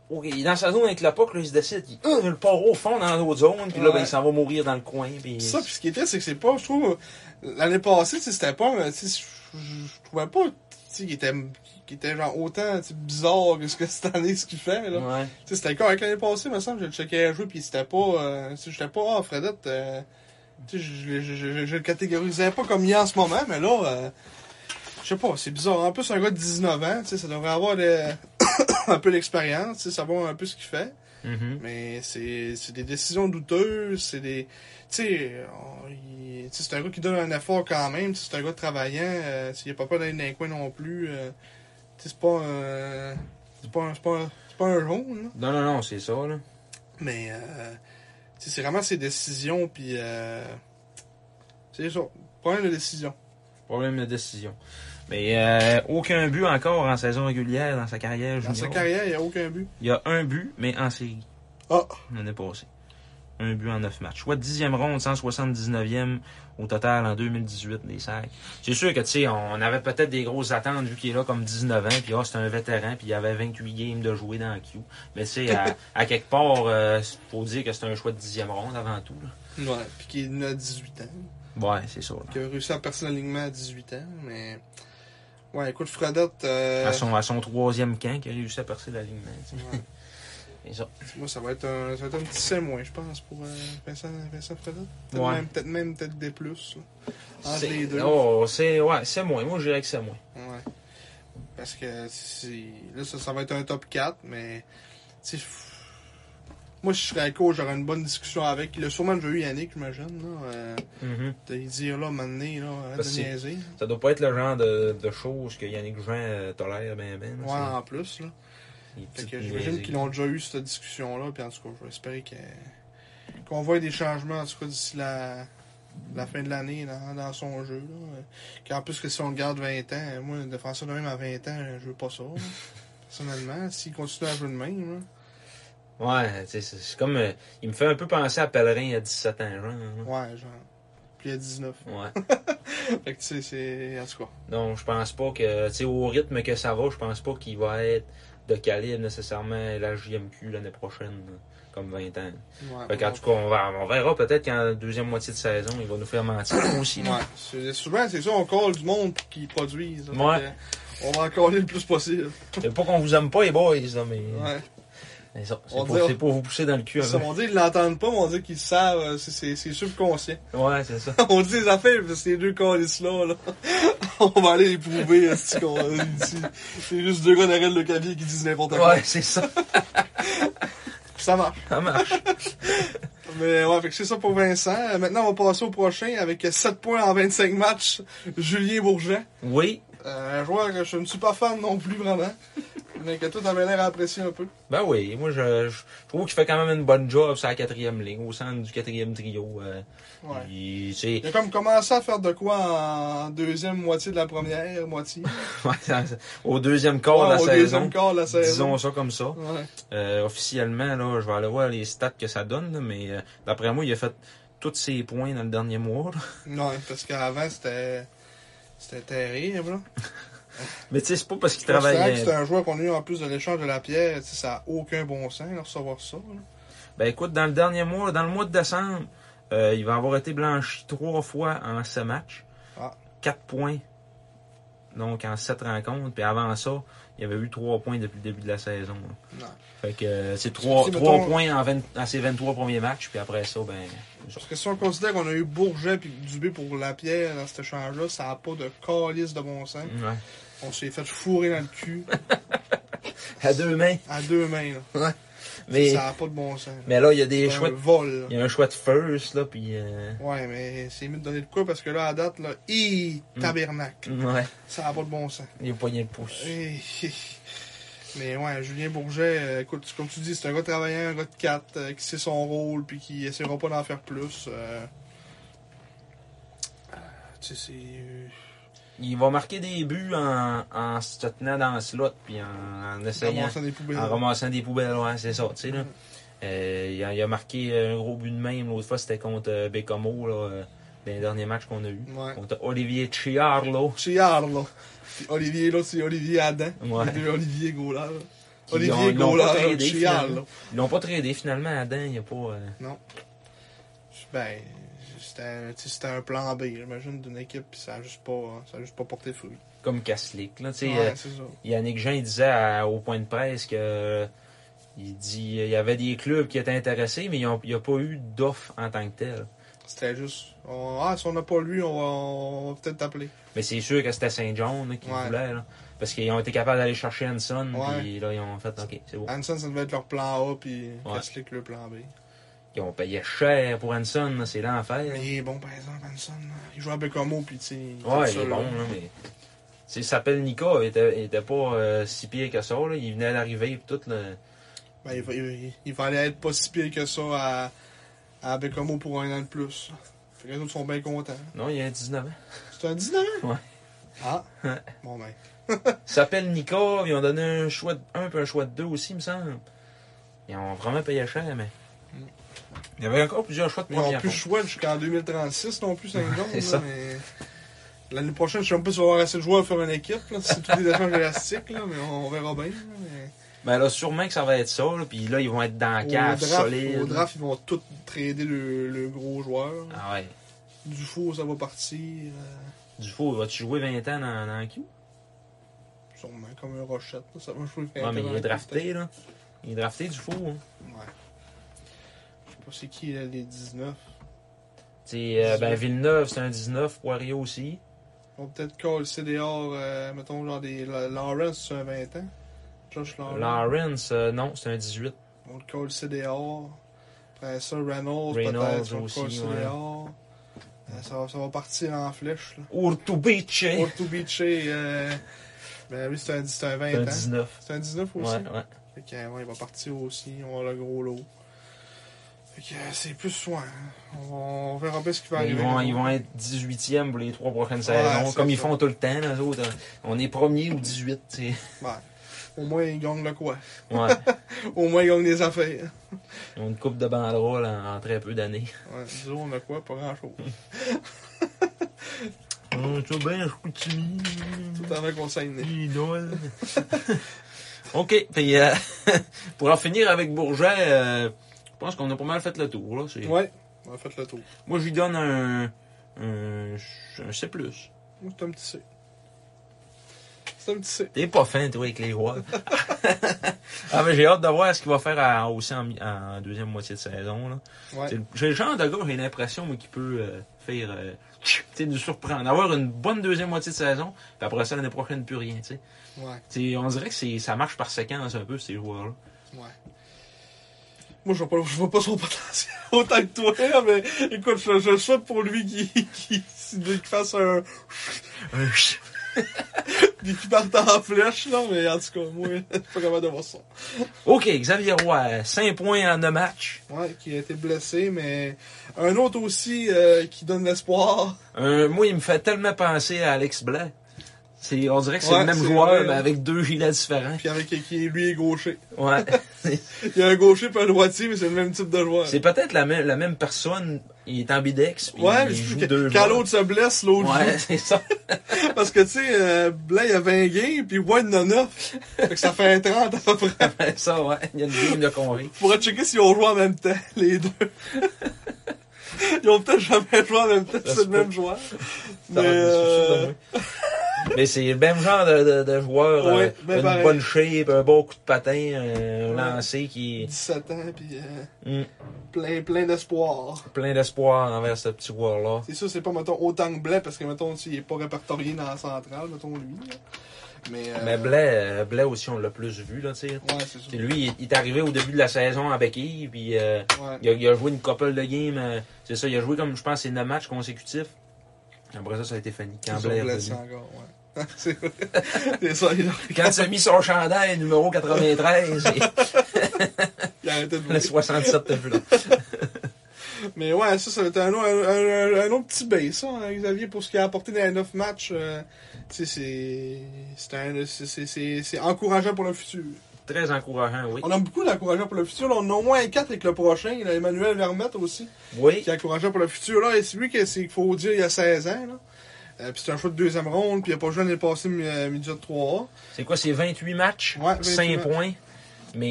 Speaker 2: OK, il est dans sa zone avec le puck, là, il se décide, il, euh, le part au fond dans l'autre zone, puis là, ben,
Speaker 3: Ouais.
Speaker 2: il s'en va mourir dans le coin. Puis,
Speaker 3: Ça, puis ce qui était, c'est que c'est pas, je trouve, l'année passée, tu sais, c'était pas, un- tu sais, je je trouvais pas, tu sais, qu'il était, qu'il était genre autant tu sais, bizarre que ce que cette année, ce qu'il fait, là.
Speaker 2: Ouais.
Speaker 3: Tu sais, c'était le cas avec l'année passée, me semble, je le checkais jouer, puis c'était pas, euh, tu sais, j'étais pas, ah, Fredette, euh, tu sais, je, je, je- je- je le catégorisais pas comme il est en ce moment, mais là, euh, je sais pas, c'est bizarre. En plus, un gars de 19 ans, tu sais, ça devrait avoir le- un peu l'expérience, tu sais, savoir un peu ce qu'il fait.
Speaker 2: Mhm.
Speaker 3: Mais c'est c'est des décisions douteuses, c'est des. Tu sais, on- il- tu sais, c'est un gars qui donne un effort quand même, tu sais, c'est un gars travaillant, euh, tu sais, il a pas peur d'aller dans les coins non plus. euh, tu sais, c'est pas un. C'est pas un. C'est pas un, c'est pas un jaune, là.
Speaker 2: Non, non, non, c'est ça, là.
Speaker 3: Mais. euh, tu sais, c'est vraiment ses décisions, puis. euh, c'est ça. Problème de décision.
Speaker 2: Problème de décision. Mais euh, aucun but encore en saison régulière dans sa carrière
Speaker 3: Dans sa
Speaker 2: junior.
Speaker 3: carrière, il n'y a aucun but.
Speaker 2: Il y a un but, mais en série.
Speaker 3: Ah!
Speaker 2: l'année passée. Un but en neuf matchs. Soit dixième ronde, 179e au total en 2018 des sacs. C'est sûr que, tu sais, on avait peut-être des grosses attentes vu qu'il est là comme 19 ans, puis ah, c'est un vétéran, puis il avait 28 games de jouer dans la Q. Mais tu sais, à, à quelque part, euh, faut dire que c'est un choix de dixième ronde avant tout. là.
Speaker 3: Ouais, puis qu'il a 18 ans.
Speaker 2: Ouais, c'est ça. là.
Speaker 3: Qui a réussi à percer l'alignement à 18 ans, mais. Ouais, écoute, Fredette. euh,
Speaker 2: À son, à son troisième camp, qui a réussi à percer l'alignement. tu sais.
Speaker 3: ouais.
Speaker 2: C'est ça.
Speaker 3: Moi, ça va être un, ça va être un petit C moins, je pense, pour euh, Vincent, Vincent Fredette. Peut-être
Speaker 2: Ouais.
Speaker 3: même, peut-être même peut-être des plus. là, entre
Speaker 2: C'est-
Speaker 3: les deux.
Speaker 2: Oh, c'est ouais, c'est moins. Moi, je dirais que c'est moins.
Speaker 3: Ouais. Parce que si, là, ça, ça va être un top 4, mais. tu sais, f- Moi, si je serais coach, j'aurais une bonne discussion avec. Il a sûrement déjà eu Yannick, j'imagine. Là, euh,
Speaker 2: Mhm.
Speaker 3: de lui dire, là, maintenant, là, arrête
Speaker 2: Parce
Speaker 3: de
Speaker 2: que-
Speaker 3: niaiser.
Speaker 2: Ça doit pas être le genre de, de choses que Yannick Jean euh, tolère ben ben. là,
Speaker 3: Ouais, en plus, là.
Speaker 2: c'est- les
Speaker 3: Fait
Speaker 2: petites
Speaker 3: que j'imagine
Speaker 2: niaiseries.
Speaker 3: qu'ils ont déjà eu cette discussion-là, puis en tout cas, je vais espérer que- qu'on voit des changements, en tout cas, d'ici la... la fin de l'année dans... dans son jeu. Là. Qu'en plus, que si on le garde 20 ans, moi, un défenseur de même à 20 ans, je veux pas ça. là. Personnellement, s'il continue à jouer de même, là.
Speaker 2: Ouais, tu sais, c'est c'est comme. euh, il me fait un peu penser à Pellerin à 17 ans, genre. hein.
Speaker 3: ouais, genre. Puis il y a 19.
Speaker 2: Ouais.
Speaker 3: Fait que tu sais, c'est. En tout cas.
Speaker 2: Non, je pense pas que. Tu sais, au rythme que ça va, je pense pas qu'il va être de calibre nécessairement à la JMQ l'année prochaine, là, comme 20 ans.
Speaker 3: Ouais,
Speaker 2: Fait qu'en tout cas, on, va, on verra peut-être qu'en deuxième moitié de saison, il va nous faire mentir aussi. là.
Speaker 3: Ouais, c'est- souvent, c'est ça, on colle du monde pour qu'ils produisent. là.
Speaker 2: Ouais.
Speaker 3: Fait que, On va en coller le plus possible.
Speaker 2: C'est pas qu'on vous aime pas, les boys, là, mais.
Speaker 3: Ouais.
Speaker 2: mais ça, c'est
Speaker 3: On
Speaker 2: pour,
Speaker 3: dirait-
Speaker 2: c'est pour vous pousser dans le cul.
Speaker 3: Ça,
Speaker 2: avec.
Speaker 3: on dit ils l'entendent pas, mais on dit qu'ils savent, euh, c'est- c'est c'est subconscient.
Speaker 2: Ouais, c'est ça.
Speaker 3: on dit les affaires, parce que ces deux calices là, là. on va aller les prouver, euh, c'est qu'on- euh, c'est- c'est juste deux gars derrière le clavier qui disent n'importe quoi.
Speaker 2: Ouais, c'est ça.
Speaker 3: Ça marche.
Speaker 2: Ça marche.
Speaker 3: Mais ouais, fait que c'est ça pour Vincent. Euh, Maintenant, on va passer au prochain avec 7 points en 25 matchs, Julien Bourget.
Speaker 2: Oui.
Speaker 3: Euh, un joueur que je ne suis pas fan non plus, vraiment. Mais que toi, t'avais l'air à apprécier un peu.
Speaker 2: Ben oui, moi je, je trouve qu'il fait quand même une bonne job sur la quatrième ligne, au centre du quatrième trio. euh,
Speaker 3: Ouais.
Speaker 2: il- tu sais,
Speaker 3: Il a comme commencé à faire de quoi en deuxième moitié de la première moitié.
Speaker 2: ouais, ça- au deuxième quart de la
Speaker 3: Ouais, au
Speaker 2: saison,
Speaker 3: deuxième quart de la saison.
Speaker 2: disons ça comme ça.
Speaker 3: Ouais.
Speaker 2: Euh, officiellement, là, je vais aller voir les stats que ça donne, là, mais euh, d'après moi, il a fait tous ses points dans le dernier mois. là.
Speaker 3: Non, parce qu'avant, c'était. C'était terrible, là.
Speaker 2: Mais tu sais, c'est pas parce
Speaker 3: Je
Speaker 2: qu'il
Speaker 3: considère
Speaker 2: travaille.
Speaker 3: que C'est un joueur qu'on a eu en plus de l'échange de la pierre. tu sais, Ça n'a aucun bon sens de recevoir ça. là.
Speaker 2: Ben écoute, dans le dernier mois, dans le mois de décembre, euh, il va avoir été blanchi trois fois en ce match.
Speaker 3: Ah.
Speaker 2: Quatre points. Donc en sept rencontres. Puis avant ça, il y avait eu trois points depuis le début de la saison. là.
Speaker 3: Non.
Speaker 2: Fait que euh, c'est trois,
Speaker 3: Si,
Speaker 2: trois
Speaker 3: mettons-
Speaker 2: points en, 20 en ses 23 premiers matchs. Puis après ça, ben.
Speaker 3: Parce que si on considère qu'on a eu Bourget et Dubé pour la pierre dans cet échange-là, ça n'a pas de calice de bon sens.
Speaker 2: Ouais.
Speaker 3: On s'est fait fourrer dans le cul
Speaker 2: À deux mains.
Speaker 3: à deux mains. là.
Speaker 2: Mais,
Speaker 3: Ça n'a pas de bon sens. là.
Speaker 2: mais là, il y a des
Speaker 3: C'est
Speaker 2: choix.
Speaker 3: un
Speaker 2: de-
Speaker 3: vol.
Speaker 2: Il y a un choix de first, là. Puis. euh,
Speaker 3: Ouais, mais c'est mieux de donner de quoi parce que là, à date, là, hi,
Speaker 2: Mm.
Speaker 3: tabernacle.
Speaker 2: Ouais.
Speaker 3: Ça n'a pas de bon sens.
Speaker 2: Il a poigné le pouce.
Speaker 3: Hey. Mais ouais, Julien Bourget, euh, écoute, comme tu dis, c'est un gars travaillant, un gars de 4, qui sait son rôle, puis qui essaiera pas d'en faire plus. euh. Euh, tu sais, c'est. euh,
Speaker 2: Il va marquer des buts en, en se tenant dans le slot. Puis en, en
Speaker 3: euh,
Speaker 2: essayant.
Speaker 3: ramassant des poubelles.
Speaker 2: En ramassant des poubelles, ouais, c'est ça, tu sais, là. Euh, il, a, il a marqué euh, un gros but de même. L'autre fois, c'était contre euh, Bécomo, là, euh, dans les derniers matchs qu'on a eu.
Speaker 3: Ouais.
Speaker 2: Contre Olivier Chiarlo,
Speaker 3: Chez Yard, là. Puis Olivier, là, c'est Olivier Adam.
Speaker 2: Ouais.
Speaker 3: Les deux Olivier Gaulard. là.
Speaker 2: qui ont-
Speaker 3: Olivier
Speaker 2: ils l'ont pas
Speaker 3: Gaulard,
Speaker 2: tradé.
Speaker 3: Chial,
Speaker 2: finalement.
Speaker 3: là.
Speaker 2: Ils l'ont pas tradé finalement. Adam, il n'y a pas. euh,
Speaker 3: Ben, c'était un, tu sais, c'était un plan B, j'imagine, d'une équipe, puis ça a juste pas, ça a juste pas porté fruit.
Speaker 2: comme Kaslik. Là, tu sais,
Speaker 3: Ouais,
Speaker 2: euh,
Speaker 3: c'est ça.
Speaker 2: Yannick Jean il disait à- au point de presse que euh, il dit il y avait des clubs qui étaient intéressés, mais ils ont- il n'y a pas eu d'offre en tant que telle.
Speaker 3: C'était juste, on- ah, si on n'a pas lui, on va, on va peut-être t'appeler.
Speaker 2: Mais c'est sûr que c'était Saint John là, qui
Speaker 3: Ouais.
Speaker 2: voulait. Là, parce qu'ils ont été capables d'aller chercher Hanson.
Speaker 3: Ouais.
Speaker 2: Puis là, ils ont fait OK, c'est bon.
Speaker 3: Hanson, ça devait être leur plan A, puis
Speaker 2: Ouais.
Speaker 3: Keslick, le plan B.
Speaker 2: Ils ont payé cher pour Hanson. là, C'est l'enfer.
Speaker 3: Mais il est bon, par exemple, Hanson. là. Il joue à Bécamo, puis tu sais. il
Speaker 2: Ouais,
Speaker 3: fait
Speaker 2: il
Speaker 3: ça,
Speaker 2: est
Speaker 3: là.
Speaker 2: bon, là, mais. Tu sais, s'appelle Nika, il était, il était pas euh, si pire que ça, là. Il venait d'arriver, pis tout, là.
Speaker 3: Ben, il, va, il, il va aller être pas si pire que ça à, à Bécamo pour un an de plus. Fait que les autres sont bien contents.
Speaker 2: Non, il y a 19 ans.
Speaker 3: C'est un 19
Speaker 2: Ouais.
Speaker 3: Ah,
Speaker 2: Ouais.
Speaker 3: bon ben.
Speaker 2: S'appelle Nika, ils ont donné un choix de 1 puis un choix de 2 aussi, il me semble. Ils ont vraiment payé cher, mais. Il y avait encore plusieurs choix de
Speaker 3: Mais ils n'ont
Speaker 2: première
Speaker 3: plus le choix
Speaker 2: ronde.
Speaker 3: jusqu'en 2036 non plus, Saint-Jean.
Speaker 2: C'est
Speaker 3: là,
Speaker 2: ça.
Speaker 3: mais L'année prochaine, je sais même pas si on va avoir assez de joueurs pour faire une équipe, là, c'est tous des échanges élastiques, là, mais on verra bien. là, mais-
Speaker 2: Ben là, sûrement que ça va être ça, là, pis là, ils vont être dans la
Speaker 3: Au,
Speaker 2: cave
Speaker 3: draft,
Speaker 2: solide.
Speaker 3: au draft, ils vont tous trader le, le gros joueur.
Speaker 2: Ah ouais.
Speaker 3: Du faux, ça va partir. euh,
Speaker 2: Dufour, vas-tu jouer 20 ans dans, dans Q?
Speaker 3: sûrement comme un rochette, là, ça va jouer
Speaker 2: Ouais, mais il est
Speaker 3: peut-être.
Speaker 2: drafté, là. Il est drafté, Dufour, hein.
Speaker 3: Ouais. Je sais pas c'est qui, là, les 19.
Speaker 2: Tu sais, euh, ben, Villeneuve, c'est un 19, Poirier aussi.
Speaker 3: On va peut-être call CDR, euh, mettons, genre des la- Lawrence, c'est un 20 ans. Josh Lawrence.
Speaker 2: Lawrence, euh, non, c'est un 18.
Speaker 3: On le colle CDR. Après ça, Reynolds,
Speaker 2: Reynolds
Speaker 3: peut-être, on le
Speaker 2: aussi,
Speaker 3: colle
Speaker 2: ouais.
Speaker 3: CDR. Euh, ça, va, ça va partir en flèche. Là.
Speaker 2: Urtubice.
Speaker 3: Pour tout beacher, euh, ben oui, c'est un, c'est un
Speaker 2: C'est
Speaker 3: 20
Speaker 2: un
Speaker 3: ans.
Speaker 2: 19.
Speaker 3: C'est un 19
Speaker 2: Ouais,
Speaker 3: aussi.
Speaker 2: ouais.
Speaker 3: Fait que, ouais, il va partir aussi, on va avoir le gros lot. Fait que euh, c'est plus soin. hein. On verra bien ce qui va
Speaker 2: Mais Ils
Speaker 3: arriver.
Speaker 2: vont,
Speaker 3: là.
Speaker 2: ils vont être 18e pour les trois prochaines saisons,
Speaker 3: c'est
Speaker 2: comme ils
Speaker 3: ça.
Speaker 2: font tout le temps, les autres. hein. On est premier ou 18, tu sais.
Speaker 3: Au moins, ils gagnent le quoi.
Speaker 2: Ouais.
Speaker 3: Au moins, ils gagnent les affaires.
Speaker 2: Ils ont une coupe de banderoles en, en très peu d'années.
Speaker 3: Ouais, disons, on a quoi, pas grand-chose.
Speaker 2: On tu bien,
Speaker 3: Tout avec qu'on saigne.
Speaker 2: OK, puis euh, pour en finir avec Bourget, euh, je pense qu'on a pas mal fait le tour. Là. C'est-
Speaker 3: Ouais, on a fait le tour.
Speaker 2: Moi, j'y donne un, un, un C+.
Speaker 3: Moi, c'est un petit C. C'est un petit C.
Speaker 2: T'es pas fin, toi, avec les rois. ah, mais j'ai hâte de voir ce qu'il va faire à- aussi en, mi- en deuxième moitié de saison. Là.
Speaker 3: Ouais.
Speaker 2: C'est le- J'ai le genre de gars, j'ai l'impression, moi, qui peut euh, faire. euh, tu sais, nous surprendre. Avoir une bonne deuxième moitié de saison, puis après ça, l'année prochaine, plus rien. tu sais.
Speaker 3: Ouais,
Speaker 2: Tu sais, on dirait que c'est, ça marche par séquence un peu, ces joueurs-là.
Speaker 3: ouais. Moi, je vois pas, je vois pas son potentiel autant que toi, hein, mais écoute, je, je souhaite pour lui qu'il qu'il- qu'il fasse un.
Speaker 2: Euh,
Speaker 3: qu'il parte en flèche, là, mais en tout cas, moi, je suis pas capable de voir ça.
Speaker 2: ok, Xavier Roy, 5 points en 2 matchs.
Speaker 3: Ouais, qui a été blessé, mais un autre aussi euh, qui donne l'espoir.
Speaker 2: Euh, moi, il me fait tellement penser à Alex Blais. C'est, on dirait que c'est
Speaker 3: Ouais,
Speaker 2: le même
Speaker 3: c'est
Speaker 2: joueur,
Speaker 3: vrai.
Speaker 2: mais avec deux gilets différents.
Speaker 3: Puis avec qui lui est gaucher.
Speaker 2: Ouais.
Speaker 3: Il y a un gaucher puis un droitier, mais c'est le même type de joueur.
Speaker 2: C'est peut-être la même, la même personne, il est ambidex, puis
Speaker 3: Ouais, mais
Speaker 2: il
Speaker 3: c'est
Speaker 2: joue
Speaker 3: juste
Speaker 2: deux
Speaker 3: que quand
Speaker 2: joueurs.
Speaker 3: l'autre se blesse, l'autre joue.
Speaker 2: Ouais, c'est ça.
Speaker 3: Parce que, tu sais, euh, Blanc, il a 20 games, puis White, il en a 9. Fait que ça fait 30 à peu près.
Speaker 2: Ouais, ça, ouais. Il y a une game de convict.
Speaker 3: Faudra checker si on joue en même temps, les deux. Ils ont peut-être jamais joué en même temps, c'est
Speaker 2: Ça se
Speaker 3: le
Speaker 2: peut.
Speaker 3: même joueur.
Speaker 2: Ça
Speaker 3: Mais,
Speaker 2: va être
Speaker 3: euh,
Speaker 2: difficile de jouer. Mais c'est le même genre de, de, de joueur.
Speaker 3: Ouais,
Speaker 2: euh,
Speaker 3: ben
Speaker 2: une
Speaker 3: pareil.
Speaker 2: bonne shape, un bon coup de patin, euh, un lancer qui
Speaker 3: 17 ans, puis euh,
Speaker 2: Mm.
Speaker 3: plein, plein d'espoir.
Speaker 2: est plein d'espoir envers ce petit joueur-là.
Speaker 3: C'est sûr, c'est pas, mettons, autant que Blanc, parce que, mettons, s'il est pas répertorié dans la centrale, mettons, lui. là. Mais, euh,
Speaker 2: Mais Blais, euh, Blais aussi, on l'a plus vu, là, tu sais.
Speaker 3: Ouais, c'est
Speaker 2: Puis
Speaker 3: sûr.
Speaker 2: Lui, il- il est arrivé au début de la saison avec Yves, puis euh,
Speaker 3: Ouais.
Speaker 2: il, a, il a joué une couple de games. euh, c'est ça, il a joué comme, je pense, c'est 9 matchs consécutifs. Après ça, ça a été fini. Quand
Speaker 3: Ils sont
Speaker 2: Blais est
Speaker 3: blessés
Speaker 2: revenu.
Speaker 3: encore, ouais. c'est vrai. C'est ça, il a,
Speaker 2: Quand il a mis son chandail numéro 93, et
Speaker 3: il a arrêté de jouer.
Speaker 2: le 67 t'as vu là.
Speaker 3: Mais ouais, ça, ça va être un, autre- un- un- un autre petit bain, ça, hein, Xavier, pour ce qu'il a apporté dans les 9 matchs. euh, tu sais, c'est- c'est un- c'est- c'est- c'est- c'est encourageant pour le futur.
Speaker 2: Très encourageant, oui.
Speaker 3: On a beaucoup d'encourageants pour le futur. Là, on en a au moins 4 avec le prochain. Il y a Emmanuel Vermette aussi,
Speaker 2: Oui.
Speaker 3: qui est encourageant pour le futur. Là, et c'est lui que c'est- qu'il faut dire il y a 16 ans. Là. Euh, puis c'est un choix de deuxième ronde, puis il n'a pas joué l'année passée mi- euh, midget 3A.
Speaker 2: C'est quoi, c'est 28 matchs,
Speaker 3: Ouais, 28
Speaker 2: 5
Speaker 3: matchs.
Speaker 2: points.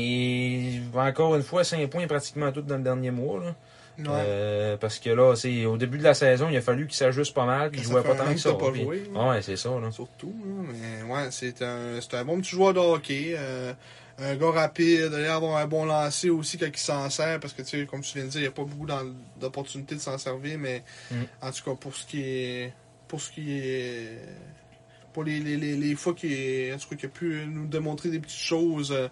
Speaker 2: Mais encore une fois, 5 points pratiquement tout dans le dernier mois. Là.
Speaker 3: Ouais.
Speaker 2: Euh, parce que là, c'est au début de la saison, il a fallu qu'il s'ajuste pas mal, puis il
Speaker 3: Ça
Speaker 2: jouait
Speaker 3: fait
Speaker 2: pas
Speaker 3: un
Speaker 2: tant
Speaker 3: an
Speaker 2: que
Speaker 3: que
Speaker 2: ça.
Speaker 3: t'as pas
Speaker 2: puis- Ah
Speaker 3: joué,
Speaker 2: Ouais, c'est ça. Là.
Speaker 3: Surtout, là, mais ouais, c'est un, c'est un bon petit joueur de hockey. euh, un gars rapide, il a avoir un bon lancer aussi quand il s'en sert, parce que tu sais, comme tu viens de dire, il n'y a pas beaucoup d'en- d'opportunités de s'en servir, mais
Speaker 2: Mm.
Speaker 3: en tout cas pour ce qui est. Pour ce qui est. Pour les, les, les, les fois qu'il est- en tout cas, qu'il a pu nous démontrer des petites choses, euh,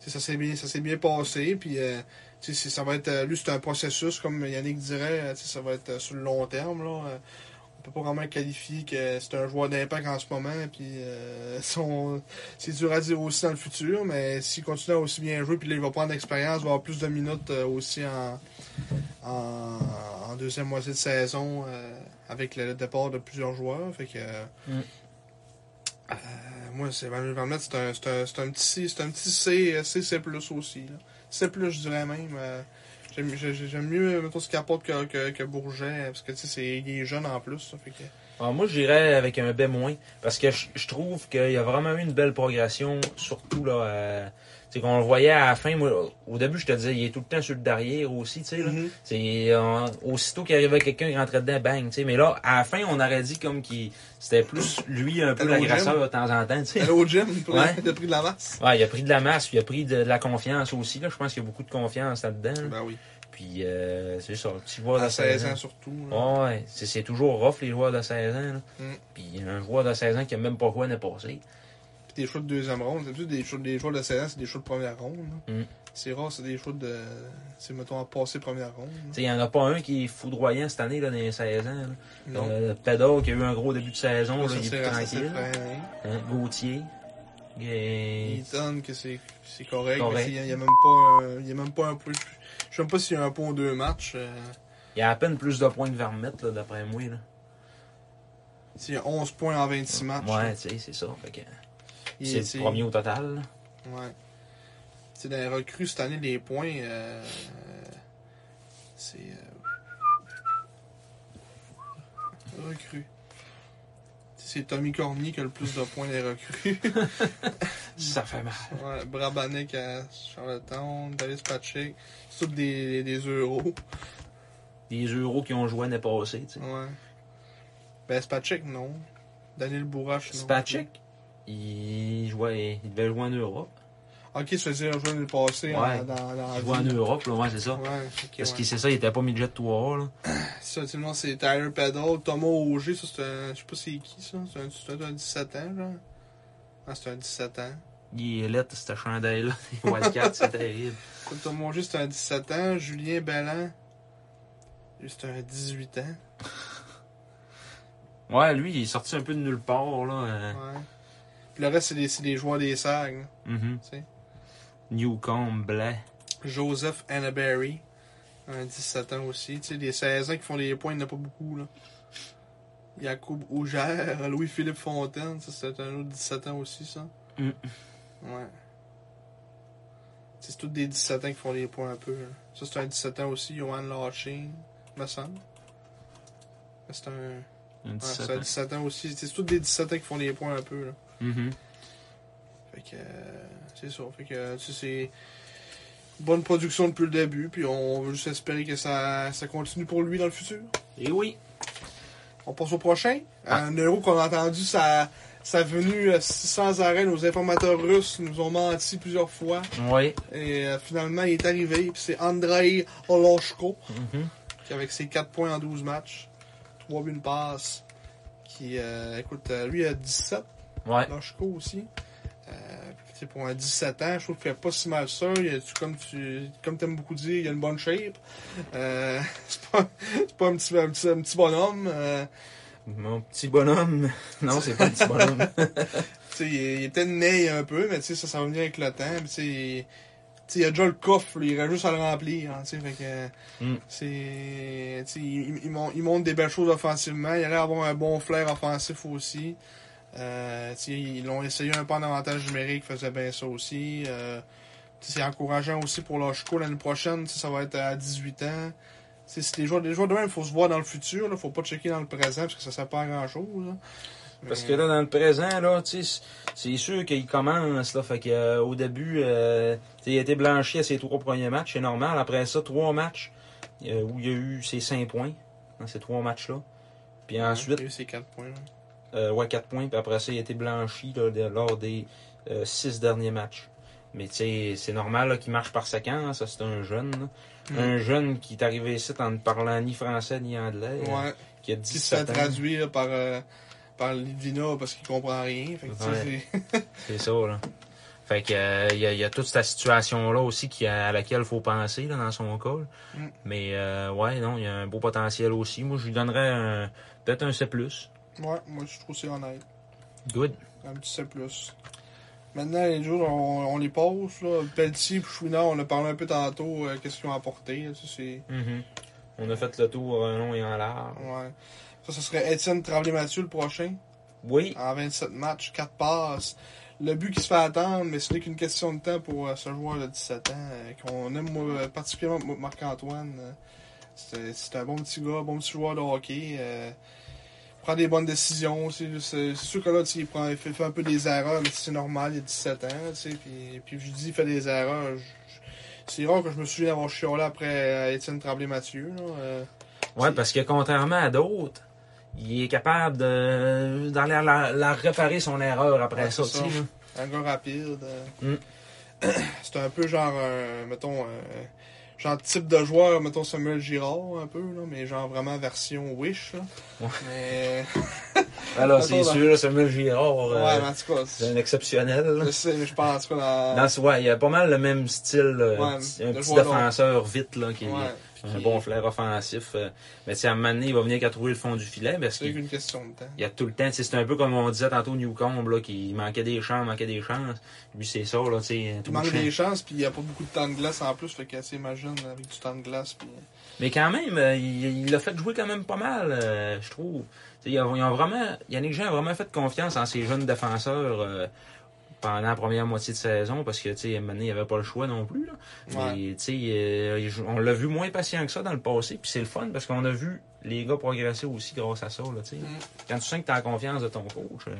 Speaker 3: tu sais, ça s'est bien, ça s'est bien passé. Puis euh, tu sais, c'est- ça va être. euh, Lui, c'est un processus, comme Yannick dirait, euh, tu sais, ça va être euh, sur le long terme. Là, euh, on peut pas vraiment qualifier que c'est un joueur d'impact en ce moment. Puis euh, son- c'est dur à dire aussi dans le futur, mais s'il continue à aussi bien jouer, puis là, il va prendre l'expérience, il va avoir plus de minutes euh, aussi en, en, en deuxième moitié de saison euh, avec le départ de plusieurs joueurs. Fait que.
Speaker 2: Mm.
Speaker 3: euh, moi, c'est Van Vermette, c'est un, c'est un, c'est un petit, c'est un petit C, euh, C, C++ aussi. là. C+, je dirais même. euh, J'aime j'ai- j'ai- j'aime mieux, euh, mettons, ce qu'il apporte que, que, que Bourget, hein, parce que, tu sais, c'est- il est jeune en plus, ça fait que...
Speaker 2: Alors, Ah, moi, j'irais avec un B moins, parce que je je trouve qu'il y a vraiment eu une belle progression, surtout là. euh, tu sais, qu'on le voyait à la fin, moi, au début, je te disais, il est tout le temps sur le derrière aussi, tu sais, là.
Speaker 3: Mm-hmm.
Speaker 2: C'est euh, aussitôt qu'il arrivait quelqu'un, il rentrait dedans, bang, tu sais. Mais là, à la fin, on aurait dit comme qu'il c'était plus lui un peu
Speaker 3: Allô,
Speaker 2: l'agresseur
Speaker 3: Jim?
Speaker 2: de temps en temps, tu sais.
Speaker 3: Allô au gym, il a
Speaker 2: Ouais.
Speaker 3: pris- il a pris de la masse.
Speaker 2: Ouais, il a pris de la masse, puis il a pris de, de la confiance aussi. Là, je pense qu'il y a beaucoup de confiance là-dedans. là.
Speaker 3: Ben oui,
Speaker 2: Puis euh, c'est ça, tu vois
Speaker 3: à
Speaker 2: de
Speaker 3: 16 ans surtout. là.
Speaker 2: Ouais, c'est, c'est toujours rough les joueurs de 16 ans. Là.
Speaker 3: Mm.
Speaker 2: Puis un joueur de 16 ans qui a même pas quoi n'est passé.
Speaker 3: Puis des choix de deuxième ronde, d'habitude, des choix, des choix de 16 ans, c'est des choix de première ronde. là.
Speaker 2: Mm.
Speaker 3: C'est rare, c'est des choix de... C'est, mettons, à passer première ronde. là.
Speaker 2: Tu sais, il y en a pas un qui est foudroyant cette année là, dans les 16 ans. Là.
Speaker 3: Non,
Speaker 2: Euh, Pedal qui a eu un gros début de saison, là,
Speaker 3: ça,
Speaker 2: il est
Speaker 3: c'est
Speaker 2: plus
Speaker 3: resté
Speaker 2: tranquille.
Speaker 3: freiné.
Speaker 2: Hein, Gauthier. Et-
Speaker 3: Il donne que c'est, c'est correct,
Speaker 2: Correct.
Speaker 3: mais il n'y a, même pas un- il y a même pas un point... Je sais même pas s'il y a un point ou deux matchs. euh,
Speaker 2: Il y a à peine plus de points que Vermette, là, d'après moi. Là.
Speaker 3: s'il y a 11 points en 26 matchs.
Speaker 2: Ouais,
Speaker 3: là,
Speaker 2: tu sais, c'est ça. Fait que
Speaker 3: Ah, il est-
Speaker 2: c'est
Speaker 3: tu sais,
Speaker 2: le premier au total. là.
Speaker 3: Ouais. Tu sais, dans les recrues cette année, les points, euh, euh, c'est. euh, recrues. Tu sais, C'est Tommy Cormier qui a le plus de points des recrues.
Speaker 2: Ça fait mal.
Speaker 3: ouais, Brabanek à Charlottetown, Davis Patrick. C'est tous des, des euros.
Speaker 2: Des euros qui ont joué n'est passé. tu sais.
Speaker 3: Ouais. Ben, Spatchik, non. Daniel Bourrache, non.
Speaker 2: Spatchik, il, jouait, il devait jouer en Europe.
Speaker 3: Ok, je faisais rejoindre le passé
Speaker 2: Ouais.
Speaker 3: en- dans, dans la
Speaker 2: Il jouait en
Speaker 3: vie.
Speaker 2: Europe, là, ouais, c'est ça.
Speaker 3: Ouais, Ah, ok,
Speaker 2: Parce
Speaker 3: ouais.
Speaker 2: que c'est ça, il était pas midget 3A, là.
Speaker 3: Ça, tu vois, c'est Tyler Paddle, Thomas Auger, ça c'est un. Je sais pas c'est qui ça, c'est un, c'est un 17 ans, genre. Ah, c'est un 17 ans.
Speaker 2: Il est lettre, cette chandelle-là. Les Wildcats, c'est terrible.
Speaker 3: Ça, Thomas Auger, c'est un 17 ans. Julien Belland, lui, c'est un 18 ans.
Speaker 2: Ouais, lui, il est sorti un peu de nulle part, là. euh,
Speaker 3: Ouais. Puis le reste, c'est des, c'est des joueurs des SAG. là.
Speaker 2: mhm.
Speaker 3: C'est-
Speaker 2: Newcombe, Blais.
Speaker 3: Joseph Annaberry, un 17 ans aussi. Tu sais, des 16 ans qui font des points, il n'y en a pas beaucoup, là. Jacob Ougère, Louis-Philippe Fontaine, ça c'est un autre 17 ans aussi, ça.
Speaker 2: Mm.
Speaker 3: Ouais. C'est tous des 17 ans qui font des points un peu. là. Ça c'est un 17 ans aussi, Johan Laching, me semble. Mais C'est un... ouais,
Speaker 2: un
Speaker 3: c'est
Speaker 2: 17
Speaker 3: un
Speaker 2: ans.
Speaker 3: 17 ans aussi. C'est tous des 17 ans qui font des points un peu, là.
Speaker 2: Mhm.
Speaker 3: Fait que euh, c'est ça. Fait que euh, tu sais, c'est bonne production depuis le début. Puis on veut juste espérer que ça, ça continue pour lui dans le futur.
Speaker 2: Et oui,
Speaker 3: On passe au prochain. Un euro qu'on a entendu sa, sa venue euh, sans arrêt. Nos informateurs russes nous ont menti plusieurs fois.
Speaker 2: ouais.
Speaker 3: Et euh, finalement, il est arrivé. Puis c'est Andrei Oloshko
Speaker 2: Mhm.
Speaker 3: qui, avec ses 4 points en 12 matchs, 3 buts, une passe. Qui, euh, écoute, euh, lui a 17.
Speaker 2: Ouais.
Speaker 3: Loshko aussi. Euh, tu sais, pour un 17 ans, je trouve qu'il fait pas si mal ça. Il a- tu- comme tu comme aimes beaucoup dire, il a une bonne shape. Euh, c'est pas, c'est pas un, petit, un petit- un petit bonhomme. Euh,
Speaker 2: Mon petit bonhomme. Non, c'est pas un petit bonhomme.
Speaker 3: tu sais, il, est- il était né un peu, mais tu sais, ça, ça va venir avec le temps. Puis, tu sais, il- tu sais, il a déjà le coffre, là, il reste juste à le remplir. hein, tu sais, fait que,
Speaker 2: Mm.
Speaker 3: c'est- tu sais, il, il mon- il montre des belles choses offensivement. Il a l'air d'avoir un bon flair offensif aussi. Euh, tu sais, ils l'ont essayé un peu en avantage numérique, faisait bien ça aussi. Euh, tu sais, c'est encourageant aussi pour Loshko l'année prochaine. tu sais, Ça va être à 18 ans. Tu sais, C'est des joueurs, des joueurs de même, il faut se voir dans le futur. Il faut pas checker dans le présent parce que ça sert pas à grand-chose. là.
Speaker 2: Parce que là, dans le présent, là, tu sais, c'est sûr qu'il commence, là. Fait que, euh, au début, euh, tu sais, il a été blanchi à ses trois premiers matchs, c'est normal. Après ça, trois matchs euh, où il y a eu ses cinq points dans ces trois matchs-là. Puis ensuite,
Speaker 3: Il y a eu ses 4 points. là.
Speaker 2: euh, ouais, 4 points, puis après ça, il a été blanchi là, de- lors des 6 derniers matchs. Mais tu sais, c'est normal là, qu'il marche par séquence, ça c'est un jeune. là.
Speaker 3: Mm.
Speaker 2: Un jeune qui est arrivé ici en ne parlant ni français ni anglais, euh,
Speaker 3: Ouais.
Speaker 2: qui a
Speaker 3: Qui se
Speaker 2: 17
Speaker 3: fait
Speaker 2: ans.
Speaker 3: traduire là, par, euh, par Lidvina parce qu'il comprend rien. Fait que, tu sais,
Speaker 2: Ouais.
Speaker 3: c'est-
Speaker 2: C'est ça, là. Fait que euh, il y, a- il y a toute cette situation-là aussi qui, à laquelle il faut penser là, dans son cas. là.
Speaker 3: Mm.
Speaker 2: Mais euh, ouais, non, il y a un beau potentiel aussi. Moi, je lui donnerais un- peut-être un C.
Speaker 3: ouais, moi je trouve que c'est honnête.
Speaker 2: Good.
Speaker 3: Un petit C. Maintenant, les jours, on, on les pose. Là. Pelletier et Chouinard, on a parlé un peu tantôt, euh, qu'est-ce qu'ils ont apporté. là, ça, c'est...
Speaker 2: Mhm. On a fait le tour en long et en large.
Speaker 3: Ouais. Ça, ce serait Étienne Tremblay-Mathieu le prochain.
Speaker 2: Oui,
Speaker 3: En 27 matchs, 4 passes. Le but qui se fait attendre, mais ce n'est qu'une question de temps pour euh, ce joueur de 17 ans, euh, qu'on aime moi, euh, particulièrement moi, Marc-Antoine. euh, C'est c'est un bon petit gars, bon petit joueur de hockey. euh, prend des bonnes décisions. C'est euh, c'est- c'est sûr que là, tu sais, il, prend, il fait, fait un peu des erreurs, mais c'est normal, il a 17 ans. tu sais, Puis, puis je lui dis, il fait des erreurs. je- je- C'est rare que je me souviens d'avoir chiolé après euh, Étienne Tremblay-Mathieu. là, euh.
Speaker 2: Ouais, parce que contrairement à d'autres, il est capable de d'aller la, la réparer son erreur après
Speaker 3: Ouais,
Speaker 2: ça.
Speaker 3: c'est ça.
Speaker 2: tu sais, là.
Speaker 3: Un gars rapide. euh.
Speaker 2: Mm.
Speaker 3: C'est un peu genre, un, mettons, un- genre type de joueur, mettons Samuel Girard, un peu, là, mais genre vraiment version Wish. Là.
Speaker 2: Ouais.
Speaker 3: Mais,
Speaker 2: Alors, c'est
Speaker 3: Attends,
Speaker 2: sûr, là, Samuel Girard,
Speaker 3: ouais,
Speaker 2: euh,
Speaker 3: mais en tout cas,
Speaker 2: c'est un exceptionnel. là.
Speaker 3: je sais, mais je pense que dans.
Speaker 2: Dans ce- ouais, il a pas mal le même style, euh,
Speaker 3: Ouais,
Speaker 2: un petit, un
Speaker 3: de
Speaker 2: petit
Speaker 3: joueur
Speaker 2: défenseur vite, là, qui
Speaker 3: ouais,
Speaker 2: a
Speaker 3: puis
Speaker 2: un
Speaker 3: qui-
Speaker 2: bon flair offensif. euh, mais tu sais, à un moment donné, il va venir qu'à trouver le fond du filet parce
Speaker 3: C'est
Speaker 2: qu'il
Speaker 3: qu'une question de temps.
Speaker 2: il y a tout le temps, tu sais, c'est un peu comme on disait tantôt Newcombe, là, qui manquait des chances, manquait des chances. Lui, c'est ça, là, tu sais, tout
Speaker 3: Il manque
Speaker 2: le champ.
Speaker 3: des chances, puis il n'y a pas beaucoup de temps de glace en plus, fait que t'imagines avec du temps de glace. Puis...
Speaker 2: Mais quand même, euh, il il l'a fait jouer quand même pas mal, euh, je trouve. T'sais, Ils ont, ils ont vraiment, Yannick Jean a vraiment fait confiance en ces jeunes défenseurs euh, pendant la première moitié de saison parce que tu sais, à un moment donné, il n'y avait pas le choix non plus. Là.
Speaker 3: Ouais.
Speaker 2: Mais, tu sais, euh, il jou- on l'a vu moins patient que ça dans le passé, puis c'est le fun parce qu'on a vu les gars progresser aussi grâce à ça. Là, t'sais.
Speaker 3: Mm.
Speaker 2: Quand tu sens que tu as confiance de ton coach, euh,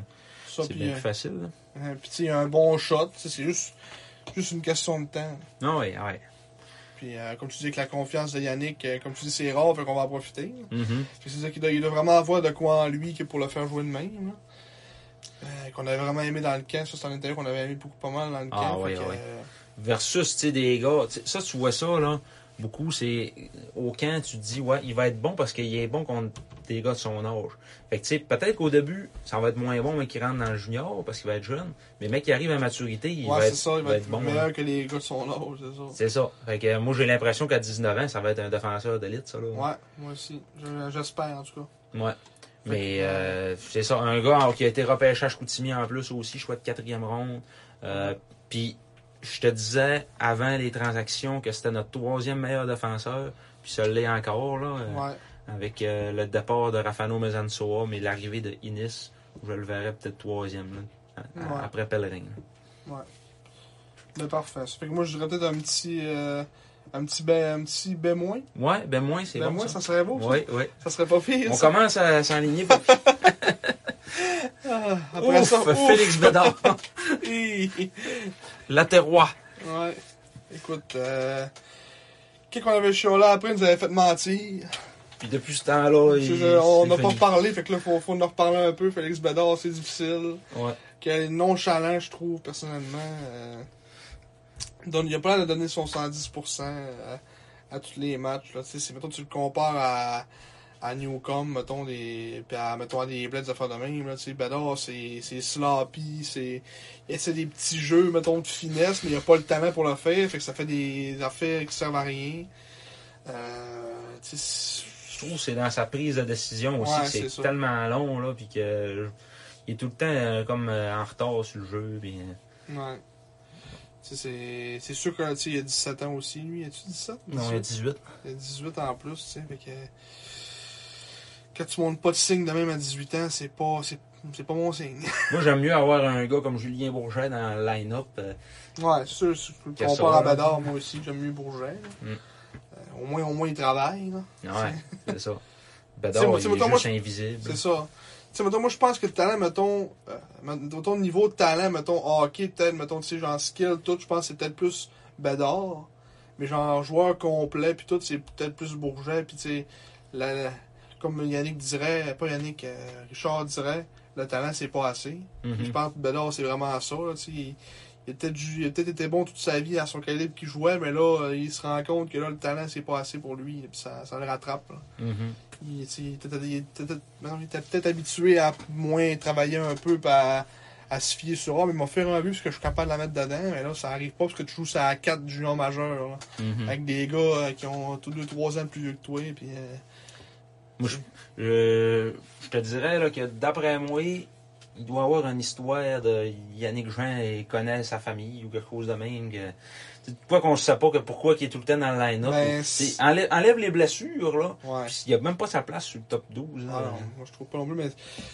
Speaker 3: Ça,
Speaker 2: c'est
Speaker 3: puis,
Speaker 2: bien
Speaker 3: euh,
Speaker 2: plus facile. là.
Speaker 3: euh, puis tu sais, il y a un bon shot, tu sais, c'est juste, juste une question de temps.
Speaker 2: Non, Ah ouais, ouais.
Speaker 3: Puis euh, comme tu dis, avec la confiance de Yannick, euh, comme tu dis, c'est rare, fait qu'on va en profiter.
Speaker 2: Mhm.
Speaker 3: Fait que C'est-à-dire qu'il doit, il doit vraiment avoir de quoi en lui que pour le faire jouer de même. là. Euh, qu'on avait vraiment aimé dans le camp, ça c'est un intérieur qu'on avait aimé beaucoup pas mal dans le camp.
Speaker 2: Ah,
Speaker 3: fait
Speaker 2: ouais,
Speaker 3: que,
Speaker 2: ouais.
Speaker 3: euh,
Speaker 2: versus tu sais, des gars. tu sais, ça, tu vois ça, là, beaucoup, c'est au camp, tu te dis, ouais, il va être bon parce qu'il est bon contre des gars de son âge. Fait que, tu sais, peut-être qu'au début, ça va être moins bon, mais qu'il rentre dans le junior parce qu'il va être jeune. Mais mec, qui arrive à maturité, il,
Speaker 3: ouais,
Speaker 2: va,
Speaker 3: c'est
Speaker 2: être,
Speaker 3: ça, il va être
Speaker 2: bon.
Speaker 3: meilleur
Speaker 2: hein.
Speaker 3: que les gars de son âge, c'est ça.
Speaker 2: C'est ça. Fait que, euh, moi, j'ai l'impression qu'à 19 ans, ça va être un défenseur d'élite, ça, là.
Speaker 3: Ouais, moi aussi. Je- J'espère en tout cas.
Speaker 2: Ouais. Mais euh, c'est ça, un gars qui a été repêché à Chicoutimi en plus aussi, choix de quatrième ronde. Euh, Puis je te disais avant les transactions que c'était notre troisième meilleur défenseur, puis ça l'est encore, là, euh,
Speaker 3: Ouais.
Speaker 2: avec euh, le départ de Rafano Mezansoa, mais l'arrivée de Innis, je le verrais peut-être troisième, là, à- à-
Speaker 3: Ouais.
Speaker 2: après Pellerin.
Speaker 3: Mais parfait. Ça fait que moi je dirais peut-être un petit euh, un petit ben un petit ben moins.
Speaker 2: Ouais, ben moins, c'est
Speaker 3: Ben
Speaker 2: bon.
Speaker 3: moins, ça.
Speaker 2: ça.
Speaker 3: serait beau. ça.
Speaker 2: Ouais, ouais.
Speaker 3: Ça serait pas pire.
Speaker 2: On
Speaker 3: ça.
Speaker 2: commence à s'enligner pour
Speaker 3: Ah, après
Speaker 2: Ouf,
Speaker 3: ça, ouf.
Speaker 2: Félix Bédard,
Speaker 3: Hi.
Speaker 2: Laterrois.
Speaker 3: Ouais. Écoute, euh, qu'est-ce qu'on avait chiolé après, il nous avait fait mentir.
Speaker 2: Puis depuis ce temps-là,
Speaker 3: Tu sais,
Speaker 2: il-
Speaker 3: je- on
Speaker 2: c'est
Speaker 3: n'a pas
Speaker 2: fini.
Speaker 3: reparlé, fait que là, faut, faut en reparler un peu. Félix Bédard, c'est difficile.
Speaker 2: Ouais.
Speaker 3: Quel nonchalant, je trouve, personnellement. euh, donne- il a pas l'air de donner son 110% euh, à, à tous les matchs. Là. Tu sais, c'est- mettons, tu le compares à, à Newcombe, mettons, des, puis à, mettons, à des Blades à faire de même. Là, tu sais, Bédard, c'est c'est sloppy, c'est il essaie des petits jeux, mettons, de finesse, mais il a pas le talent pour le faire, fait que ça fait des affaires qui servent à rien. Euh, tu sais,
Speaker 2: je trouve que c'est dans sa prise de décision aussi
Speaker 3: Ouais,
Speaker 2: que
Speaker 3: c'est
Speaker 2: c'est
Speaker 3: ça.
Speaker 2: tellement long là puis que euh, il est tout le temps euh, comme euh, en retard sur le jeu puis, euh,
Speaker 3: Ouais. Tu sais, C'est c'est sûr que, tu sais, il a 17 ans aussi, lui. As-tu 17?
Speaker 2: non il y a 18
Speaker 3: Il a 18 ans en plus, tu sais. Fait que. Quand tu montes pas de signe de même à 18 ans, c'est pas. C'est c'est pas mon signe.
Speaker 2: moi j'aime mieux avoir un gars comme Julien Bourget dans le line-up euh,
Speaker 3: Ouais, c'est sûr, si tu le
Speaker 2: Qu'est-ce
Speaker 3: compares à
Speaker 2: ça, là?
Speaker 3: Badard, moi aussi, j'aime mieux Bourget. là.
Speaker 2: Mm.
Speaker 3: Euh, au moins, au moins, il travaille, là.
Speaker 2: ouais c'est ça
Speaker 3: C'est-
Speaker 2: Bédard
Speaker 3: c'est-
Speaker 2: il est
Speaker 3: mettons,
Speaker 2: juste
Speaker 3: moi, je-
Speaker 2: invisible
Speaker 3: C'est ça. sais, mettons, moi, je pense que le talent, mettons, euh, mettons, niveau de talent, mettons, hockey, peut-être, mettons, tu sais, genre skill, tout, je pense que c'est peut-être plus Bédard. Mais genre, joueur complet, puis tout, c'est peut-être plus Bourget, puis tu sais, la- la- comme Yannick dirait, pas Yannick, euh, Richard dirait, le talent, c'est pas assez.
Speaker 2: Mhm.
Speaker 3: Je pense que Bédard, c'est vraiment ça, là, tu sais. Il, il a peut-être ju- il a peut-être été bon toute sa vie à son calibre qu'il jouait, mais là, euh, il se rend compte que là, le talent, c'est pas assez pour lui, puis ça, ça le rattrape, là.
Speaker 2: Mhm.
Speaker 3: Il, tu sais, il était- il était peut-être- non, il était peut-être habitué à moins travailler un peu pis à, à se fier sur Ah, mais il m'a fait un but parce que je suis capable de la mettre dedans. Mais là, ça arrive pas parce que tu joues ça à 4 juniors majeurs. là.
Speaker 2: Mhm.
Speaker 3: Avec des gars euh, qui ont tous 2-3 ans de plus vieux que toi. Puis, euh,
Speaker 2: Je, je te dirais là, que d'après moi, il doit y avoir une histoire de Yannick Jean et connaît sa famille ou quelque chose de même. que- C'est pourquoi qu'on ne sait pas que pourquoi qu'il est tout le temps dans le line-up.
Speaker 3: Ben,
Speaker 2: ou-
Speaker 3: c'est-
Speaker 2: c'est- enlève, enlève les blessures, là.
Speaker 3: ouais.
Speaker 2: Puis il n'y a même pas sa place sur le top 12. là.
Speaker 3: Ah non, moi je trouve pas non plus, mais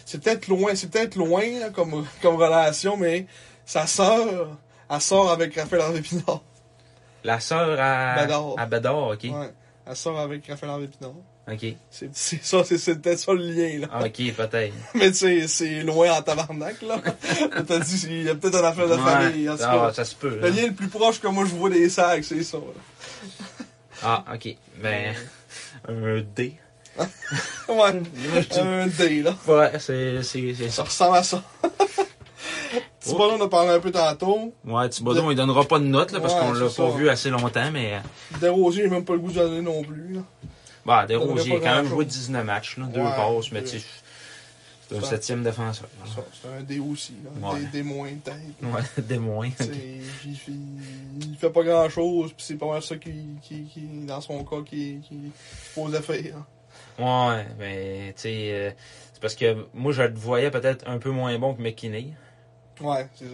Speaker 3: c'est peut-être loin, c'est peut-être loin là, comme, comme relation, mais sa sœur, elle sort avec Raphaël Harvey Pinard.
Speaker 2: La sœur à
Speaker 3: Bédard.
Speaker 2: à Bédard, ok.
Speaker 3: Ouais, elle sort avec Raphaël Harvey Pinard.
Speaker 2: Ok,
Speaker 3: C'est c'est ça, c'est c'est peut-être ça le lien là.
Speaker 2: Ah, ok, peut-être.
Speaker 3: Mais tu sais, c'est loin en tabarnak, là. T'as dit, il y a peut-être un affaire de famille.
Speaker 2: Ouais.
Speaker 3: En tout
Speaker 2: Ah,
Speaker 3: cas,
Speaker 2: ça se peut.
Speaker 3: le
Speaker 2: là.
Speaker 3: lien le plus proche que moi je vois des sacs, c'est ça. là.
Speaker 2: Ah, ok. Ben, un D.
Speaker 3: Ouais.
Speaker 2: Moi, je dis-
Speaker 3: Un dé, là.
Speaker 2: Ouais, c'est c'est- c'est
Speaker 3: Ça
Speaker 2: ça.
Speaker 3: ressemble à ça. Tu vois, là, on a parlé un peu tantôt.
Speaker 2: Ouais, Thibodeau, il donnera pas de note, là, parce
Speaker 3: Ouais,
Speaker 2: qu'on l'a pas
Speaker 3: c'est ça.
Speaker 2: vu assez longtemps, mais. euh,
Speaker 3: Desrosiers, j'ai même pas le goût de donner non plus, là.
Speaker 2: Bah,
Speaker 3: Ça devrait
Speaker 2: Desrosiers,
Speaker 3: pas
Speaker 2: quand même
Speaker 3: grand-chose.
Speaker 2: joué 19 matchs, là, deux
Speaker 3: Ouais,
Speaker 2: passes, mais
Speaker 3: deux.
Speaker 2: tu sais, c'est un
Speaker 3: Ça.
Speaker 2: septième défenseur.
Speaker 3: Ça, C'est un dé aussi, là.
Speaker 2: Ouais.
Speaker 3: Des, des moins de tête.
Speaker 2: Ouais, des moins.
Speaker 3: Tu sais, il, fait- il fait pas grand chose, pis c'est pas mal ça qui, qui, qui, dans son cas, qui, qui supposait faire. hein.
Speaker 2: Ouais, mais tu sais, euh, c'est parce que moi, je le voyais peut-être un peu moins bon que McKinney.
Speaker 3: Ouais, c'est ça.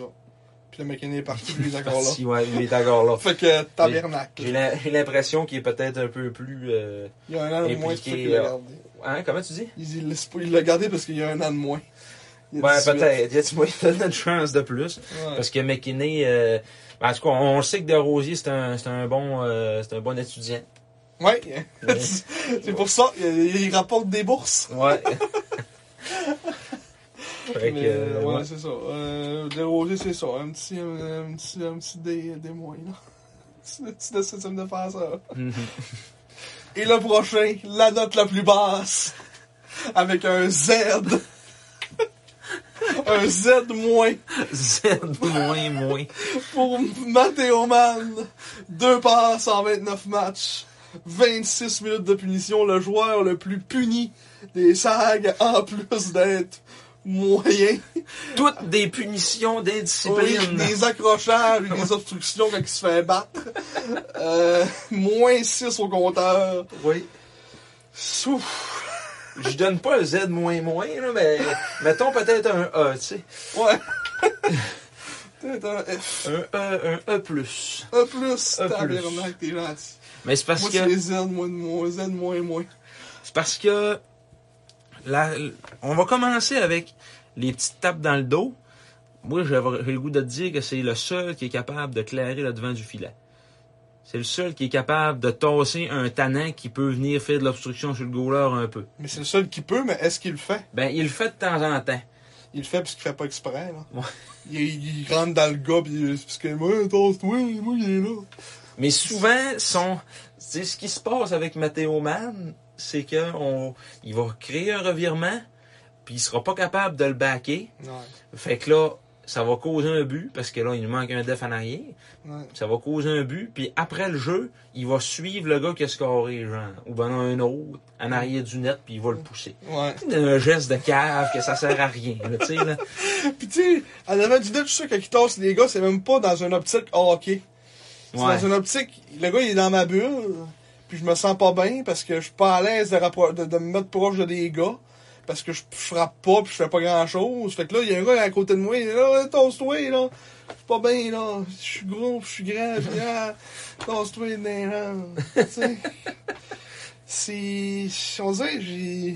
Speaker 3: Puis le mec est parti, lui, d'accord, là.
Speaker 2: Si, ouais, il est encore là.
Speaker 3: Fait que euh, tabernacle.
Speaker 2: J'ai la- j'ai l'impression qu'il est peut-être un peu plus. euh,
Speaker 3: Il y a un an de
Speaker 2: Impliqué,
Speaker 3: moins, c'est pour ça qu'il l'a
Speaker 2: là.
Speaker 3: gardé.
Speaker 2: Hein, comment tu dis?
Speaker 3: Il il laisse pas- il l'a gardé parce qu'il y a un an de moins. Il y a
Speaker 2: Ouais,
Speaker 3: 18.
Speaker 2: peut-être. Y a-tu moyen de donner une chance de plus?
Speaker 3: Ouais.
Speaker 2: Parce que McKinney, euh, ben, en tout cas, on sait que Desrosiers, c'est un, c'est un bon, euh, c'est un bon étudiant.
Speaker 3: Ouais.
Speaker 2: Ouais.
Speaker 3: c'est pour ça, il, il rapporte des bourses.
Speaker 2: Ouais. fait que,
Speaker 3: Mais,
Speaker 2: euh,
Speaker 3: ouais,
Speaker 2: ouais.
Speaker 3: c'est ça. Euh, de Rosier, c'est ça. Un petit, un, un petit, un petit des, des moins, là. Un petit de septième de faire ça.
Speaker 2: Mhm. Mm-hmm.
Speaker 3: Et le prochain, la note la plus basse. Avec un Z. un Z moins.
Speaker 2: Z moins moins.
Speaker 3: pour Matteo Mann. Deux passes en 29 matchs. 26 minutes de punition. Le joueur le plus puni des SAG, en plus d'être moyen.
Speaker 2: Toutes des punitions
Speaker 3: Oui,
Speaker 2: d'indiscipline.
Speaker 3: des accrochages et des obstructions quand il se fait battre. Euh, moins 6 au compteur.
Speaker 2: Oui.
Speaker 3: Ouf.
Speaker 2: Je donne pas un Z moins moins, là, mais mettons peut-être un E, tu sais.
Speaker 3: Ouais. Peut-être un F.
Speaker 2: Un E, un E plus.
Speaker 3: Un plus.
Speaker 2: Un plus.
Speaker 3: Tabernacle, t'es gentil.
Speaker 2: Mais c'est parce
Speaker 3: Moi,
Speaker 2: que.
Speaker 3: c'est Z, moi, moi, Z, moins, moins.
Speaker 2: C'est parce que la- on va commencer avec les petites tapes dans le dos. Moi, j'avais- j'ai le goût de te dire que c'est le seul qui est capable de clairer le devant du filet. C'est le seul qui est capable de tasser un tannant qui peut venir faire de l'obstruction sur le goaler un peu.
Speaker 3: Mais c'est le seul qui peut, mais est-ce qu'il le fait?
Speaker 2: Ben, il le fait de temps en temps.
Speaker 3: Il le fait parce qu'il fait pas exprès, là.
Speaker 2: Ouais.
Speaker 3: Il, il rentre dans le gars, pis il- c'est parce que, moi, tasse-toi, moi, il est là.
Speaker 2: Mais souvent, son, c'est ce qui se passe avec Matteo Mann, c'est que on, il va créer un revirement, puis il sera pas capable de le backer.
Speaker 3: Ouais,
Speaker 2: Fait que là, ça va causer un but, parce que là, il nous manque un def en arrière.
Speaker 3: ouais.
Speaker 2: Ça va causer un but, puis après le jeu, il va suivre le gars qui a scoré, genre, ou ben un autre, en arrière du net, puis il va le pousser.
Speaker 3: Ouais.
Speaker 2: C'est un geste de cave que ça sert à rien, là, tu sais, là.
Speaker 3: Pis tu sais, en avant du net, je suis sûr que quand il tasse les gars, c'est même pas dans une optique hockey. C'est
Speaker 2: Ouais.
Speaker 3: dans une optique, le gars, il est dans ma bulle, puis je me sens pas bien parce que je suis pas à l'aise de, rappro- de, de me mettre proche de des gars. Parce que je je frappe pas pis je fais pas grand chose. Fait que là, il y a un gars à côté de moi, il est là, Hey, tasse-toi, là. Je suis pas bien, là. Je suis gros, pis je suis grand, pis ah, tasse-toi, dans les jambes. Tu sais. C'est. On dirait, j'ai.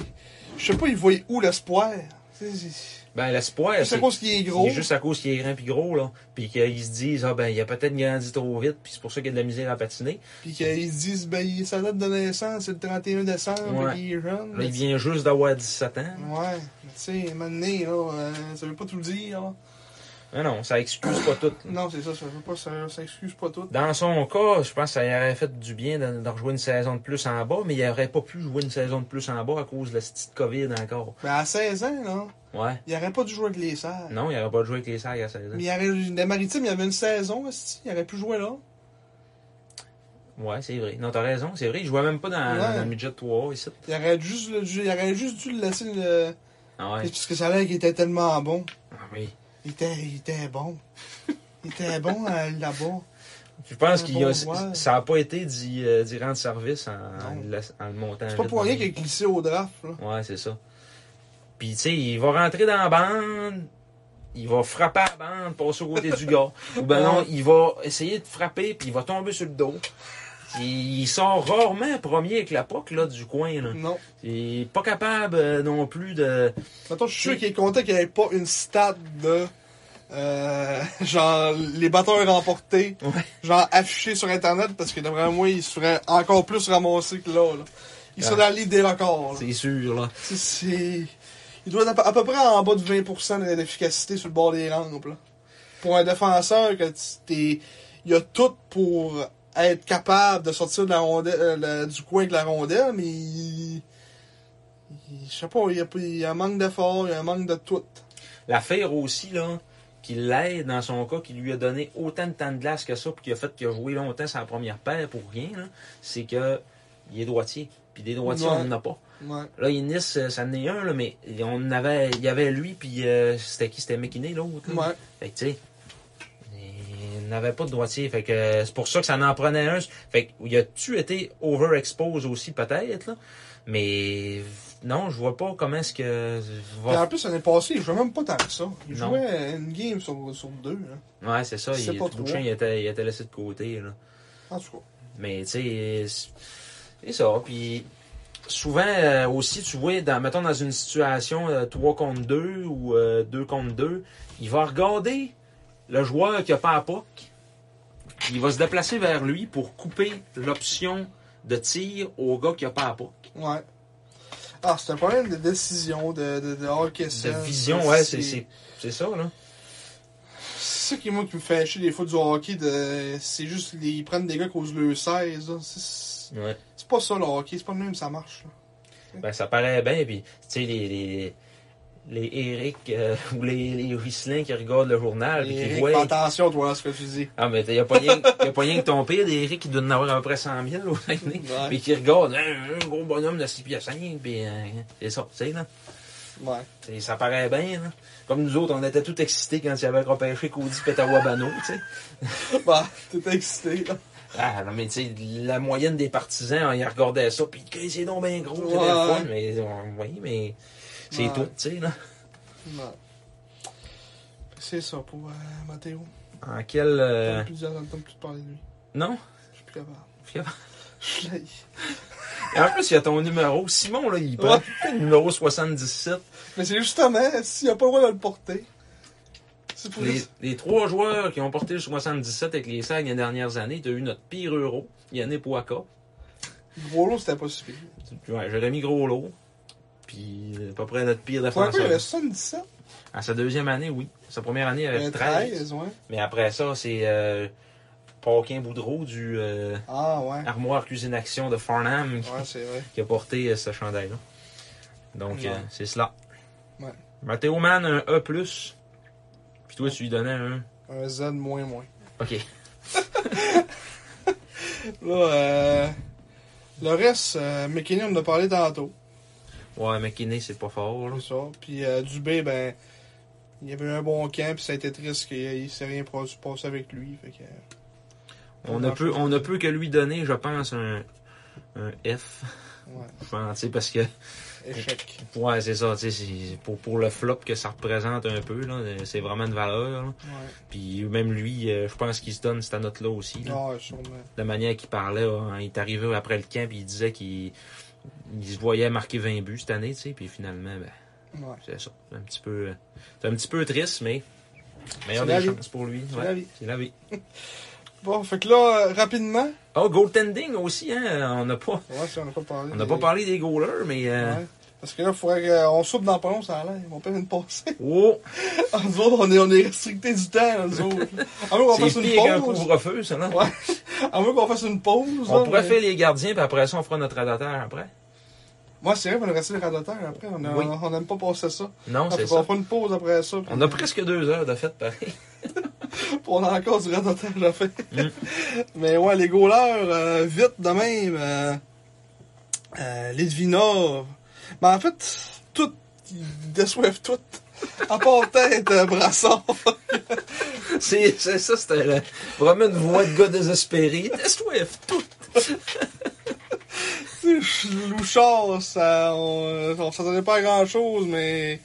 Speaker 3: Je sais pas, il voyait où l'espoir. C'est- c'est-
Speaker 2: Ben, l'espoir,
Speaker 3: Juste à
Speaker 2: c'est.
Speaker 3: cause qu'il est gros.
Speaker 2: C'est juste à cause qu'il est grand puis gros, là. Puis qu'ils se disent, ah ben, il a peut-être grandi trop vite, puis c'est pour ça qu'il y a de la misère à patiner.
Speaker 3: Puis qu'ils se disent, ben, il- sa date de naissance, c'est le 31 décembre,
Speaker 2: Ouais.
Speaker 3: puis il est jeune.
Speaker 2: Là, il vient juste d'avoir 17 ans.
Speaker 3: Ouais, mais tu sais, maintenant, là, euh, ça veut pas tout dire, là.
Speaker 2: Mais Ben non, ça excuse pas tout. là.
Speaker 3: Non, c'est ça, ça veut pas, ça, ça excuse pas tout.
Speaker 2: Dans son cas, je pense que ça lui aurait fait du bien de, de rejouer une saison de plus en bas, mais il aurait pas pu jouer une saison de plus en bas à cause de la petite COVID encore.
Speaker 3: Mais Ben, à 16 ans, là,
Speaker 2: Ouais.
Speaker 3: il aurait pas dû jouer avec les serres.
Speaker 2: Non, hein. il aurait pas joué avec les sages à 16 ans.
Speaker 3: Mais il aurait, la maritime, il y avait une saison, aussi, il aurait pu jouer là.
Speaker 2: Ouais, c'est vrai. Non, t'as raison, c'est vrai. Il jouait même pas dans,
Speaker 3: Ouais.
Speaker 2: dans le midget 3 ici.
Speaker 3: Il aurait juste, le- il aurait juste dû le laisser le.
Speaker 2: Ah ouais.
Speaker 3: Parce que ça a l'air qu'il était tellement bon.
Speaker 2: Ah oui.
Speaker 3: Il était, il était bon. il était bon euh, là-bas.
Speaker 2: Je pense
Speaker 3: Un
Speaker 2: qu'il y a-
Speaker 3: bon joueur.
Speaker 2: ça a pas été d'y euh, d'y rendre service en, en
Speaker 3: Non.
Speaker 2: le laissant- en le montant.
Speaker 3: C'est pas
Speaker 2: vite
Speaker 3: pour
Speaker 2: de
Speaker 3: rien
Speaker 2: même.
Speaker 3: qu'il a glissé au draft, là.
Speaker 2: Ouais, c'est ça. Puis, tu sais, il va rentrer dans la bande, il va frapper à la bande, passer au côté du gars. Ou ben non, il va essayer de frapper, puis il va tomber sur le dos. Puis, il sort rarement premier avec la POC, là, du coin, là.
Speaker 3: Non.
Speaker 2: Il est pas capable euh, non plus de...
Speaker 3: Mettons, je suis sûr qu'il est content qu'il n'y ait pas une stat de. euh, genre, les batteurs remportés,
Speaker 2: Ouais.
Speaker 3: genre affichés sur Internet, parce que d'après moi, ils seraient encore plus ramassés que là. là. Ils sont
Speaker 2: Ouais.
Speaker 3: dans la ligue des records. là.
Speaker 2: C'est sûr, là.
Speaker 3: C'est- C'est. Il doit être à peu- à peu près en bas de 20% de- d'efficacité sur le bord des lampes. là. Pour un défenseur, que tu- t'es- il a tout pour être capable de sortir de la rondelle, euh, la- du coin avec la rondelle, mais il. il- Je sais pas, il y a, pas- il y a un manque d'effort, il y a un manque de tout.
Speaker 2: L'affaire aussi, là, qui l'aide dans son cas, qui lui a donné autant de temps de glace que ça, puis qui a fait qu'il a joué longtemps sa première paire pour rien, là, c'est que il est droitier. Puis des droitiers,
Speaker 3: Ouais.
Speaker 2: on n'en a pas.
Speaker 3: Ouais.
Speaker 2: Là, Innis, euh, ça en est un, là, mais on avait, il y avait lui, puis euh, c'était qui C'était McKinney, l'autre. là.
Speaker 3: Ouais.
Speaker 2: Fait que, tu sais, il n'avait pas de droitier. Fait que euh, c'est pour ça que ça en prenait un. Fait que, il a-tu été overexposed aussi, peut-être, là? Mais non, je vois pas comment est-ce que.
Speaker 3: Puis en plus, l'année passée, il jouait même pas tant que ça. Il
Speaker 2: Non.
Speaker 3: jouait une game sur, sur deux. hein. là.
Speaker 2: Ouais, c'est ça.
Speaker 3: Je sais
Speaker 2: Il,
Speaker 3: pas
Speaker 2: Bouchin,
Speaker 3: trop.
Speaker 2: il était, il était laissé de côté, là.
Speaker 3: En tout cas.
Speaker 2: Mais tu sais, c'est- c'est ça. Puis souvent euh, aussi, tu vois, dans, mettons dans une situation euh, 3 contre 2 ou euh, 2 contre 2, il va regarder le joueur qui a pas à puck. puis Il va se déplacer vers lui pour couper l'option de tir au gars qui a pas à puck.
Speaker 3: Ouais. Ah, c'est un problème de décision, de, de, de hockey
Speaker 2: De
Speaker 3: sense.
Speaker 2: vision, ouais, c'est- c'est c'est ça, là.
Speaker 3: C'est ça qui, moi, qui me fait chier des fois du hockey. De... C'est juste les- ils prennent des gars qui osent le 16. là. C'est-
Speaker 2: Ouais.
Speaker 3: C'est pas ça le hockey, c'est pas le même, ça marche. là.
Speaker 2: Ben, ça paraît bien, puis, tu sais, les, les, les Eric euh, ou les, les Riesling qui regardent le journal, puis qui
Speaker 3: Eric,
Speaker 2: voient...
Speaker 3: fais attention, toi, à ce que tu dis.
Speaker 2: Ah, mais y a pas rien, y a pas rien que ton pire d'Éric qui doit en avoir à peu près 100 000 au Saguenay.
Speaker 3: Ouais.
Speaker 2: Puis qui regarde, hein, un gros bonhomme de 6 pieds 5, puis euh, c'est ça, tu sais, là.
Speaker 3: Ouais.
Speaker 2: C'est- Ça paraît bien, là. Comme nous autres, on était tout excités quand il avait repêché Cody Petawabano, tu sais.
Speaker 3: bah, t'es excité, là.
Speaker 2: Ah, non, mais tu sais, la moyenne des partisans, ils regardaient ça, puis Hey, c'est donc bien gros, c'est bien
Speaker 3: Ouais.
Speaker 2: le fun, mais on- oui, mais c'est
Speaker 3: Ouais.
Speaker 2: tout, tu sais, là.
Speaker 3: Ouais. C'est ça pour euh, Mathéo.
Speaker 2: En quel... euh,
Speaker 3: J'entends plus dire- j'entends plus parler de lui.
Speaker 2: Non?
Speaker 3: Je suis plus capable.
Speaker 2: Plus capable.
Speaker 3: Je suis là.
Speaker 2: Et en plus, il y a ton numéro. Simon, là, il prend
Speaker 3: Ouais.
Speaker 2: tout le temps le numéro 77.
Speaker 3: Mais c'est justement, s'il a pas le droit de le porter. C'est pour
Speaker 2: Les, les trois joueurs qui ont porté le 77 avec les Sags les dernières années, tu as eu notre pire euro, Yannick Waka,
Speaker 3: Gros lot, c'était pas si pire.
Speaker 2: ouais, Jérémy Groslo, puis à peu près notre pire
Speaker 3: Pour un peu, il
Speaker 2: défenseur.
Speaker 3: avait 77.
Speaker 2: À sa deuxième année, oui. Sa première année, il
Speaker 3: Il
Speaker 2: avait
Speaker 3: avait
Speaker 2: 13.
Speaker 3: 13, euh, ouais.
Speaker 2: Mais après ça, c'est euh, Paquin Boudreau du euh,
Speaker 3: Ah, ouais.
Speaker 2: Armoire Cuisine Action de Farnham
Speaker 3: Ouais, c'est vrai.
Speaker 2: qui a porté euh, ce chandail-là. Donc,
Speaker 3: Ouais.
Speaker 2: euh, c'est cela.
Speaker 3: Ouais.
Speaker 2: Mathéo Mann, un E+. Puis toi, tu lui donnais un...
Speaker 3: Un Z moins moins.
Speaker 2: OK.
Speaker 3: Là, euh, le reste, euh, McKinney, on en a parlé tantôt.
Speaker 2: Ouais, McKinney, c'est pas fort, là.
Speaker 3: C'est ça. Puis euh, Dubé, ben, il y avait eu un bon camp, puis ça a été triste qu'il il s'est rien pro- passé avec lui. Fait que, euh,
Speaker 2: On ne, peut, on ne peut que lui donner, je pense, un, un F.
Speaker 3: ouais,
Speaker 2: Je pense, tu sais, parce que.
Speaker 3: échec.
Speaker 2: Ouais, c'est ça, tu sais, c'est- pour, pour le flop que ça représente un peu, là, c'est vraiment de valeur. là.
Speaker 3: Ouais.
Speaker 2: Puis même lui, euh, je pense qu'il se donne cette note-là aussi. là.
Speaker 3: Ah, sûrement.
Speaker 2: La manière qu'il parlait, hein, il est arrivé après le camp, puis il disait qu'il il se voyait marquer 20 buts cette année, tu sais, puis finalement, ben,
Speaker 3: Ouais.
Speaker 2: C'est ça. C'est un petit peu, c'est un petit peu triste, mais meilleure
Speaker 3: C'est la
Speaker 2: des
Speaker 3: vie.
Speaker 2: chances pour lui.
Speaker 3: C'est
Speaker 2: Ouais.
Speaker 3: la vie.
Speaker 2: C'est la vie.
Speaker 3: Bon, fait que là, euh, rapidement.
Speaker 2: Oh, goaltending aussi, hein. On n'a pas,
Speaker 3: Ouais, si on n'a pas parlé.
Speaker 2: on n'a
Speaker 3: des-
Speaker 2: pas parlé des goalers, mais euh,
Speaker 3: Ouais. Parce que là, il faudrait qu'on soupe dans pas long, ça a l'air. Mon père vient de passer.
Speaker 2: oh,
Speaker 3: Ah, nous autres, on est, on est restricté du temps, là, nous autres. À moins qu'on fasse
Speaker 2: c'est pire qu'un
Speaker 3: une pause.
Speaker 2: couvre-feu, ça, non?
Speaker 3: Ouais. À moins qu'on fasse une pause.
Speaker 2: On
Speaker 3: là,
Speaker 2: pourrait
Speaker 3: mais-
Speaker 2: faire les gardiens, puis après ça, on fera notre radiateur après.
Speaker 3: Moi, c'est vrai, on va rester le radiateur après. On a-
Speaker 2: Oui.
Speaker 3: on n'aime pas passer ça.
Speaker 2: Non,
Speaker 3: Ah,
Speaker 2: c'est
Speaker 3: fait qu'on
Speaker 2: ça.
Speaker 3: fera une pause après ça. puis-
Speaker 2: On a presque deux heures de fête, pareil.
Speaker 3: Puis on a encore du radotage à faire.
Speaker 2: Mm.
Speaker 3: Mais ouais, les goalers, euh, vite de même. Euh, euh, Litvinov. Mais en fait, tout, ils déçoivent tout. À part tête, euh, Brassard.
Speaker 2: C'est c'est ça, c'était euh, vraiment une voix de gars désespéré. Swift, tout.
Speaker 3: Louchard, ça, on, on s'attendait pas à grand chose, mais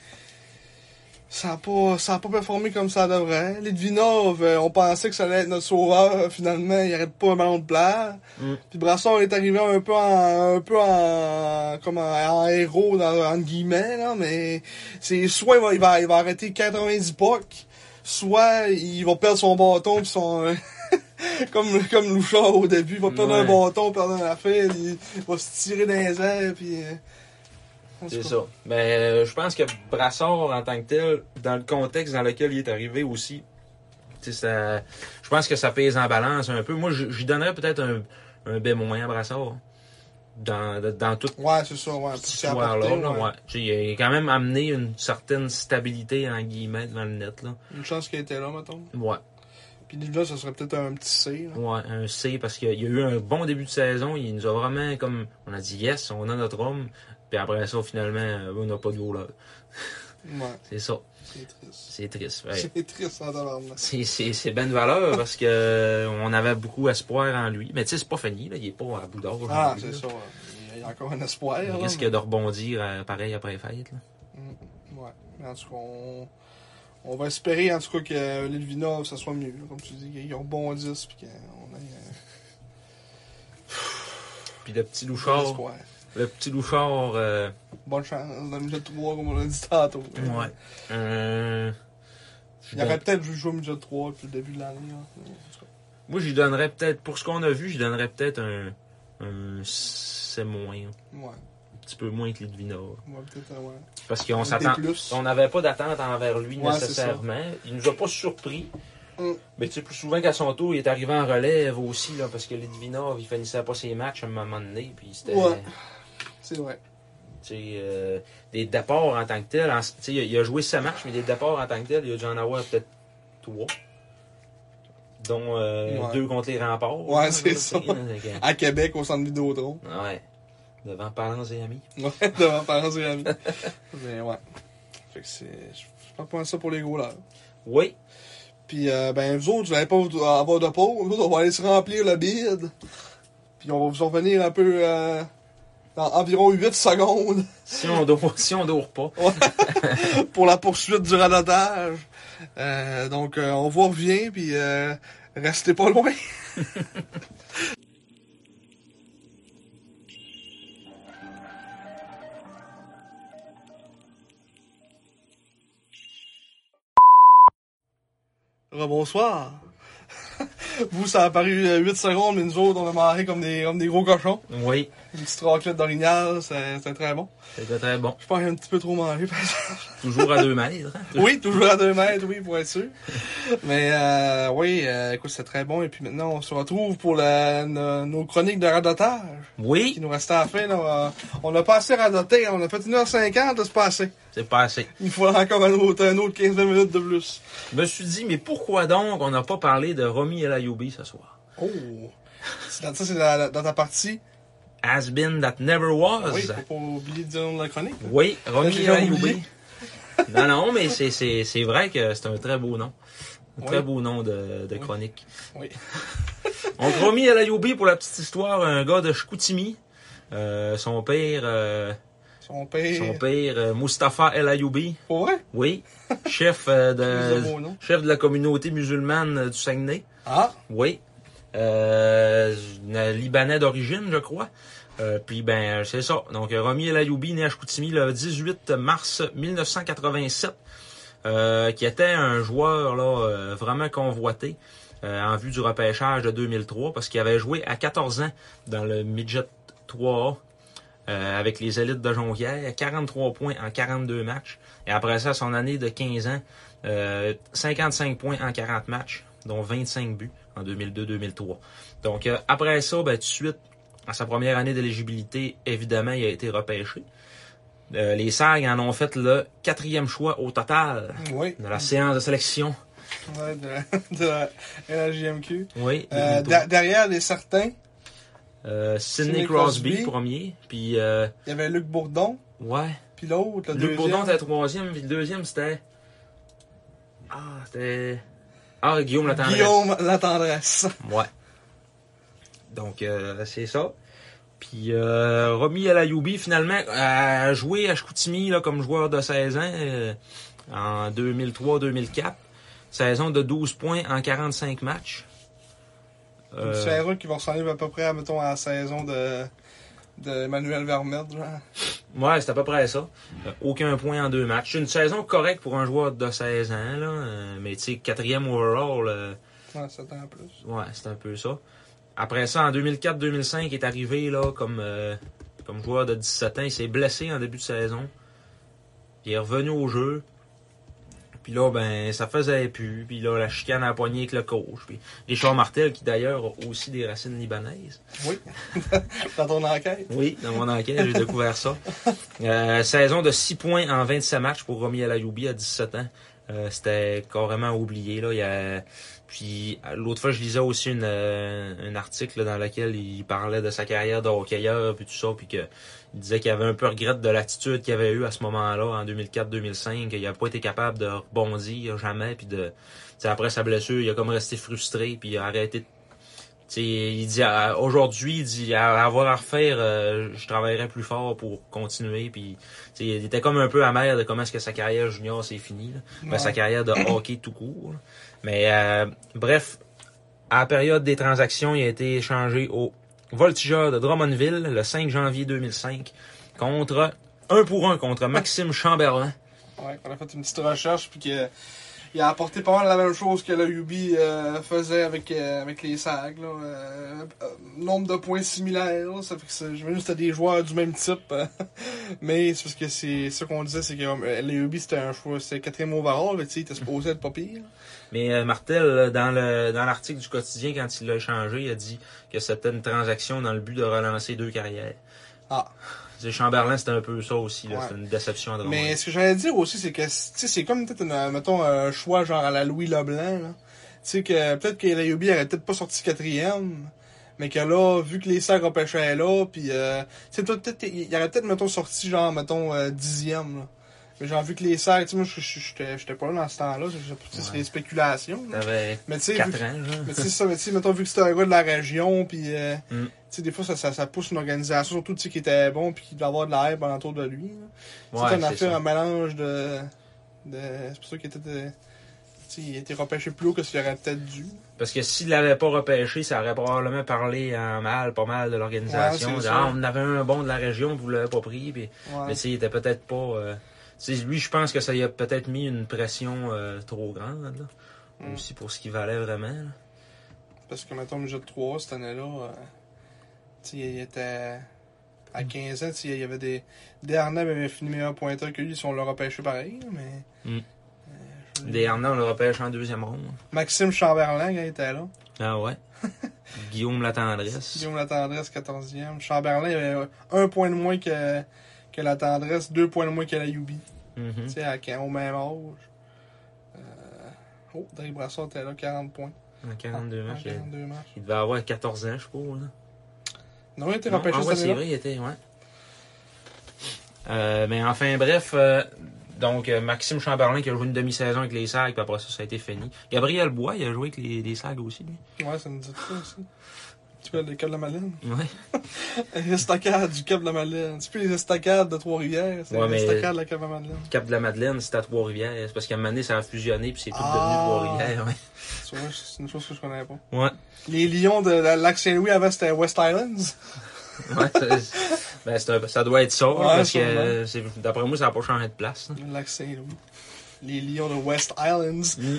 Speaker 3: ça a pas, ça a pas performé comme ça devrait. Litvinov, euh, on pensait que ça allait être notre sauveur, finalement, il arrête pas un ballon de plat.
Speaker 2: Mm.
Speaker 3: Puis Brassard est arrivé un peu en, un peu en, comme en, en héros, dans, entre guillemets, là, mais c'est soit il va, il va, il va arrêter 90 pucks, soit il va perdre son bâton pis son, comme, comme Louchard au début, il va perdre un
Speaker 2: Ouais.
Speaker 3: bâton, perdre un affaire, il va se tirer dans les airs puis euh, en tout
Speaker 2: C'est
Speaker 3: cas.
Speaker 2: ça. Mais euh, je pense que Brassard, en tant que tel, dans le contexte dans lequel il est arrivé aussi, tu sais, ça, je pense que ça pèse en balance un peu. Moi, je- j'y donnerais peut-être un, un B moyen à Brassard. hein, Dans, dans toute
Speaker 3: Ouais, c'est ça, ouais.
Speaker 2: cette
Speaker 3: c'est à
Speaker 2: histoire-là.
Speaker 3: porter,
Speaker 2: là,
Speaker 3: ouais.
Speaker 2: ouais. Tu sais, Il a quand même amené une certaine stabilité, en guillemets, dans le net. Là.
Speaker 3: Une chance qu'il était là, mettons.
Speaker 2: Ouais.
Speaker 3: Puis là, ça serait peut-être un petit C. là.
Speaker 2: Ouais, un C, parce qu'il y a eu un bon début de saison. Il nous a vraiment, comme, on a dit yes, on a notre homme. Puis après ça, finalement, euh, on n'a pas de goal, là.
Speaker 3: Ouais,
Speaker 2: C'est ça.
Speaker 3: c'est triste.
Speaker 2: C'est triste. ouais.
Speaker 3: C'est triste en tabarnak.
Speaker 2: C'est, c'est, c'est bonne valeur parce que euh, on avait beaucoup espoir en lui. Mais tu sais, c'est pas fini, là. Il est pas à bout d'or.
Speaker 3: Ah,
Speaker 2: aujourd'hui,
Speaker 3: c'est ça,
Speaker 2: là.
Speaker 3: ouais. Il y a encore un espoir, là.
Speaker 2: Il risque
Speaker 3: mais-
Speaker 2: de rebondir euh, pareil après fête, là.
Speaker 3: Ouais. Mais en tout cas, on... on va espérer, en tout cas, que Litvinov, ça soit mieux. là, Comme tu dis, qu'ils rebondissent, puis qu'on ait euh,
Speaker 2: Puis le petit
Speaker 3: un
Speaker 2: Louchard,
Speaker 3: espoir.
Speaker 2: le petit Louchard, euh,
Speaker 3: Bonne chance dans le milieu de 3, comme on l'a dit tantôt.
Speaker 2: ouais. Euh, je
Speaker 3: Il aurait
Speaker 2: donne-
Speaker 3: peut-être dû jouer au milieu de 3 depuis le début de l'année. là. Mais en tout cas,
Speaker 2: Moi, j'y donnerais peut-être, pour ce qu'on a vu, j'y donnerais peut-être un, un C moins,
Speaker 3: Ouais,
Speaker 2: un petit peu moins que Lidvinov.
Speaker 3: on va peut-être avoir.
Speaker 2: Parce qu'on
Speaker 3: Des
Speaker 2: s'attend,
Speaker 3: plus.
Speaker 2: on n'avait pas d'attente envers lui
Speaker 3: Ouais, c'est
Speaker 2: nécessairement. Il nous a pas surpris.
Speaker 3: Mm.
Speaker 2: Mais tu sais, plus souvent qu'à son tour, il est arrivé en relève aussi, là, parce que Litvinov, il finissait pas ses matchs à un moment donné, puis c'était
Speaker 3: Ouais. C'est vrai.
Speaker 2: tu sais, euh, des départs en tant que tel. En- tu sais, il a- il a joué sa matchs, mais des départs en tant que tel, il a dû en avoir peut-être trois. Dont euh,
Speaker 3: Ouais.
Speaker 2: deux contre les remparts.
Speaker 3: Ouais,
Speaker 2: là,
Speaker 3: c'est
Speaker 2: tu sais,
Speaker 3: ça.
Speaker 2: là, fait que-
Speaker 3: À Québec, au centre Vidéotron.
Speaker 2: Ouais. Devant parents et amis.
Speaker 3: Ouais, devant parents et amis. Mais ouais. Fait que c'est. Je pense pas mal ça pour les gros là.
Speaker 2: Oui.
Speaker 3: Puis, euh, ben, vous autres, vous n'allez pas vous- avoir de pause. Nous autres, on va aller se remplir le bide. Puis, on va vous en revenir un peu euh, dans environ 8 secondes
Speaker 2: Si on dort, si on dort pas.
Speaker 3: pour la poursuite du radotage. Euh, donc, euh, on vous revient, puis euh, restez pas loin. Rebonsoir. Vous, ça a paru euh, 8 secondes, mais nous autres, on a marré comme des, comme des gros cochons.
Speaker 2: Oui.
Speaker 3: Une petite raclette d'orignal, c'est c'est très bon.
Speaker 2: C'était très bon.
Speaker 3: Je pense que j'ai un petit peu trop mangé, par exemple.
Speaker 2: Toujours à deux mètres. hein.
Speaker 3: Oui, toujours à deux mètres, oui, pour être sûr. Mais euh, oui, euh, écoute, c'est très bon. Et puis maintenant, on se retrouve pour la- no- nos chroniques de radotage
Speaker 2: Oui.
Speaker 3: qui nous restent à la fin. là. Euh, On a pas assez radoté, on a fait 1h50 de se passer.
Speaker 2: C'est pas assez.
Speaker 3: Il faut encore un autre, un autre 15 minutes de plus.
Speaker 2: Je me suis dit, mais pourquoi donc on n'a pas parlé de Romy El Ayoubi ce soir?
Speaker 3: Oh! C'est dans- Ça, c'est dans, la- dans ta partie.
Speaker 2: Has been that never was.
Speaker 3: Oui, faut pas oublier de dire le nom de la chronique.
Speaker 2: Oui, Romy
Speaker 3: J'ai
Speaker 2: El Ayoubi.
Speaker 3: oublié.
Speaker 2: non, non, mais c'est, c'est, c'est vrai que c'est un très beau nom. Un
Speaker 3: Oui.
Speaker 2: très beau nom de, de chronique.
Speaker 3: Oui.
Speaker 2: Donc, Romy El Ayoubi, pour la petite histoire, un gars de Chicoutimi. Euh, son père, euh,
Speaker 3: Son père.
Speaker 2: son père, euh, Mustapha El Ayoubi.
Speaker 3: Pour vrai?
Speaker 2: Oui. Chef, euh,
Speaker 3: Excusez mon
Speaker 2: de,
Speaker 3: nom.
Speaker 2: chef de la communauté musulmane euh, du Saguenay.
Speaker 3: Ah!
Speaker 2: Oui. Euh, un Libanais euh, d'origine, je crois. Euh, puis ben c'est ça. Donc Romy Elayoubi, né à Chicoutimi le 18 mars 1987, euh, qui était un joueur là euh, vraiment convoité euh, en vue du repêchage de 2003 parce qu'il avait joué à 14 ans dans le midget 3A euh, avec les élites de Jonquière, 43 points en 42 matchs. Et après ça, son année de 15 ans, euh, 55 points en 40 matchs, dont 25 buts en 2002-2003. Donc euh, après ça, ben, tout de suite, à sa première année d'éligibilité, évidemment, il a été repêché. Euh, les Sags en ont fait le quatrième choix au total
Speaker 3: Oui.
Speaker 2: de la séance de sélection.
Speaker 3: Ouais, de, la- de la LHJMQ.
Speaker 2: Oui,
Speaker 3: Euh,
Speaker 2: 2003.
Speaker 3: da- derrière les certains,
Speaker 2: Euh, Sidney
Speaker 3: Sidney
Speaker 2: Crosby,
Speaker 3: Crosby.
Speaker 2: premier, puis euh,
Speaker 3: il y avait Luc Bourdon,
Speaker 2: ouais,
Speaker 3: puis l'autre, le
Speaker 2: Luc
Speaker 3: deuxième.
Speaker 2: Bourdon était troisième, puis le deuxième c'était ah c'était ah Guillaume Latendresse.
Speaker 3: Guillaume La Tendresse.
Speaker 2: Ouais. Donc euh, c'est ça. Puis euh, Romy Alayoubi finalement a joué à Chicoutimi là, comme joueur de 16 ans euh, en 2003-2004. Saison de 12 points en 45 matchs.
Speaker 3: Une
Speaker 2: Euh,
Speaker 3: série qui va ressembler à peu près, mettons, à la saison de, de Emmanuel Vermette, genre.
Speaker 2: Ouais, c'est à peu près ça. Euh, aucun point en deux matchs. Une saison correcte pour un joueur de 16 ans, là. euh, mais tu sais, quatrième overall, euh,
Speaker 3: Ouais, ça tend plus.
Speaker 2: ouais, c'est un peu ça. Après ça, en 2004-2005, il est arrivé là comme, euh, comme joueur de 17 ans. Il s'est blessé en début de saison. Il est revenu au jeu. Puis là, ben, ça faisait plus. Puis là, la chicane à la poignée avec le coach. Puis Richard Martel, qui d'ailleurs a aussi des racines libanaises.
Speaker 3: Oui. Dans ton enquête.
Speaker 2: Oui, dans mon enquête, j'ai découvert ça. Euh, saison de 6 points en 27 matchs pour Romy Alayoubi à 17 ans. Euh, C'était carrément oublié. Là. Il y a... Puis l'autre fois, je lisais aussi une, euh, un article là, dans lequel il parlait de sa carrière de hockeyeur puis tout ça, puis que il disait qu'il avait un peu regret de l'attitude qu'il avait eue à ce moment-là en 2004-2005, qu'il n'avait pas été capable de rebondir jamais, puis de, tu sais, après sa blessure, il a comme resté frustré, puis il a arrêté de tu sais, il dit à- aujourd'hui, il dit à avoir à refaire, euh, je travaillerai plus fort pour continuer. Puis, tu sais, il était comme un peu amer de comment est-ce que sa carrière junior s'est finie. là. Ben,
Speaker 3: Ouais.
Speaker 2: sa carrière de hockey tout court. là. Mais euh, bref, à la période des transactions, il a été échangé au Voltigeur de Drummondville le 5 janvier 2005 contre un pour un contre Maxime Chamberlain.
Speaker 3: Ouais, qu'on a fait une petite recherche, puis que. Il a apporté pas mal la même chose que la Yubi euh, faisait avec, euh, avec les SAG. Là. Euh, euh, nombre de points similaires. Là. Ça fait que c'est- j'imagine que c'était des joueurs du même type. euh, mais c'est parce que c'est ça qu'on disait, c'est que euh, la Yubi c'était un choix, c'était le quatrième overall, mais tu sais, il était supposé être pas pire.
Speaker 2: Mais euh, Martel, euh, dans le dans l'article du quotidien, quand il l'a échangé, il a dit que c'était une transaction dans le but de relancer deux carrières.
Speaker 3: Ah.
Speaker 2: C'est Chamberlain, c'était un peu ça aussi. là.
Speaker 3: Ouais.
Speaker 2: C'était une déception à Drummond.
Speaker 3: Mais ce que j'allais dire aussi, c'est que tu sais, c'est comme peut-être un, mettons, un choix genre à la Louis Leblanc. Là. Tu sais que peut-être que la Yubi aurait peut-être pas sorti quatrième, mais que là, vu que les sacs repêchaient là, puis euh, tu sais, toi, peut-être il il aurait peut-être mettons sorti genre mettons euh, dixième. Là. Mais genre vu que les sacs, tu sais, moi je- je- j'étais j'étais pas là dans ce temps-là, je- je- tu sais, c'est
Speaker 2: Ouais.
Speaker 3: des spéculations. là.
Speaker 2: T'avais
Speaker 3: Mais tu sais, vu
Speaker 2: 4
Speaker 3: que-
Speaker 2: ans, genre.
Speaker 3: mais tu sais, ça, mais tu sais, mettons, vu que c'était un gars de la région, puis euh,
Speaker 2: Mm.
Speaker 3: tu sais, des fois, ça, ça, ça pousse une organisation, surtout, tu sais, qui était bon, puis qui doit avoir de la hype alentour de lui. là.
Speaker 2: Ouais,
Speaker 3: c'est une
Speaker 2: c'est
Speaker 3: affaire,
Speaker 2: ça.
Speaker 3: un mélange de. de c'est pour ça qu'il était. de- tu sais, il a été repêché plus haut que ce qu'il aurait peut-être dû.
Speaker 2: Parce que s'il l'avait pas repêché, ça aurait probablement parlé en mal, pas mal de l'organisation.
Speaker 3: Ouais, c'est
Speaker 2: Disant,
Speaker 3: ça.
Speaker 2: ah, on avait un bon de la région, vous l'avez pas pris. Puis,
Speaker 3: Ouais.
Speaker 2: Mais tu sais, il était peut-être pas. euh, tu sais, lui, je pense que ça lui a peut-être mis une pression euh, trop grande. là.
Speaker 3: Mm.
Speaker 2: Aussi pour ce qu'il valait vraiment. là.
Speaker 3: Parce que, mettons, le jeu de 3 cette année-là, euh, tu sais, il était.
Speaker 2: Mm.
Speaker 3: À 15 ans, tu sais, il y avait des. Darnab avait fini meilleur pointeur que lui, si on l'a repêché pareil, mais.
Speaker 2: Mm.
Speaker 3: euh, je-
Speaker 2: Des Arnaud, on le repêche en deuxième ronde.
Speaker 3: Maxime Chamberlain, il était là.
Speaker 2: Ah ouais. Guillaume Latendresse.
Speaker 3: Guillaume La Tendresse, 14e. Chamberlain avait un point de moins que, que La Tendresse, deux points de moins que la Yubi.
Speaker 2: Mhm.
Speaker 3: Tu sais, à quand- au même âge. Euh, Oh, Dave Brassard était là, 40 points.
Speaker 2: En 42
Speaker 3: Ah,
Speaker 2: matchs.
Speaker 3: 42 matchs.
Speaker 2: Il devait avoir 14 ans, je crois. Là.
Speaker 3: Non, il était
Speaker 2: Non,
Speaker 3: repêché
Speaker 2: ah ouais,
Speaker 3: cette
Speaker 2: c'est
Speaker 3: année-là.
Speaker 2: vrai, il était, ouais. Euh, mais enfin, bref, euh, donc euh, Maxime Chamberlain qui a joué une demi-saison avec les SAG, puis après ça, ça a été fini. Gabriel Bois, il a joué avec les, les SAG aussi, lui.
Speaker 3: Ouais, ça me dit ça aussi. Tu peux l'école de la Madeleine.
Speaker 2: Ouais.
Speaker 3: Les estacades du Cap de la Madeleine. Tu peux les estacades de Trois-Rivières. C'est
Speaker 2: Ouais,
Speaker 3: les
Speaker 2: mais-
Speaker 3: estacades de la Cap de la Madeleine.
Speaker 2: Cap de la Madeleine, c'était à Trois-Rivières. C'est parce qu'à un moment donné, ça a fusionné, puis c'est tout
Speaker 3: Ah.
Speaker 2: devenu Trois-Rivières, ouais.
Speaker 3: Tu vois, c'est une chose que je connais pas.
Speaker 2: Ouais.
Speaker 3: Les Lions de la- Lac Saint-Louis avant, c'était West Islands.
Speaker 2: Ouais, c'est- ben, c'est un- ça doit être ça, là,
Speaker 3: Ouais,
Speaker 2: parce que
Speaker 3: sûrement.
Speaker 2: euh, c'est- d'après moi, ça n'a pas changé de place. là.
Speaker 3: Le lac Saint-Louis. Les lions de West Islands.
Speaker 2: Mm.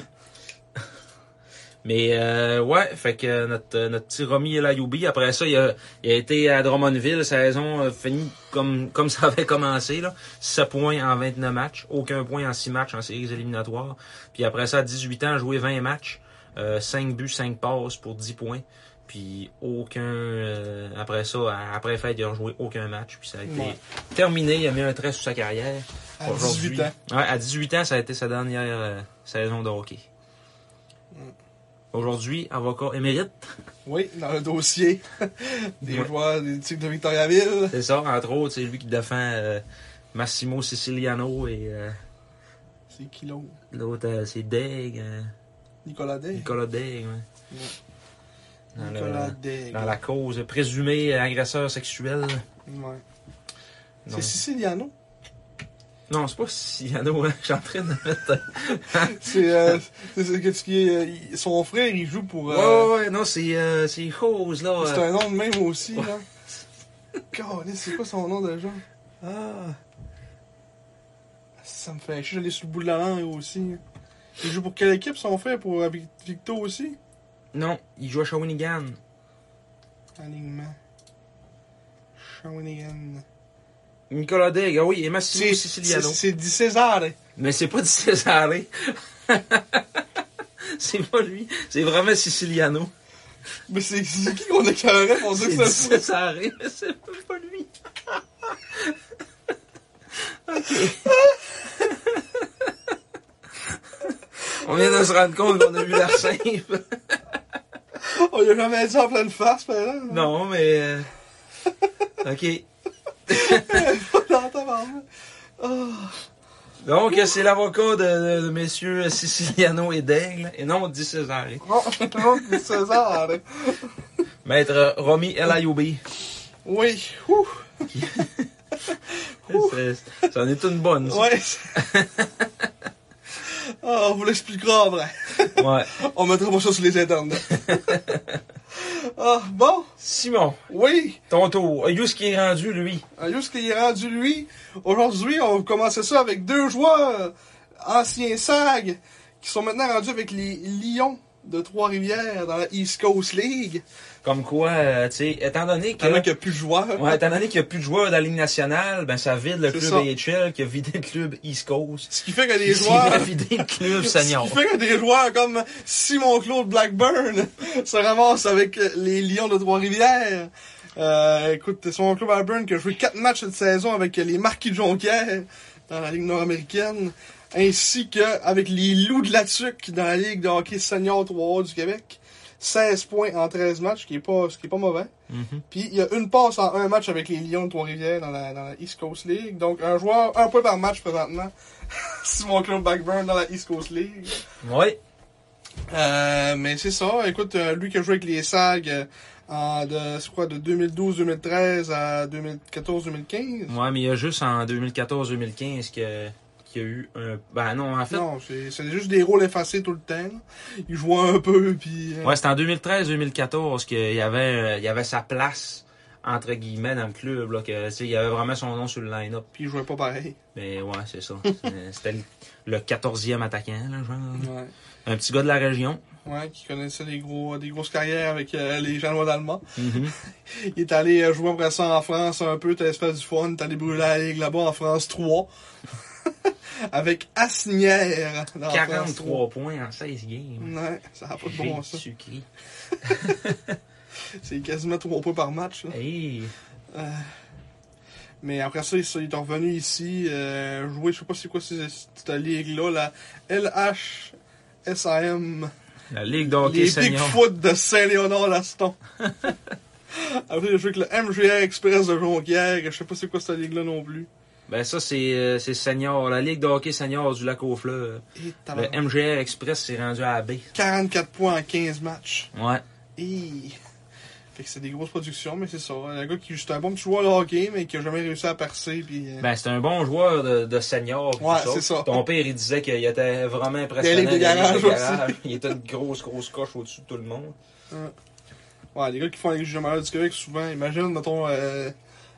Speaker 2: Mais euh, ouais, fait que euh, notre, euh, notre petit Romy Elayoubi, après ça, il a, il a été à Drummondville, saison euh, finie comme, comme ça avait commencé. Là. 7 points en 29 matchs, aucun point en 6 matchs en séries éliminatoires. Puis après ça, à 18 ans, joué 20 matchs, euh, 5 buts, 5 passes pour 10 points. Puis aucun... euh, après ça, à- après fête, il a rejoué aucun match. Puis ça a été
Speaker 3: Ouais.
Speaker 2: terminé, il a mis un trait sur sa carrière.
Speaker 3: À
Speaker 2: Aujourd'hui-
Speaker 3: 18 ans.
Speaker 2: Ouais, à 18 ans, ça a été sa dernière euh, saison de hockey. Aujourd'hui, avocat émérite,
Speaker 3: Oui, dans le dossier des
Speaker 2: Ouais.
Speaker 3: joueurs des Tigres de Victoriaville.
Speaker 2: c'est ça, entre autres, c'est lui qui défend euh, Massimo Siciliano et euh,
Speaker 3: C'est qui l'autre?
Speaker 2: l'autre, euh, c'est Deg, euh,
Speaker 3: Nicolas Day.
Speaker 2: Nicolas Deg. ouais.
Speaker 3: Ouais.
Speaker 2: Dans, le-
Speaker 3: Nicolas Day.
Speaker 2: dans la cause présumé agresseur sexuel.
Speaker 3: Ouais.
Speaker 2: Non,
Speaker 3: C'est Siciliano.
Speaker 2: non, c'est pas Siciliano, hein, je suis en train de mettre.
Speaker 3: C'est euh, c'est- c'est- qu'est-ce qui est, euh, il- son frère, il joue pour.
Speaker 2: Ouais,
Speaker 3: euh,
Speaker 2: ouais, ouais, non, c'est euh, c'est Rose, là.
Speaker 3: C'est
Speaker 2: euh.
Speaker 3: un nom de même aussi, là. Calais, c'est quoi son nom déjà?
Speaker 2: Ah.
Speaker 3: Ça me fait chier, j'allais sur le bout de la langue aussi. Il joue pour quelle équipe son frère? Pour euh, Vic- Victo aussi?
Speaker 2: Non, il joue à Shawinigan.
Speaker 3: Alignement. Shawinigan.
Speaker 2: Nicolas Deg, ah oui, et Massimo
Speaker 3: C'est
Speaker 2: Siciliano.
Speaker 3: c'est- c'est Di César.
Speaker 2: Mais c'est pas du Césaré. c'est pas lui. C'est vraiment Siciliano.
Speaker 3: Mais c'est c'est qui qu'on écœurait pour dire
Speaker 2: C'est
Speaker 3: que
Speaker 2: du
Speaker 3: ça?
Speaker 2: Césaré, mais c'est pas lui. ok. On vient de se rendre compte qu'on a vu la simple.
Speaker 3: On lui a jamais dit en pleine face, par là.
Speaker 2: Non, mais... euh, Ok.
Speaker 3: Oh.
Speaker 2: Donc, c'est l'avocat de, de messieurs Siciliano et Daigle. Et non, on dit hein. Césaré.
Speaker 3: Non, non, Di César.
Speaker 2: Maître Romy El Ayoubi.
Speaker 3: Oui. Ouh.
Speaker 2: C'est- c'est- C'en est une bonne, ça.
Speaker 3: Ouais. Ah, on vous l'expliquera en vrai.
Speaker 2: Ouais.
Speaker 3: On mettra pas ça sur les internets. ah, bon.
Speaker 2: Simon,
Speaker 3: Oui.
Speaker 2: ton tour. Ayous qui est rendu, lui.
Speaker 3: Juste qu'il est rendu lui. Aujourd'hui, on commençait ça avec deux joueurs anciens SAG qui sont maintenant rendus avec les Lions de Trois-Rivières dans la East Coast League.
Speaker 2: Comme quoi, euh, tu sais, étant donné que...
Speaker 3: Tellement qu'il n'y a plus de joueurs.
Speaker 2: Euh. Ouais, étant donné qu'il n'y a plus de joueurs dans la Ligue nationale, ben ça vide le
Speaker 3: C'est
Speaker 2: club
Speaker 3: ça.
Speaker 2: AHL qui a vidé le club East Coast.
Speaker 3: Ce qui fait que les
Speaker 2: Qui a
Speaker 3: joueurs.
Speaker 2: vidé le club
Speaker 3: Ce
Speaker 2: senior.
Speaker 3: qui fait que des joueurs comme Simon-Claude Blackburn se ramassent avec les Lions de Trois-Rivières. Euh, écoute, Simon-Claude Blackburn qui a joué quatre matchs cette saison avec les Marquis de Jonquière dans la Ligue nord-américaine, ainsi qu'avec les Loups de la Tuque dans la Ligue de hockey senior 3 du Québec. 16 points en 13 matchs, ce qui est pas, ce qui est pas mauvais.
Speaker 2: Mhm.
Speaker 3: Puis il y a une passe en un match avec les Lions de Trois-Rivières dans la, dans la East Coast League. Donc un joueur, un point par match présentement. Simon-Claude Blackburn dans la East Coast League.
Speaker 2: Ouais.
Speaker 3: Euh, mais c'est ça. Écoute, euh, lui qui a joué avec les SAG euh, en de, c'est quoi, de 2012-2013 à 2014-2015.
Speaker 2: Ouais, mais il y a juste en 2014-2015 que qu'il y a eu un... Ben non, en fait...
Speaker 3: Non, c'est c'est juste des rôles effacés tout le temps. là. Il jouait un peu, puis... euh,
Speaker 2: Ouais, c'était en 2013-2014 qu'il y avait euh, il y avait sa place, entre guillemets, dans le club. Là, que, tu sais, il y avait vraiment son nom sur le line-up.
Speaker 3: Puis il jouait pas pareil.
Speaker 2: Mais Ben, ouais, c'est ça. C'est- C'était le- le 14e attaquant, là, genre.
Speaker 3: Ouais.
Speaker 2: Un petit gars de la région.
Speaker 3: Ouais, qui connaissait des gros des grosses carrières avec euh, les Janois d'Allemand.
Speaker 2: Mhm.
Speaker 3: Il est allé euh, jouer après ça en France un peu, t'as espèce du fun, t'as allé brûler la ligue là-bas en France 3. avec Asnières dans la France 3.
Speaker 2: 43 points en 16 games.
Speaker 3: Ouais, Mm. ça a pas de bon sens.
Speaker 2: Jésus-Christ.
Speaker 3: C'est quasiment trois points par match. Là.
Speaker 2: Hey.
Speaker 3: Mais après ça, ils sont, ils sont revenus ici, euh, jouer, je sais pas c'est quoi c'est- cette ligue-là, la LHSAM,
Speaker 2: La Ligue d'hockey
Speaker 3: les Big
Speaker 2: senior.
Speaker 3: Foot de Saint-Léonard-Laston. après, j'ai joué avec le MGA Express de Jonquière, je sais pas c'est quoi cette ligue-là non plus.
Speaker 2: Ben ça, c'est euh, c'est senior. La Ligue d'hockey senior du lac aux fleurs.
Speaker 3: Et t'as
Speaker 2: Le MGR Express s'est rendu à la B.
Speaker 3: 44 points en 15 matchs.
Speaker 2: Ouais.
Speaker 3: Et... Fait que c'est des grosses productions, mais c'est ça. Un gars qui, c'est un bon petit joueur de hockey, mais qui a jamais réussi à percer, puis... euh,
Speaker 2: Ben, c'était un bon joueur de, de senior. tout
Speaker 3: Ouais, c'est ça.
Speaker 2: Ton père, il disait qu'il était vraiment
Speaker 3: Des
Speaker 2: impressionnant.
Speaker 3: ligues de
Speaker 2: dans les ligues
Speaker 3: garage aussi.
Speaker 2: Il était une grosse, grosse coche au-dessus de tout le monde.
Speaker 3: Ouais. Ouais, les gars qui font la Ligue du majeur du Québec, souvent, imagine, mettons, euh,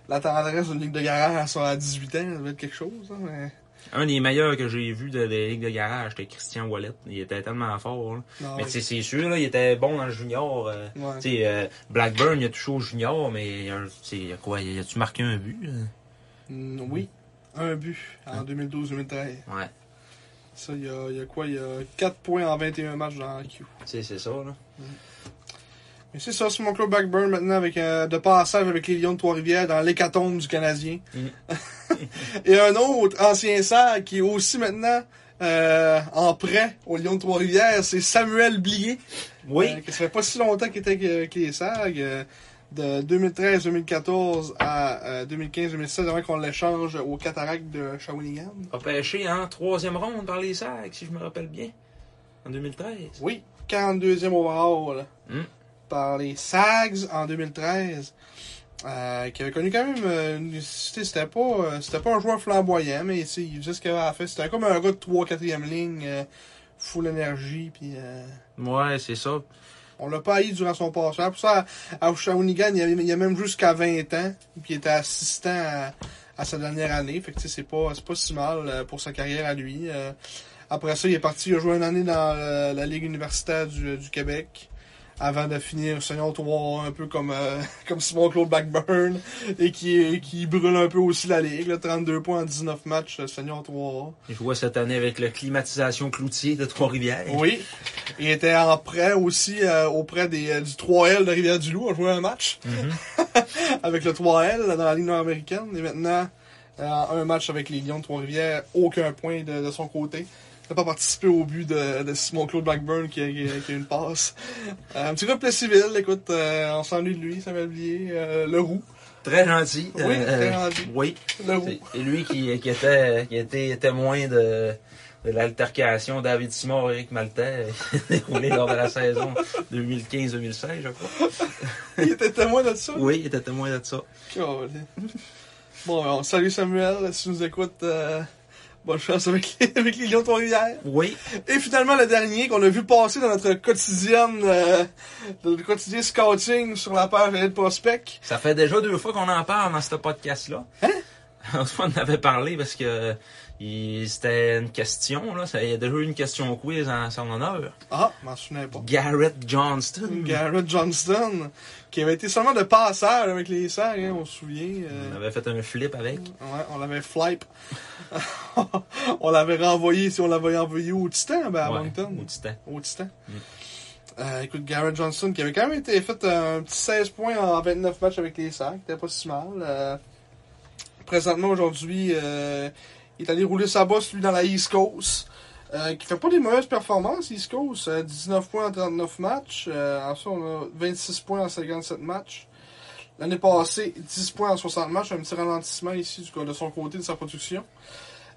Speaker 3: la tendresse d'une ligue de garage à à 18 ans, ça va être quelque chose. Hein, mais...
Speaker 2: Un des meilleurs que j'ai vu de des ligues de garage, c'était Christian Wallet. Il était tellement fort. là.
Speaker 3: Non,
Speaker 2: Mais tu sais, c'est sûr, là, il était bon dans le junior. euh,
Speaker 3: Ouais.
Speaker 2: tu sais, euh, Blackburn, il a touché au junior, mais euh, tu sais, quoi, il a-tu marqué un but? euh?
Speaker 3: Mm, oui, un but en 2012-2013.
Speaker 2: Ouais,
Speaker 3: Ça, il y a, il y a quoi Il y a 4 points en 21 matchs dans la Q.
Speaker 2: tu sais, c'est ça. Là.
Speaker 3: Mais c'est ça, c'est mon club Blackburn maintenant avec euh, de passage avec les Lions de Trois-Rivières dans l'hécatombe du Canadien.
Speaker 2: Mhm.
Speaker 3: Et un autre ancien sage qui est aussi maintenant euh, en prêt aux Lions de Trois-Rivières, c'est Samuel Blier.
Speaker 2: Oui,
Speaker 3: Euh, que ça fait pas si longtemps qu'il était avec, euh, avec les Sags. euh, de 2013-2014 à euh, 2015-2016, avant qu'on l'échange aux cataractes de Shawinigan.
Speaker 2: repêché en troisième ronde par les sacs, si je me rappelle bien, en 2013.
Speaker 3: Oui, 42e overall
Speaker 2: Hmm.
Speaker 3: par les Sags en 2013. euh, qui avait connu quand même euh, une- c'était c'était pas euh, c'était pas un joueur flamboyant mais tu sais, il faisait ce qu'il avait à faire c'était comme un gars de 3 4 e ligne euh, full énergie puis euh,
Speaker 2: Ouais, c'est ça.
Speaker 3: On l'a pas haï durant son passage. Pour ça, à à Shawinigan, il y a, il y a même jusqu'à 20 ans, puis il était assistant à, à sa dernière année. Fait que tu sais, c'est pas, c'est pas si mal euh, pour sa carrière à lui. Euh, après ça, il est parti, il a joué une année dans euh, la Ligue universitaire du, du Québec. Avant de finir Seigneur 3 un peu comme, euh, comme Simon Claude Blackburn et qui, qui brûle un peu aussi la Ligue. là. 32 points en 19 matchs, euh, Seigneur 3
Speaker 2: Je vois cette année avec le climatisation cloutier de Trois-Rivières.
Speaker 3: Oui. Il était en prêt aussi euh, auprès des, euh, du 3L de Rivière-du-Loup. On jouait un match
Speaker 2: Mhm.
Speaker 3: avec le 3L dans la Ligue nord-américaine. Et maintenant, euh, un match avec les Lions de Trois-Rivières. Aucun point de, de son côté. Il n'a pas participé au but de, de Simon-Claude Blackburn qui a, qui a- qui a une passe. Euh, un petit rappel civil. Écoute, euh, on s'ennuie de lui, ça m'a oublié. Euh, le roux.
Speaker 2: Très gentil. euh,
Speaker 3: Oui, très gentil.
Speaker 2: Oui.
Speaker 3: Le roux.
Speaker 2: C'est c'est lui qui, qui était, qui était témoin de, de l'altercation David Simon et Eric Maltais qui s'est déroulée lors de la saison 2015-2016, je crois.
Speaker 3: Il était témoin de ça.
Speaker 2: Oui, il était témoin de ça.
Speaker 3: Calais. Bon, ben, on salue Samuel, si tu nous écoutes, euh, bonne chance avec les, avec les Lions de Trois-Rivières.
Speaker 2: Oui,
Speaker 3: Et finalement, le dernier qu'on a vu passer dans notre quotidienne, euh, dans notre quotidien scouting sur la page de Prospect.
Speaker 2: ça fait déjà deux fois qu'on en parle dans ce podcast-là. Hein? On en avait parlé parce que il- c'était une question, là. Ça- Il y a déjà eu une question quiz en son honneur.
Speaker 3: Ah, je m'en souvenais pas.
Speaker 2: Garrett Johnston.
Speaker 3: Garrett Johnston, qui avait été seulement de passage avec les Sags, hein, on se souvient. euh,
Speaker 2: On avait fait un flip avec.
Speaker 3: Ouais, on l'avait flipe. on l'avait renvoyé, si on l'avait envoyé au Titan, ben, à
Speaker 2: Ouais,
Speaker 3: Moncton.
Speaker 2: au Titan.
Speaker 3: au Titan.
Speaker 2: Mm.
Speaker 3: Euh, écoute, Garrett Johnson, qui avait quand même été fait un petit 16 points en 29 matchs avec les Sacs, c'était pas si mal. Euh, présentement, aujourd'hui, euh, il est allé rouler sa bosse, lui, dans la East Coast, euh, qui fait pas des mauvaises performances, East Coast. Euh, 19 points en 39 matchs. Euh, ensuite, on a 26 points en 57 matchs. L'année passée, 10 points en 60 matchs, un petit ralentissement ici du, de son côté de sa production.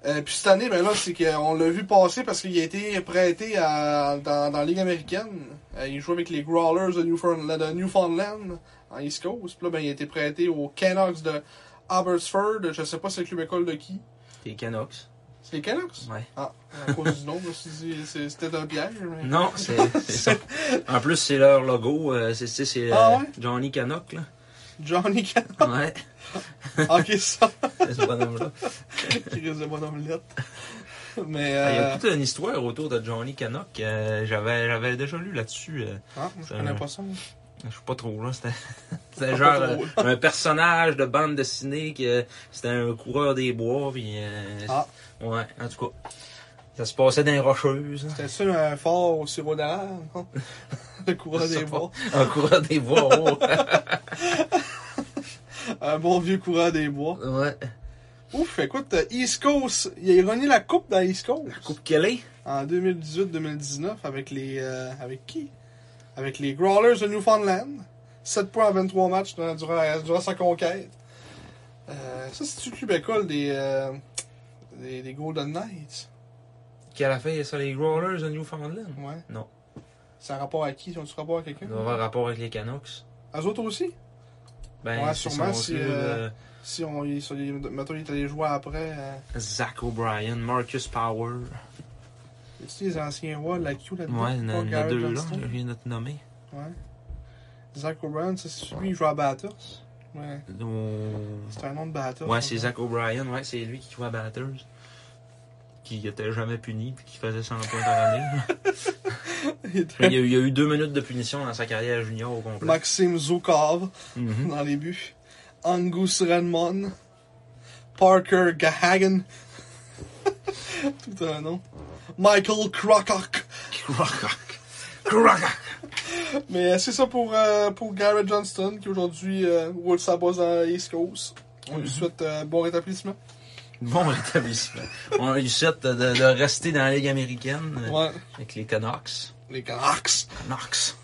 Speaker 3: Euh, puis cette année, ben là, c'est qu'on l'a vu passer parce qu'il a été prêté à- dans, dans la Ligue américaine. Euh, il joue avec les Growlers de Newfoundland, de Newfoundland, en East Coast. Puis là, ben, il a été prêté aux Canucks de Abbotsford. Je sais pas c'est le club école de qui.
Speaker 2: T'es Canucks.
Speaker 3: C'est les Canucks?
Speaker 2: Ouais.
Speaker 3: Ah, à cause du nom, je me suis dit, c'est- c'était un piège. mais-
Speaker 2: Non, c'est c'est ça. En plus, c'est leur logo. euh, c'est c'est- c'est, euh,
Speaker 3: Ah ouais? Ah.
Speaker 2: Johnny Canuck, là.
Speaker 3: Johnny Can...
Speaker 2: Ouais,
Speaker 3: Ok, ça,
Speaker 2: c'est ce bonhomme-là.
Speaker 3: qui risque de bonhomme lettre. Mais,
Speaker 2: Ah, Il y
Speaker 3: euh...
Speaker 2: a toute une histoire autour de Johnny Canuck. euh, J'avais j'avais déjà lu là-dessus. euh,
Speaker 3: Ah, moi, je connais pas ça. moi.
Speaker 2: je sais pas trop, là. C'était c'était
Speaker 3: Ah, Pas
Speaker 2: genre
Speaker 3: trop,
Speaker 2: euh, un personnage de bande dessinée qui euh, c'était un coureur des bois. Puis, euh,
Speaker 3: Ah.
Speaker 2: Ouais, en tout cas. Ça se passait dans les rocheuses. hein.
Speaker 3: C'était ça, un fort au sirop d'érable, non? Le courant
Speaker 2: Je sais
Speaker 3: des
Speaker 2: pas.
Speaker 3: bois.
Speaker 2: Un coureur des bois. oh.
Speaker 3: Un bon vieux courant des bois.
Speaker 2: ouais.
Speaker 3: Ouf, écoute, euh, East Coast, il a gagné la coupe dans East Coast
Speaker 2: Coupe Kelly.
Speaker 3: en 2018-2019 avec les euh, avec qui Avec les Growlers de Newfoundland. 7 points en 23 matchs durant, durant- durant sa conquête. Euh, ça, c'est du club école des, euh, des, des Golden Knights.
Speaker 2: Qui a fait ça, les Growlers de Newfoundland.
Speaker 3: Ouais.
Speaker 2: Non.
Speaker 3: C'est un rapport à qui Ils ont-tu rapport à
Speaker 2: Ça
Speaker 3: quelqu'un
Speaker 2: doit avoir rapport avec les Canucks.
Speaker 3: Eux autres aussi
Speaker 2: Ben,
Speaker 3: Ouais,
Speaker 2: c'est
Speaker 3: sûrement,
Speaker 2: son
Speaker 3: si,
Speaker 2: club,
Speaker 3: euh,
Speaker 2: euh,
Speaker 3: Si on ils sont- ils- mettons, il est allé jouer après. Euh,
Speaker 2: Zach O'Brien, Marcus Power.
Speaker 3: y a-tu les anciens rois de la Q là-dedans
Speaker 2: Ouais, il y en a-
Speaker 3: Pas
Speaker 2: il y en a
Speaker 3: Garrett
Speaker 2: deux là,
Speaker 3: Johnston?
Speaker 2: je viens de te nommer.
Speaker 3: Ouais. Zach O'Brien, c'est celui qui joue à Batters. Ouais.
Speaker 2: Nos-
Speaker 3: C'est un nom de Batters.
Speaker 2: Ouais, c'est Zach O'Brien, ouais, c'est lui qui jouait à Batters. Qui était jamais puni puis qui faisait 100 points par année.
Speaker 3: Il était-
Speaker 2: il, y a eu, il y a eu deux minutes de punition dans sa carrière junior au complet.
Speaker 3: Maxime Zoukov
Speaker 2: Mhm.
Speaker 3: dans les buts. Angus Redmond. Parker Gahagan. Tout un nom. Michael Crocock.
Speaker 2: Crococ. Crococ.
Speaker 3: Mais euh, c'est ça pour, euh, pour Garrett Johnston qui aujourd'hui euh, roule sa base dans East Coast. On
Speaker 2: Mm-hmm.
Speaker 3: lui souhaite euh, bon rétablissement.
Speaker 2: Bon rétablissement. On lui souhaite de, de rester dans la Ligue américaine euh,
Speaker 3: Ouais.
Speaker 2: avec les Canucks.
Speaker 3: Les Canucks.
Speaker 2: Canucks.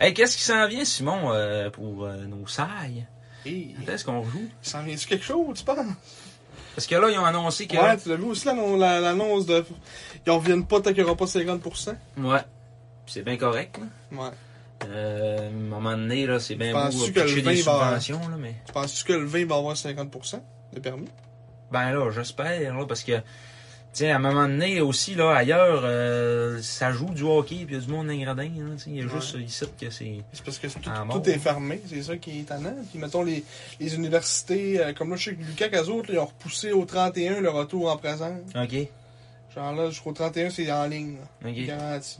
Speaker 2: Hey, qu'est-ce qui s'en vient, Simon, euh, pour euh, nos sailles?
Speaker 3: Hey,
Speaker 2: Quand est-ce qu'on joue?
Speaker 3: ça vient quelque chose, tu penses?
Speaker 2: Parce que là, ils ont annoncé que...
Speaker 3: Ouais, tu l'as vu aussi l'annon- la- l'annonce de. Ils en reviennent pas tant qu'il n'y aura pas 50%.
Speaker 2: Ouais. C'est bien correct, là.
Speaker 3: Ouais.
Speaker 2: Euh, à un moment donné, là, c'est bien beau
Speaker 3: Penses-tu
Speaker 2: euh,
Speaker 3: que le
Speaker 2: pitcher
Speaker 3: vin
Speaker 2: des
Speaker 3: va-
Speaker 2: subventions, là, mais...
Speaker 3: Tu penses-tu que le vin va avoir 50% de permis?
Speaker 2: Ben là, j'espère, là, parce que... Tiens, à un moment donné aussi, là, ailleurs, euh, ça joue du hockey, puis il y a du monde ingradin, hein, tu sais, il y a
Speaker 3: Ouais.
Speaker 2: juste euh, ici que c'est...
Speaker 3: C'est parce que tout,
Speaker 2: Ah,
Speaker 3: tout
Speaker 2: bon.
Speaker 3: est fermé, c'est ça qui est étonnant. Puis mettons les, les universités, euh, comme là, je sais que Lucas, qu'eux autres, là, ils ont repoussé au 31 le retour en présent.
Speaker 2: OK,
Speaker 3: Genre là, jusqu'au 31, c'est en ligne, là.
Speaker 2: OK.
Speaker 3: Garanti.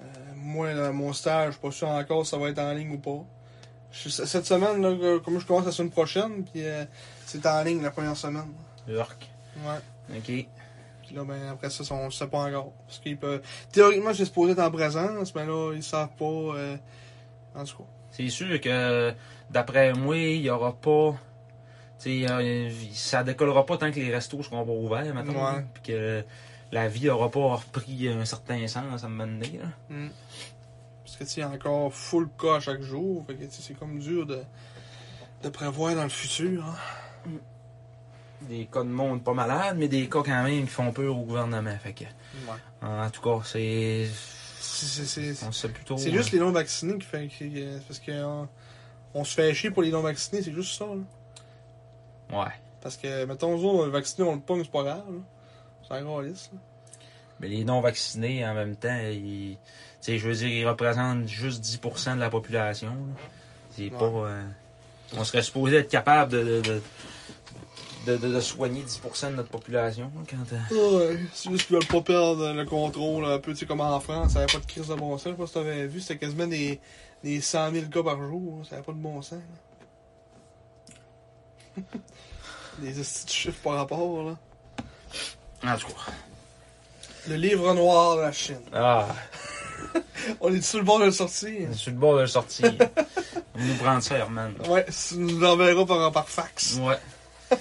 Speaker 3: Euh, moi, là, mon stage, je suis pas sûr encore si ça va être en ligne ou pas. Je- cette semaine, là, que- comme je commence la semaine prochaine, puis euh, c'est en ligne la première semaine.
Speaker 2: York.
Speaker 3: Ouais.
Speaker 2: OK.
Speaker 3: Puis là, ben, après ça, on ne sait pas encore. Parce qu'ils peuvent. Théoriquement, j'ai supposé être en présence, mais là, ils savent pas. euh, En tout cas.
Speaker 2: C'est sûr que, d'après moi, il n'y aura pas. Tu sais, euh, ça décollera pas tant que les restos seront pas ouverts, maintenant.
Speaker 3: Ouais.
Speaker 2: Puis que la vie n'aura pas repris un certain sens à un moment donné. là.
Speaker 3: Mm. Parce que, tu sais, il y a encore full cas à chaque jour. Fait que, tu sais, c'est comme dur de, de prévoir dans le futur. hein.
Speaker 2: Des cas de monde pas malades, mais des cas quand même qui font peur au gouvernement. Fait que, en tout cas, c'est.
Speaker 3: C'est- c'est- c'est-
Speaker 2: On sait hein. plutôt.
Speaker 3: C'est juste les non-vaccinés qui fait. qui- euh, c'est parce que. euh, on se fait chier pour les non-vaccinés, c'est juste ça. là.
Speaker 2: Ouais.
Speaker 3: Parce que, mettons, nous autres, on est vaccinés, on le pogne, c'est pas grave. là. C'est un gros risque.
Speaker 2: Mais les non-vaccinés, en même temps, ils. Tu sais, je veux dire, ils représentent juste 10% de la population. là. C'est
Speaker 3: Ouais.
Speaker 2: pas. euh, on serait supposé être capable de. de, de- de- de- de soigner 10% de notre population là, quand euh,
Speaker 3: Ouais, c'est juste qu'ils veulent pas perdre le contrôle un peu, tu sais, comme en France, ça avait pas de crise de bon sens, je sais pas si t'avais vu, c'était quasiment des, des 100 000 cas par jour, hein, ça avait pas de bon sens. là. des hosties de chiffres par rapport, là.
Speaker 2: euh, en tout cas
Speaker 3: Le livre noir de la Chine.
Speaker 2: ah
Speaker 3: On est sur le bord de le sortir.
Speaker 2: je suis le bord de le sortir on va nous prendre ça Herman
Speaker 3: Ouais, tu nous l'enverras par, par fax.
Speaker 2: ouais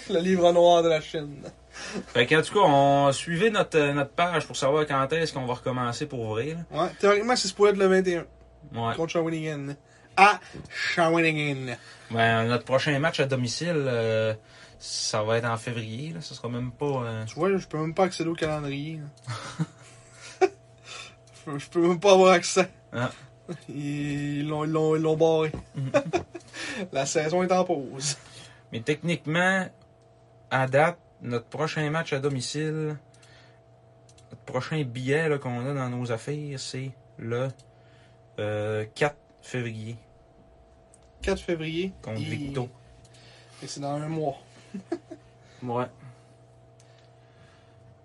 Speaker 3: Le livre noir de la Chine.
Speaker 2: fait qu'en tout cas on suivait notre, euh, notre page pour savoir quand est-ce qu'on va recommencer pour vrai là.
Speaker 3: Ouais, théoriquement, c'est supposé être le 21
Speaker 2: ouais
Speaker 3: contre Shawinigan. À Shawinigan.
Speaker 2: ben, notre prochain match à domicile euh, ça va être en février là. ça sera même pas euh,
Speaker 3: Tu vois, je peux même pas accéder au calendrier. là. je, peux, je peux même pas avoir accès.
Speaker 2: Ah.
Speaker 3: Ils ils l'ont- ils l'ont ils l'ont barré. La saison est en pause.
Speaker 2: Mais techniquement, à date, notre prochain match à domicile, notre prochain billet là, qu'on a dans nos affaires, c'est le euh, 4 février
Speaker 3: 4 février.
Speaker 2: contre
Speaker 3: Et-
Speaker 2: Victo.
Speaker 3: Et c'est dans un mois.
Speaker 2: Ouais.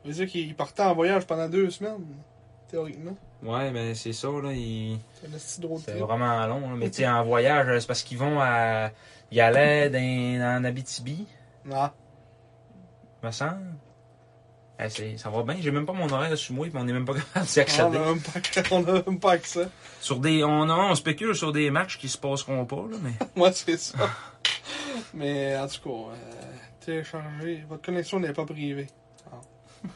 Speaker 3: Ça veut dire qu'ils partaient en voyage pendant deux semaines, théoriquement.
Speaker 2: Ouais, ben c'est ça, là. il-
Speaker 3: C'est un esti de road
Speaker 2: C'est
Speaker 3: trip.
Speaker 2: vraiment long. là. Mais tu sais, en voyage, euh, c'est parce qu'ils vont à. Ils allaient dans, en Abitibi,
Speaker 3: Ah,
Speaker 2: me semble. Eh, c'est- ça va bien, j'ai même pas mon horaire sur moi, puis on est même pas capable d'y
Speaker 3: on
Speaker 2: accéder.
Speaker 3: a même pas, on a même pas accès.
Speaker 2: Sur des, on, on spécule sur des matchs qui se passeront pas, là, mais.
Speaker 3: Moi, c'est ça. Mais en tout cas, euh, téléchargez. Votre connexion n'est pas privée. Ah.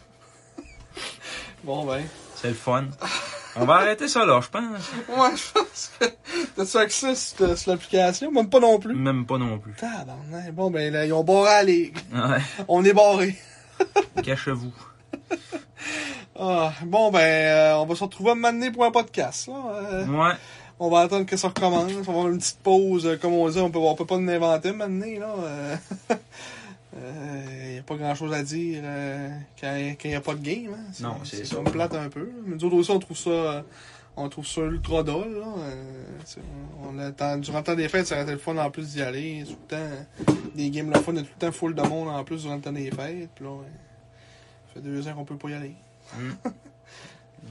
Speaker 3: bon, ben.
Speaker 2: C'est le fun. On va arrêter ça là, je pense.
Speaker 3: Ouais, je pense que. T'as-tu accès sur, sur l'application? Même pas non plus.
Speaker 2: Même pas non plus.
Speaker 3: Tabarnak. Bon, ben, là, ils ont barré la ligue.
Speaker 2: Ouais.
Speaker 3: On est barré.
Speaker 2: Cachez-vous.
Speaker 3: Ah, bon, ben, euh, on va se retrouver à un moment donné pour un podcast, là. Euh,
Speaker 2: Ouais.
Speaker 3: on va attendre que ça recommence. On va avoir une petite pause. euh, Comme on dit, on peut, on peut pas nous inventer maintenant, là. Euh, euh, y a pas grand chose à dire euh, quand il n'y a pas de game. Hein.
Speaker 2: Non, c'est ça.
Speaker 3: comme plate un peu. là. Mais nous autres aussi, on trouve ça, euh, on trouve ça ultra dole. Là. Euh, t'sais, on attend, durant le temps des fêtes, ça aurait été le fun en plus d'y aller. Tout le temps, des games le fun, il y a tout le temps full de monde en plus durant le temps des fêtes. Puis là, ouais, ça fait deux ans qu'on peut pas y aller.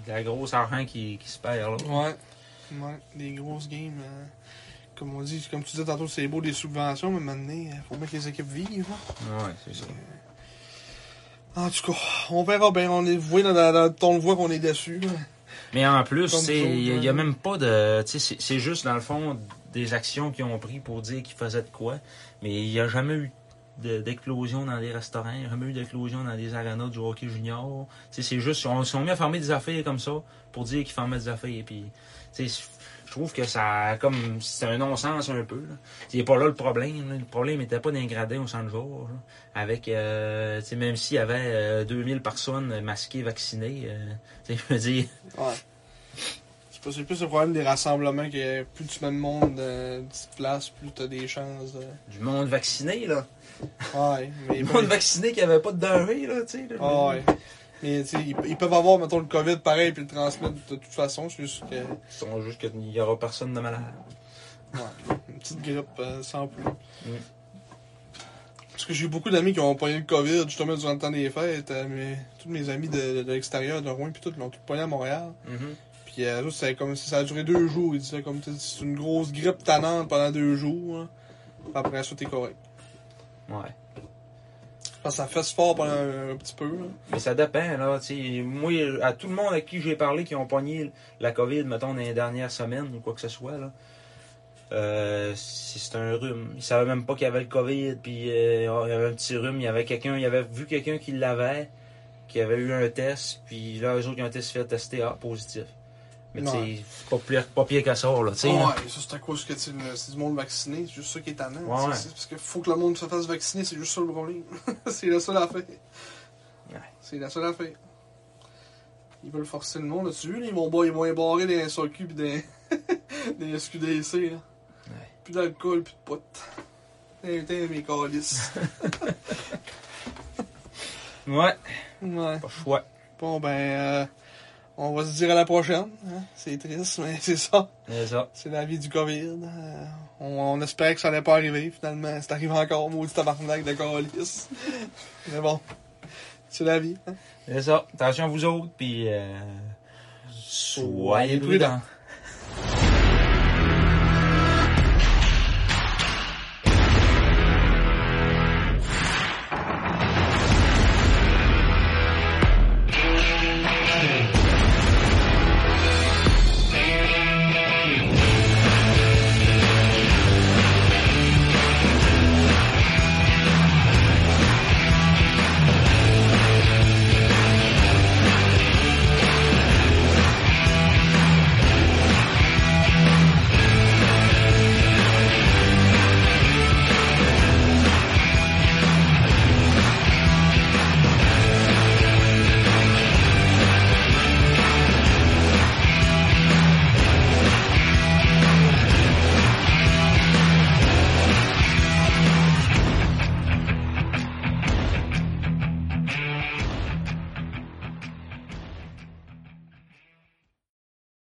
Speaker 2: De la grosse argent qui, qui se perd, là.
Speaker 3: Ouais. Ouais, des grosses games. euh, comme on dit, comme tu disais tantôt, c'est beau des subventions, mais maintenant, il faut bien que les équipes vivent. là.
Speaker 2: Ouais, c'est ça.
Speaker 3: En tout cas, on verra bien. On, est, vous voyez, dans, dans- dans- on le voit qu'on est déçu.
Speaker 2: Mais en plus,
Speaker 3: Comme
Speaker 2: c'est-
Speaker 3: nous autres,
Speaker 2: il n'y a
Speaker 3: hein.
Speaker 2: même pas de. tu sais, C'est c'est juste, dans le fond, des actions qu'ils ont pris pour dire qu'ils faisaient de quoi. Mais il n'y a jamais eu de- d'explosion dans les restaurants, il n'y a jamais eu d'explosion dans les arenas du hockey junior. Tu sais, C'est juste, on se sont mis à fermer des affaires comme ça pour dire qu'ils fermaient des affaires. Puis, tu sais, je trouve que ça, comme, c'est un non-sens un peu. là. C'est pas là le problème. là. Le problème n'était pas d'ingradé au centre jour. là. Avec, euh, tu sais, même s'il y avait euh, 2000 personnes masquées, vaccinées, euh, tu sais, je veux dire.
Speaker 3: Ouais. C'est pas- C'est plus le problème des rassemblements que plus tu mets de monde dans une petite place, plus t'as des chances de.
Speaker 2: Du monde vacciné, là.
Speaker 3: Ouais, mais.
Speaker 2: Du monde vacciné qui avait pas de denrées, là, tu sais. là.
Speaker 3: Ah ouais. Mais tu sais, ils, ils peuvent avoir, mettons, le COVID pareil puis le transmettre de toute façon. C'est juste que.
Speaker 2: Ils sont juste qu'il n'y aura personne de malade.
Speaker 3: Ouais, une petite grippe euh, sans plus. Parce que j'ai eu beaucoup d'amis qui ont pogné le COVID justement durant le temps des fêtes. euh, mais tous mes amis de, de, de l'extérieur, de Rouen, puis tout, l'ont tout pogné à Montréal.
Speaker 2: Mhm.
Speaker 3: Puis euh, eux autres, c'est comme ça a duré deux jours. Ils disaient comme t'sais, c'est une grosse grippe tannante pendant deux jours. hein. Puis après ça, t'es correct.
Speaker 2: Ouais.
Speaker 3: Parce que ça fesse fort pendant un, un petit peu. hein. là.
Speaker 2: Mais ça dépend, là, tu sais. Moi, à tout le monde à qui j'ai parlé qui ont pogné la COVID, mettons, dans les dernières semaines ou quoi que ce soit, là. Euh, c'est c'est un rhume. Ils savaient même pas qu'il y avait le COVID, puis euh, oh, il y avait un petit rhume, il y avait quelqu'un, il avait vu quelqu'un qui l'avait, qui avait eu un test, puis là, eux autres, ils ont été se faire tester, ah, positif. Mais tu sais,
Speaker 3: Ouais.
Speaker 2: c'est pas pire- pas pire qu'à ça, là, tu sais. là.
Speaker 3: ouais, ça c'est à cause que t'sais, le- c'est du monde vacciné, c'est juste ça qui est tannant.
Speaker 2: Ouais,
Speaker 3: t'sais,
Speaker 2: ouais.
Speaker 3: c'est Parce que faut que le monde se fasse vacciner, c'est juste ça le problème. c'est la seule affaire. C'est la seule affaire. Ils veulent forcer le monde là-dessus, là, ils vont bar- ils vont embarrer des SAQ pis des, des SQDC. Là. Plus d'alcool, plus de potes. Putain, mes calices.
Speaker 2: Ouais,
Speaker 3: ouais.
Speaker 2: pas le choix.
Speaker 3: Bon ben, euh, on va se dire à la prochaine. hein. C'est triste, mais c'est ça.
Speaker 2: C'est ça.
Speaker 3: C'est la vie du COVID. Euh, on, on espérait que ça allait pas arriver. Finalement, c'est arrivé encore. Maudit tabarnak de colis. Mais bon, c'est la vie. hein.
Speaker 2: C'est ça. Attention à vous autres, puis euh, soyez prudents.